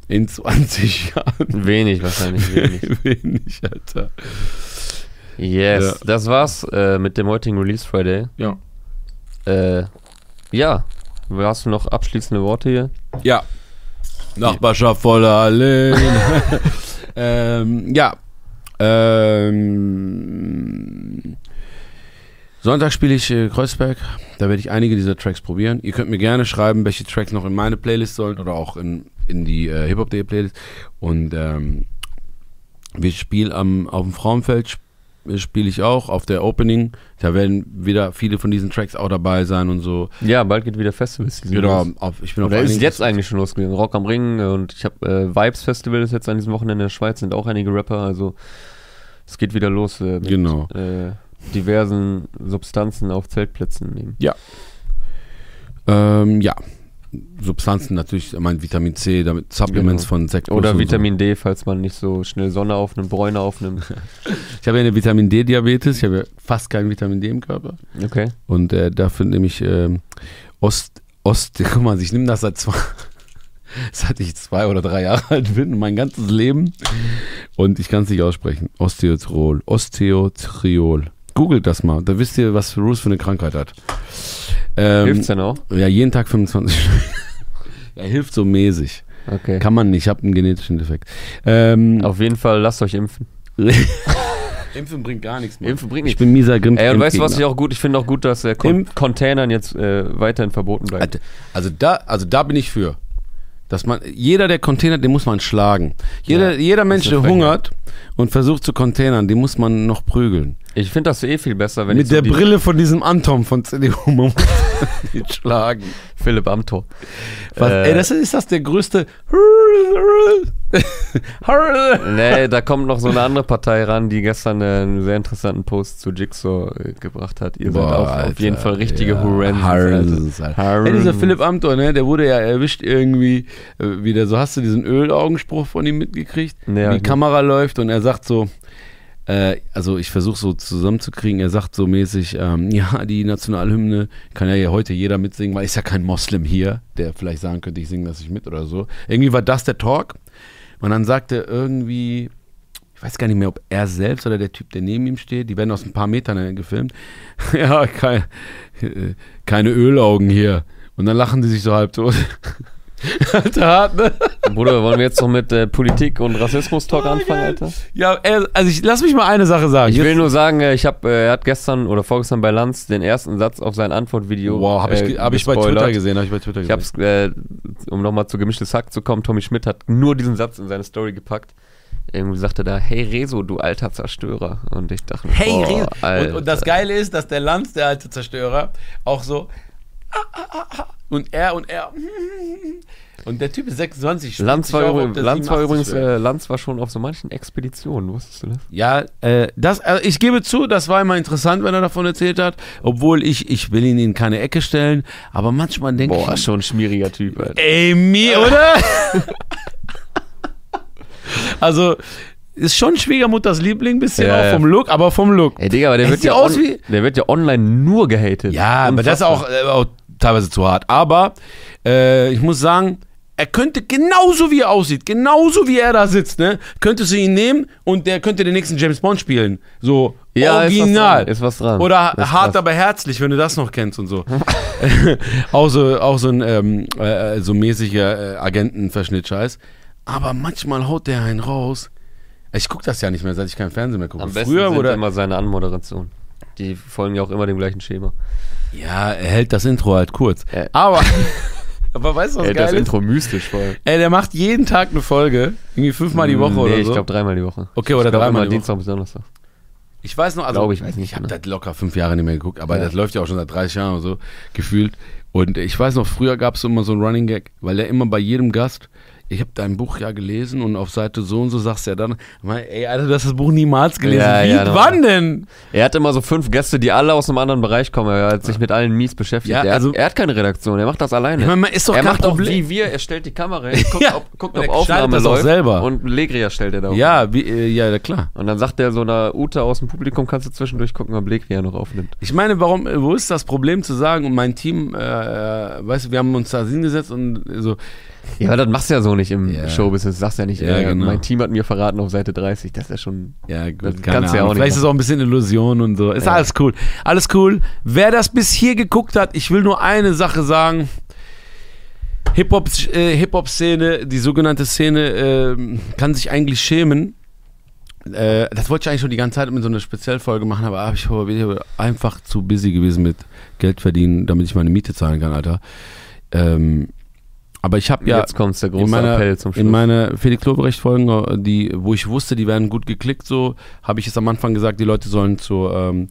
Speaker 2: äh, in 20 [laughs] Jahren
Speaker 1: Wenig wahrscheinlich, wenig.
Speaker 2: [laughs] wenig, Alter.
Speaker 1: Yes,
Speaker 2: Ja.
Speaker 1: das war's äh, mit dem heutigen Release Friday.
Speaker 2: Ja.
Speaker 1: Äh, ja, hast du noch abschließende Worte hier?
Speaker 2: Ja. Nachbarschaft voller [laughs] Alleen. ähm, ja. Ähm, Sonntag spiele ich äh, Kreuzberg. Da werde ich einige dieser Tracks probieren. Ihr könnt mir gerne schreiben, welche Tracks noch in meine Playlist sollen oder auch in, in die äh, Hip-Hop-Day Playlist. Und ähm, wir spielen am auf dem Frauenfeld sp- äh, spiele ich auch auf der Opening. Da werden wieder viele von diesen Tracks auch dabei sein und so.
Speaker 1: Ja, bald geht wieder Festival Season.
Speaker 2: Genau. Auf, ich bin auf
Speaker 1: Oder ist
Speaker 2: einigen-
Speaker 1: jetzt eigentlich schon losgegangen? Rock am Ring äh, und ich habe äh, Vibes Festival ist jetzt an diesem Wochenende in der Schweiz, sind auch einige Rapper, also es geht wieder los äh, mit
Speaker 2: Genau.
Speaker 1: äh, diversen Substanzen auf Zeltplätzen nehmen.
Speaker 2: Ähm, ja. Substanzen natürlich, ich meine Vitamin C, damit Supplements
Speaker 1: Genau.
Speaker 2: von Sekt.
Speaker 1: Oder
Speaker 2: und
Speaker 1: Vitamin D, falls man nicht so schnell Sonne aufnimmt, Bräune
Speaker 2: [laughs]
Speaker 1: aufnimmt.
Speaker 2: So. Ich habe ja eine Vitamin D-Diabetes, ich habe ja fast kein Vitamin D im Körper.
Speaker 1: Okay.
Speaker 2: Und äh, dafür nehme ich ähm, Ost, Ost, [laughs] guck mal, ich nehme das seit zwei, [laughs] seit ich zwei oder drei Jahre alt bin, mein ganzes Leben. Und ich kann es nicht aussprechen. Osteotrol, Osteotriol. Googelt das mal, da wisst ihr, was Bruce für eine Krankheit hat. Ähm,
Speaker 1: Hilft's denn auch?
Speaker 2: Ja, jeden Tag [laughs] 25. Er hilft so mäßig.
Speaker 1: Okay.
Speaker 2: Kann man nicht, ich habe einen genetischen Defekt. Ähm, [laughs]
Speaker 1: Auf jeden Fall lasst euch impfen.
Speaker 2: Impfen bringt gar nichts
Speaker 1: Impfen bringt
Speaker 2: Ich bin mieser Grimm.
Speaker 1: Ey, und weißt du, was ich auch gut, ich finde auch gut, dass äh, Con
Speaker 2: Impf-
Speaker 1: Containern jetzt äh, weiterhin verboten bleiben.
Speaker 2: Alter, also da, also da bin ich für. Dass man, jeder, der Container, den muss man schlagen. Jeder,
Speaker 1: Ja,
Speaker 2: jeder Mensch,
Speaker 1: ist
Speaker 2: der
Speaker 1: eine
Speaker 2: hungert und versucht zu containern, den muss man noch prügeln.
Speaker 1: Ich finde das eh viel besser, wenn
Speaker 2: Mit
Speaker 1: ich so
Speaker 2: der
Speaker 1: die-
Speaker 2: Brille von diesem Anton von CDU man [laughs] muss den schlagen.
Speaker 1: Philipp Amthor.
Speaker 2: Was,
Speaker 1: Äh.
Speaker 2: ey, das ist, ist das der [laughs] größte.
Speaker 1: Nee, da kommt noch so eine andere Partei ran, die gestern äh, einen sehr interessanten Post zu Jigsaw äh, gebracht hat. Ihr seid
Speaker 2: Boah,
Speaker 1: auf, auf
Speaker 2: Alter,
Speaker 1: jeden Fall richtige
Speaker 2: ja,
Speaker 1: Horrensens.
Speaker 2: Horrensens,
Speaker 1: Alter.
Speaker 2: Alter. Ey, dieser
Speaker 1: Horrensens.
Speaker 2: Philipp Amthor, ne, der wurde ja erwischt irgendwie äh, wieder. So hast du diesen Ölaugenspruch von ihm mitgekriegt,
Speaker 1: Nee, hab
Speaker 2: wie
Speaker 1: ich
Speaker 2: die Kamera läuft und er sagt so, äh, also ich versuche so zusammenzukriegen, er sagt so mäßig, ähm, [laughs] ja, die Nationalhymne kann ja heute jeder mitsingen, weil ist ja kein Moslem hier, der vielleicht sagen könnte, ich singe das nicht mit oder so. Irgendwie war das der Talk. Und dann sagte irgendwie, ich weiß gar nicht mehr, ob er selbst oder der Typ, der neben ihm steht, die werden aus ein paar Metern gefilmt. [laughs] ja, kein, äh, keine Ölaugen hier. Und dann lachen die sich so halb tot. [laughs] Alter, hart, ne?
Speaker 1: Bruder, wollen wir jetzt noch mit äh, Politik und
Speaker 2: Oh
Speaker 1: Rassismus-Talk anfangen, Alter?
Speaker 2: Ja, ey, also ich lass mich mal eine Sache sagen.
Speaker 1: Ich
Speaker 2: Jetzt-
Speaker 1: will nur sagen, äh, ich habe, äh, er hat gestern oder vorgestern bei Lanz den ersten Satz auf sein Antwortvideo.
Speaker 2: wow, habe ich,
Speaker 1: äh,
Speaker 2: ge- hab ich bei
Speaker 1: gespoilert.
Speaker 2: Twitter gesehen, habe ich bei Twitter
Speaker 1: Ich
Speaker 2: gesehen.
Speaker 1: hab's, äh, um nochmal zu gemischtes Hack zu kommen, Tommy Schmidt hat nur diesen Satz in seine Story gepackt. Irgendwie sagte da, hey Rezo, du alter Zerstörer. Und ich dachte, mir,
Speaker 2: Hey,
Speaker 1: boah,
Speaker 2: Riese. Und,
Speaker 1: Alter.
Speaker 2: und das Geile ist, dass der Lanz, der alte Zerstörer, auch so. ah, ah, ah, ah,
Speaker 3: Und er und er. Und der Typ ist 26.
Speaker 1: Lanz
Speaker 3: 50
Speaker 1: war,
Speaker 3: Euro, ob der
Speaker 1: übrigens, Lanz war
Speaker 3: 87
Speaker 1: übrigens,
Speaker 3: wird.
Speaker 1: äh, Lanz war schon auf so manchen Expeditionen, wusstest du das?
Speaker 2: Ja, äh, das, also ich gebe zu, das war immer interessant, wenn er davon erzählt hat, obwohl ich, ich will ihn in keine Ecke stellen, aber manchmal denke ich, Äh.
Speaker 1: schon ein schmieriger Typ, Alter.
Speaker 2: ey, mir, oder? [laughs] also, ist schon Schwiegermutters Liebling, bisschen
Speaker 1: Ja,
Speaker 2: auch
Speaker 1: ja.
Speaker 2: vom Look, aber vom Look.
Speaker 1: Ey, Digga, aber der
Speaker 2: Er
Speaker 1: wird,
Speaker 2: sieht
Speaker 1: ja
Speaker 2: aus
Speaker 1: on-
Speaker 2: wie-
Speaker 1: der wird ja online nur gehatet.
Speaker 2: Ja, aber das ist auch, äh, auch teilweise zu hart. Aber äh, ich muss sagen, er könnte genauso wie er aussieht, genauso wie er da sitzt, ne, könntest du ihn nehmen und der könnte den nächsten James Bond spielen. So
Speaker 1: Ja, ist was
Speaker 2: original.
Speaker 1: dran, ist was dran.
Speaker 2: Oder
Speaker 1: Ist
Speaker 2: hart,
Speaker 1: was.
Speaker 2: aber herzlich, wenn du das noch
Speaker 1: [laughs]
Speaker 2: kennst und so. [laughs] auch so, auch so ein ähm, äh, so mäßiger äh, Agentenverschnitt-Scheiß. Aber manchmal haut der einen raus. Ich gucke das ja nicht mehr, seit ich keinen Fernsehen mehr gucke.
Speaker 1: Am besten sind immer seine Anmoderation. Die folgen ja auch immer dem gleichen Schema.
Speaker 2: Ja, er hält das Intro halt kurz.
Speaker 1: Ja. [laughs]
Speaker 2: Aber, aber weißt du, was geil ist?
Speaker 1: mystisch voll. Hm,
Speaker 2: Ey, der macht jeden Tag eine Folge. Irgendwie fünfmal die Woche
Speaker 1: Mm, nee,
Speaker 2: oder
Speaker 1: ich
Speaker 2: so.
Speaker 1: glaube dreimal die Woche.
Speaker 2: Okay, oder
Speaker 1: ich glaub,
Speaker 2: dreimal
Speaker 1: immer
Speaker 2: die Woche.
Speaker 1: Dienstag bis Donnerstag.
Speaker 2: ich weiß noch, also
Speaker 1: Glaub ich, weiß nicht
Speaker 2: ich habe
Speaker 1: genau.
Speaker 2: das locker fünf Jahre nicht mehr geguckt, aber
Speaker 1: Ja.
Speaker 2: das läuft ja auch schon seit 30 Jahren oder so, gefühlt. Und ich weiß noch, früher gab es immer so einen Running Gag, weil der immer bei jedem Gast, ich habe dein Buch ja gelesen und auf Seite so und so sagst du ja dann, ey, Alter, du hast das Buch niemals gelesen.
Speaker 1: Ja,
Speaker 2: Wie,
Speaker 1: ja,
Speaker 2: wann denn?
Speaker 1: Er hat immer so fünf Gäste, die alle aus einem anderen Bereich kommen. Er hat sich mit allen mies beschäftigt.
Speaker 2: Ja,
Speaker 1: er,
Speaker 2: also-
Speaker 1: hat, er hat keine Redaktion, er macht das alleine.
Speaker 2: Ich meine, man ist doch
Speaker 1: er
Speaker 2: kein
Speaker 1: macht auch
Speaker 2: Problem.
Speaker 1: wie wir, er stellt die Kamera hin, guckt,
Speaker 2: Ja,
Speaker 1: ob, guckt,
Speaker 2: und
Speaker 1: ob
Speaker 2: er
Speaker 1: Aufnahme
Speaker 2: schneidet das auch
Speaker 1: läuft
Speaker 2: selber.
Speaker 1: und Legria stellt er da auf.
Speaker 2: Ja, wie, äh, ja, klar.
Speaker 1: Und dann sagt er so einer Ute aus dem Publikum, kannst du zwischendurch gucken, ob Legria noch aufnimmt.
Speaker 2: Ich meine, warum, wo ist das Problem zu sagen, und mein Team, äh, äh, weißt du, wir haben uns da hingesetzt und so,
Speaker 1: Ja, aber das machst du ja so nicht im
Speaker 2: Ja.
Speaker 1: Showbusiness. Sagst ja nicht,
Speaker 2: Ja,
Speaker 1: äh,
Speaker 2: genau.
Speaker 1: mein Team hat mir verraten auf Seite 30, das ist ja schon
Speaker 2: ja
Speaker 1: Das
Speaker 2: gut,
Speaker 1: kannst
Speaker 2: kannst
Speaker 1: du ja
Speaker 2: ja
Speaker 1: auch nicht
Speaker 2: Vielleicht ist es auch ein bisschen Illusion und so. Ist
Speaker 1: Ja.
Speaker 2: alles cool. Alles cool. Wer das bis hier geguckt hat, ich will nur eine Sache sagen. Hip-Hop-Szene, äh, Hip-Hop-Szene, die sogenannte Szene, ähm, kann sich eigentlich schämen. Äh, das wollte ich eigentlich schon die ganze Zeit mit so einer Spezialfolge machen, aber ich bin einfach zu busy gewesen mit Geld verdienen, damit ich meine Miete zahlen kann, Alter. Ähm, aber ich habe ja
Speaker 1: Jetzt kommt der große
Speaker 2: in meiner,
Speaker 1: Appell zum Schluss.
Speaker 2: In meiner Felix Lobrecht-Folgen, die, wo ich wusste, die werden gut geklickt, so habe ich es am Anfang gesagt, die Leute sollen zur ähm,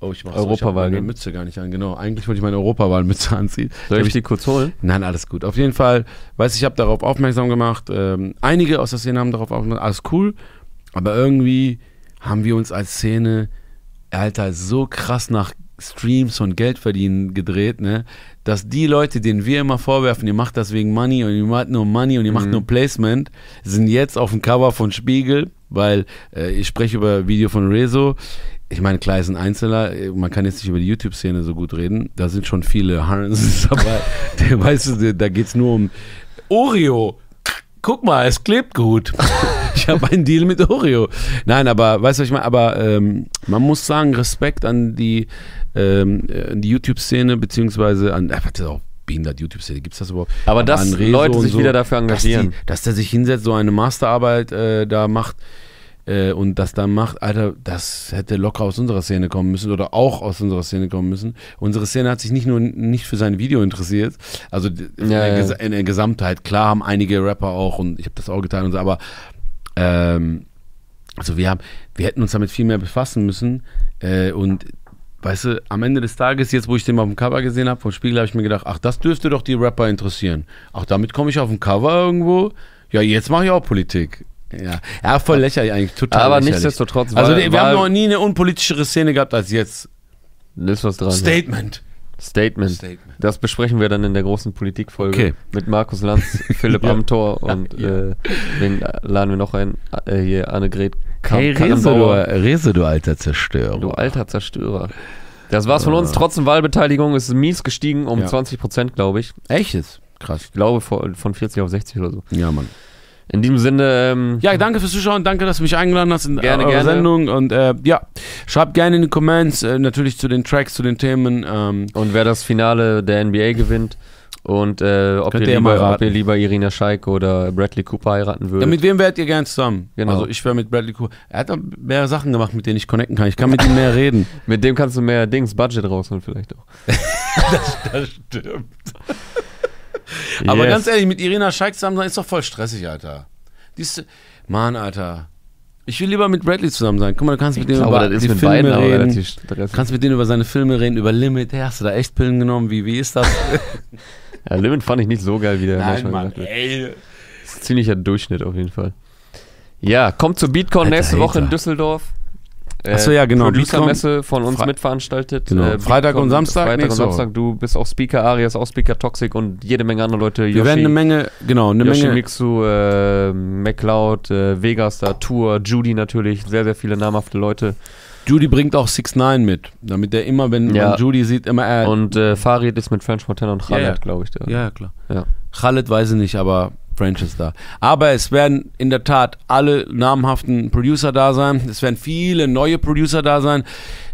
Speaker 2: oh, ich mach's so, ich hab
Speaker 1: Europawahl
Speaker 2: meine
Speaker 1: gehen.
Speaker 2: Mütze gar nicht an, genau. Eigentlich wollte ich meine Europawahlmütze [laughs] anziehen.
Speaker 1: Soll
Speaker 2: Hab
Speaker 1: ich die kurz holen?
Speaker 2: Nein, alles gut. Auf jeden Fall, weiß ich, habe darauf aufmerksam gemacht. Ähm, einige aus der Szene haben darauf aufmerksam Alles cool. Aber irgendwie haben wir uns als Szene, Alter, so krass nach Streams und Geld verdienen gedreht, ne? Dass die Leute, denen wir immer vorwerfen, ihr macht das wegen Money und ihr macht nur Money und ihr macht nur Placement, sind jetzt auf dem Cover von Spiegel, weil äh, ich spreche über Video von Rezo. Ich meine, klar ist ein Einzeller, äh, man kann jetzt nicht über die YouTube-Szene so gut reden. Da sind schon viele Harnesses [laughs] dabei. Der, weißt du, der- da geht es nur um Oreo. Guck mal, es klebt gut. [laughs] Ich habe einen Deal mit Oreo. Nein, aber weißt du, was ich meine? Aber ähm, man muss sagen, Respekt an die, ähm, äh, an die YouTube-Szene, beziehungsweise an, äh, warte, auch behindert YouTube-Szene, gibt es das überhaupt?
Speaker 1: Aber dass
Speaker 2: an Rezo
Speaker 1: Leute
Speaker 2: und
Speaker 1: sich wieder dafür engagieren.
Speaker 2: Dass, die, dass der sich hinsetzt, so eine Masterarbeit äh, da macht äh, und das dann macht, Alter, das hätte locker aus unserer Szene kommen müssen oder auch aus unserer Szene kommen müssen. Unsere Szene hat sich nicht nur nicht für sein Video interessiert, also d- in,
Speaker 1: Ja,
Speaker 2: der,
Speaker 1: ja.
Speaker 2: Gesa- in der Gesamtheit. Klar haben einige Rapper auch und ich habe das auch getan und so, aber ähm, also wir haben, wir hätten uns damit viel mehr befassen müssen äh, und Weißt du, am Ende des Tages, jetzt wo ich den mal auf dem Cover gesehen habe, vom Spiegel, habe ich mir gedacht, ach, das dürfte doch die Rapper interessieren. Ach, damit komme ich auf dem Cover irgendwo. Ja, jetzt mache ich auch Politik. Ja, ja voll lächerlich eigentlich, total
Speaker 1: Aber
Speaker 2: lächerlich.
Speaker 1: nichtsdestotrotz
Speaker 2: Also
Speaker 1: war-
Speaker 2: wir
Speaker 1: war-
Speaker 2: haben noch nie eine unpolitischere Szene gehabt als jetzt.
Speaker 1: Da ist was dran.
Speaker 2: Statement.
Speaker 1: Statement.
Speaker 2: Statement.
Speaker 1: Das besprechen wir dann in der großen Politikfolge
Speaker 2: Okay.
Speaker 1: mit Markus
Speaker 2: [laughs]
Speaker 1: Lanz, Philipp Amthor und äh, wen laden wir noch ein? Äh, hier Annegret Kamp Karrenbauer.
Speaker 2: Rese, du alter Zerstörer.
Speaker 1: Du alter Zerstörer. Das war's von uns. Trotz Wahlbeteiligung ist es mies gestiegen um
Speaker 2: Äh. Ja.
Speaker 1: 20 Prozent, glaube ich.
Speaker 2: Echtes. Krass.
Speaker 1: Ich glaube von, von 40 auf 60 oder so.
Speaker 2: Ja, Mann.
Speaker 1: In diesem Sinne, ähm,
Speaker 2: Ja, danke fürs Zuschauen, danke, dass du mich eingeladen hast in
Speaker 1: Gerne,
Speaker 2: eure
Speaker 1: gerne.
Speaker 2: Sendung. Und äh, ja, schreibt gerne in die Comments, äh, natürlich zu den Tracks, zu den Themen. Ähm,
Speaker 1: und wer das Finale der NBA gewinnt und äh, ob, ihr
Speaker 2: Könnt ihr ja mal
Speaker 1: lieber, ob
Speaker 2: raten.
Speaker 1: ihr lieber Irina Scheik oder Bradley Cooper heiraten
Speaker 2: Ja,
Speaker 1: würdet.
Speaker 2: mit wem wärt ihr gern zusammen?
Speaker 1: Genau.
Speaker 2: Also ich wäre mit Bradley Cooper. Er hat da mehrere Sachen gemacht, mit denen ich connecten kann. Ich kann mit ihm mehr reden.
Speaker 1: Mit dem kannst du mehr Dings, Budget rausholen vielleicht auch.
Speaker 2: [laughs] Das stimmt. Aber ganz ehrlich, mit Irina Scheik zusammen sein ist doch voll stressig, Alter. Die ist, Mann, Alter. Ich will lieber mit Bradley zusammen sein. Guck mal, du kannst mit dem
Speaker 1: aber
Speaker 2: über
Speaker 1: das ist
Speaker 2: die
Speaker 1: mit
Speaker 2: Filme
Speaker 1: beiden aber
Speaker 2: reden.
Speaker 1: relativ stressig. [laughs]
Speaker 2: kannst mit denen über seine Filme reden, über Limit. Hey, hast du da echt Pillen genommen? Wie, wie ist das?
Speaker 1: Ja, Limit fand ich nicht so geil, wie der manchmal gesagt wird.
Speaker 3: ey.
Speaker 1: Das ist ein ziemlicher Durchschnitt auf jeden Fall. Ja, kommt zur BeatCon
Speaker 2: Alter,
Speaker 1: nächste Woche in
Speaker 2: Alter.
Speaker 1: Düsseldorf. Äh,
Speaker 2: Ach so, ja, genau,
Speaker 1: Producer-Messe von uns
Speaker 2: Fre-
Speaker 1: mitveranstaltet. äh,
Speaker 2: Genau, Freitag und
Speaker 1: BeatCon,
Speaker 2: Samstag
Speaker 1: Freitag und
Speaker 2: nächste Woche.
Speaker 1: Samstag. Du bist auch Speaker, Arias auch Speaker, Toxic und jede Menge andere Leute.
Speaker 2: Wir werden eine Menge, genau, eine
Speaker 1: Yoshi
Speaker 2: Menge.
Speaker 1: Mixu, äh, MacLeod, äh, Vegas da, Tour, Judy natürlich, sehr, sehr viele namhafte Leute.
Speaker 2: Judy bringt auch 6 9 mit, damit der immer, wenn
Speaker 1: Ja.
Speaker 2: man Judy sieht, immer er.
Speaker 1: Und äh, Farid ist mit French Montana und Khaled,
Speaker 2: Ja, ja.
Speaker 1: glaube ich. Da.
Speaker 2: ja, ja, klar.
Speaker 1: Ja.
Speaker 2: Khaled weiß ich nicht, aber French ist da. Aber es werden in der Tat alle namhaften Producer da sein. Es werden viele neue Producer da sein.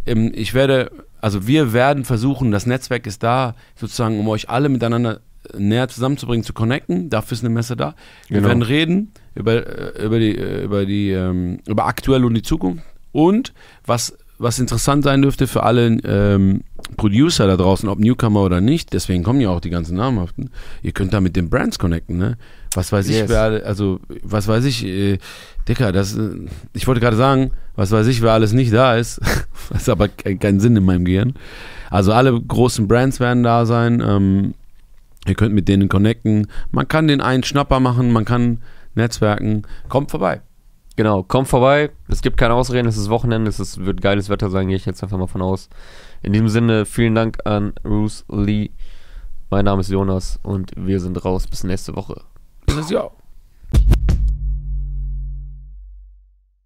Speaker 2: Ähm, Ich werde, also wir werden versuchen, das Netzwerk ist da, sozusagen, um euch alle miteinander äh, näher zusammenzubringen, zu connecten. Dafür ist eine Messe da. Wir
Speaker 1: Genau.
Speaker 2: werden reden über, äh, über die, äh, über die, ähm, über aktuell und die Zukunft. Und was, was interessant sein dürfte für alle ähm, Producer da draußen, ob Newcomer oder nicht, deswegen kommen ja auch die ganzen namhaften. Ihr könnt da mit den Brands connecten, ne? Was weiß ich,
Speaker 1: Yes.
Speaker 2: wer alle- also was weiß ich, äh, Dicker, das, äh, ich wollte gerade sagen, was weiß ich, wer alles nicht da ist, [laughs] das hat aber ke- keinen Sinn in meinem Gehirn. Also alle großen Brands werden da sein, ähm, ihr könnt mit denen connecten, man kann den einen Schnapper machen, man kann netzwerken, kommt vorbei.
Speaker 1: Genau, kommt vorbei. Es gibt keine Ausreden, es ist Wochenende, es ist, wird geiles Wetter sein, gehe ich jetzt einfach mal von aus. In diesem Sinne, vielen Dank an Bruce Lee. Mein Name ist Jonas und wir sind raus. Bis nächste Woche.
Speaker 2: Das ist ja.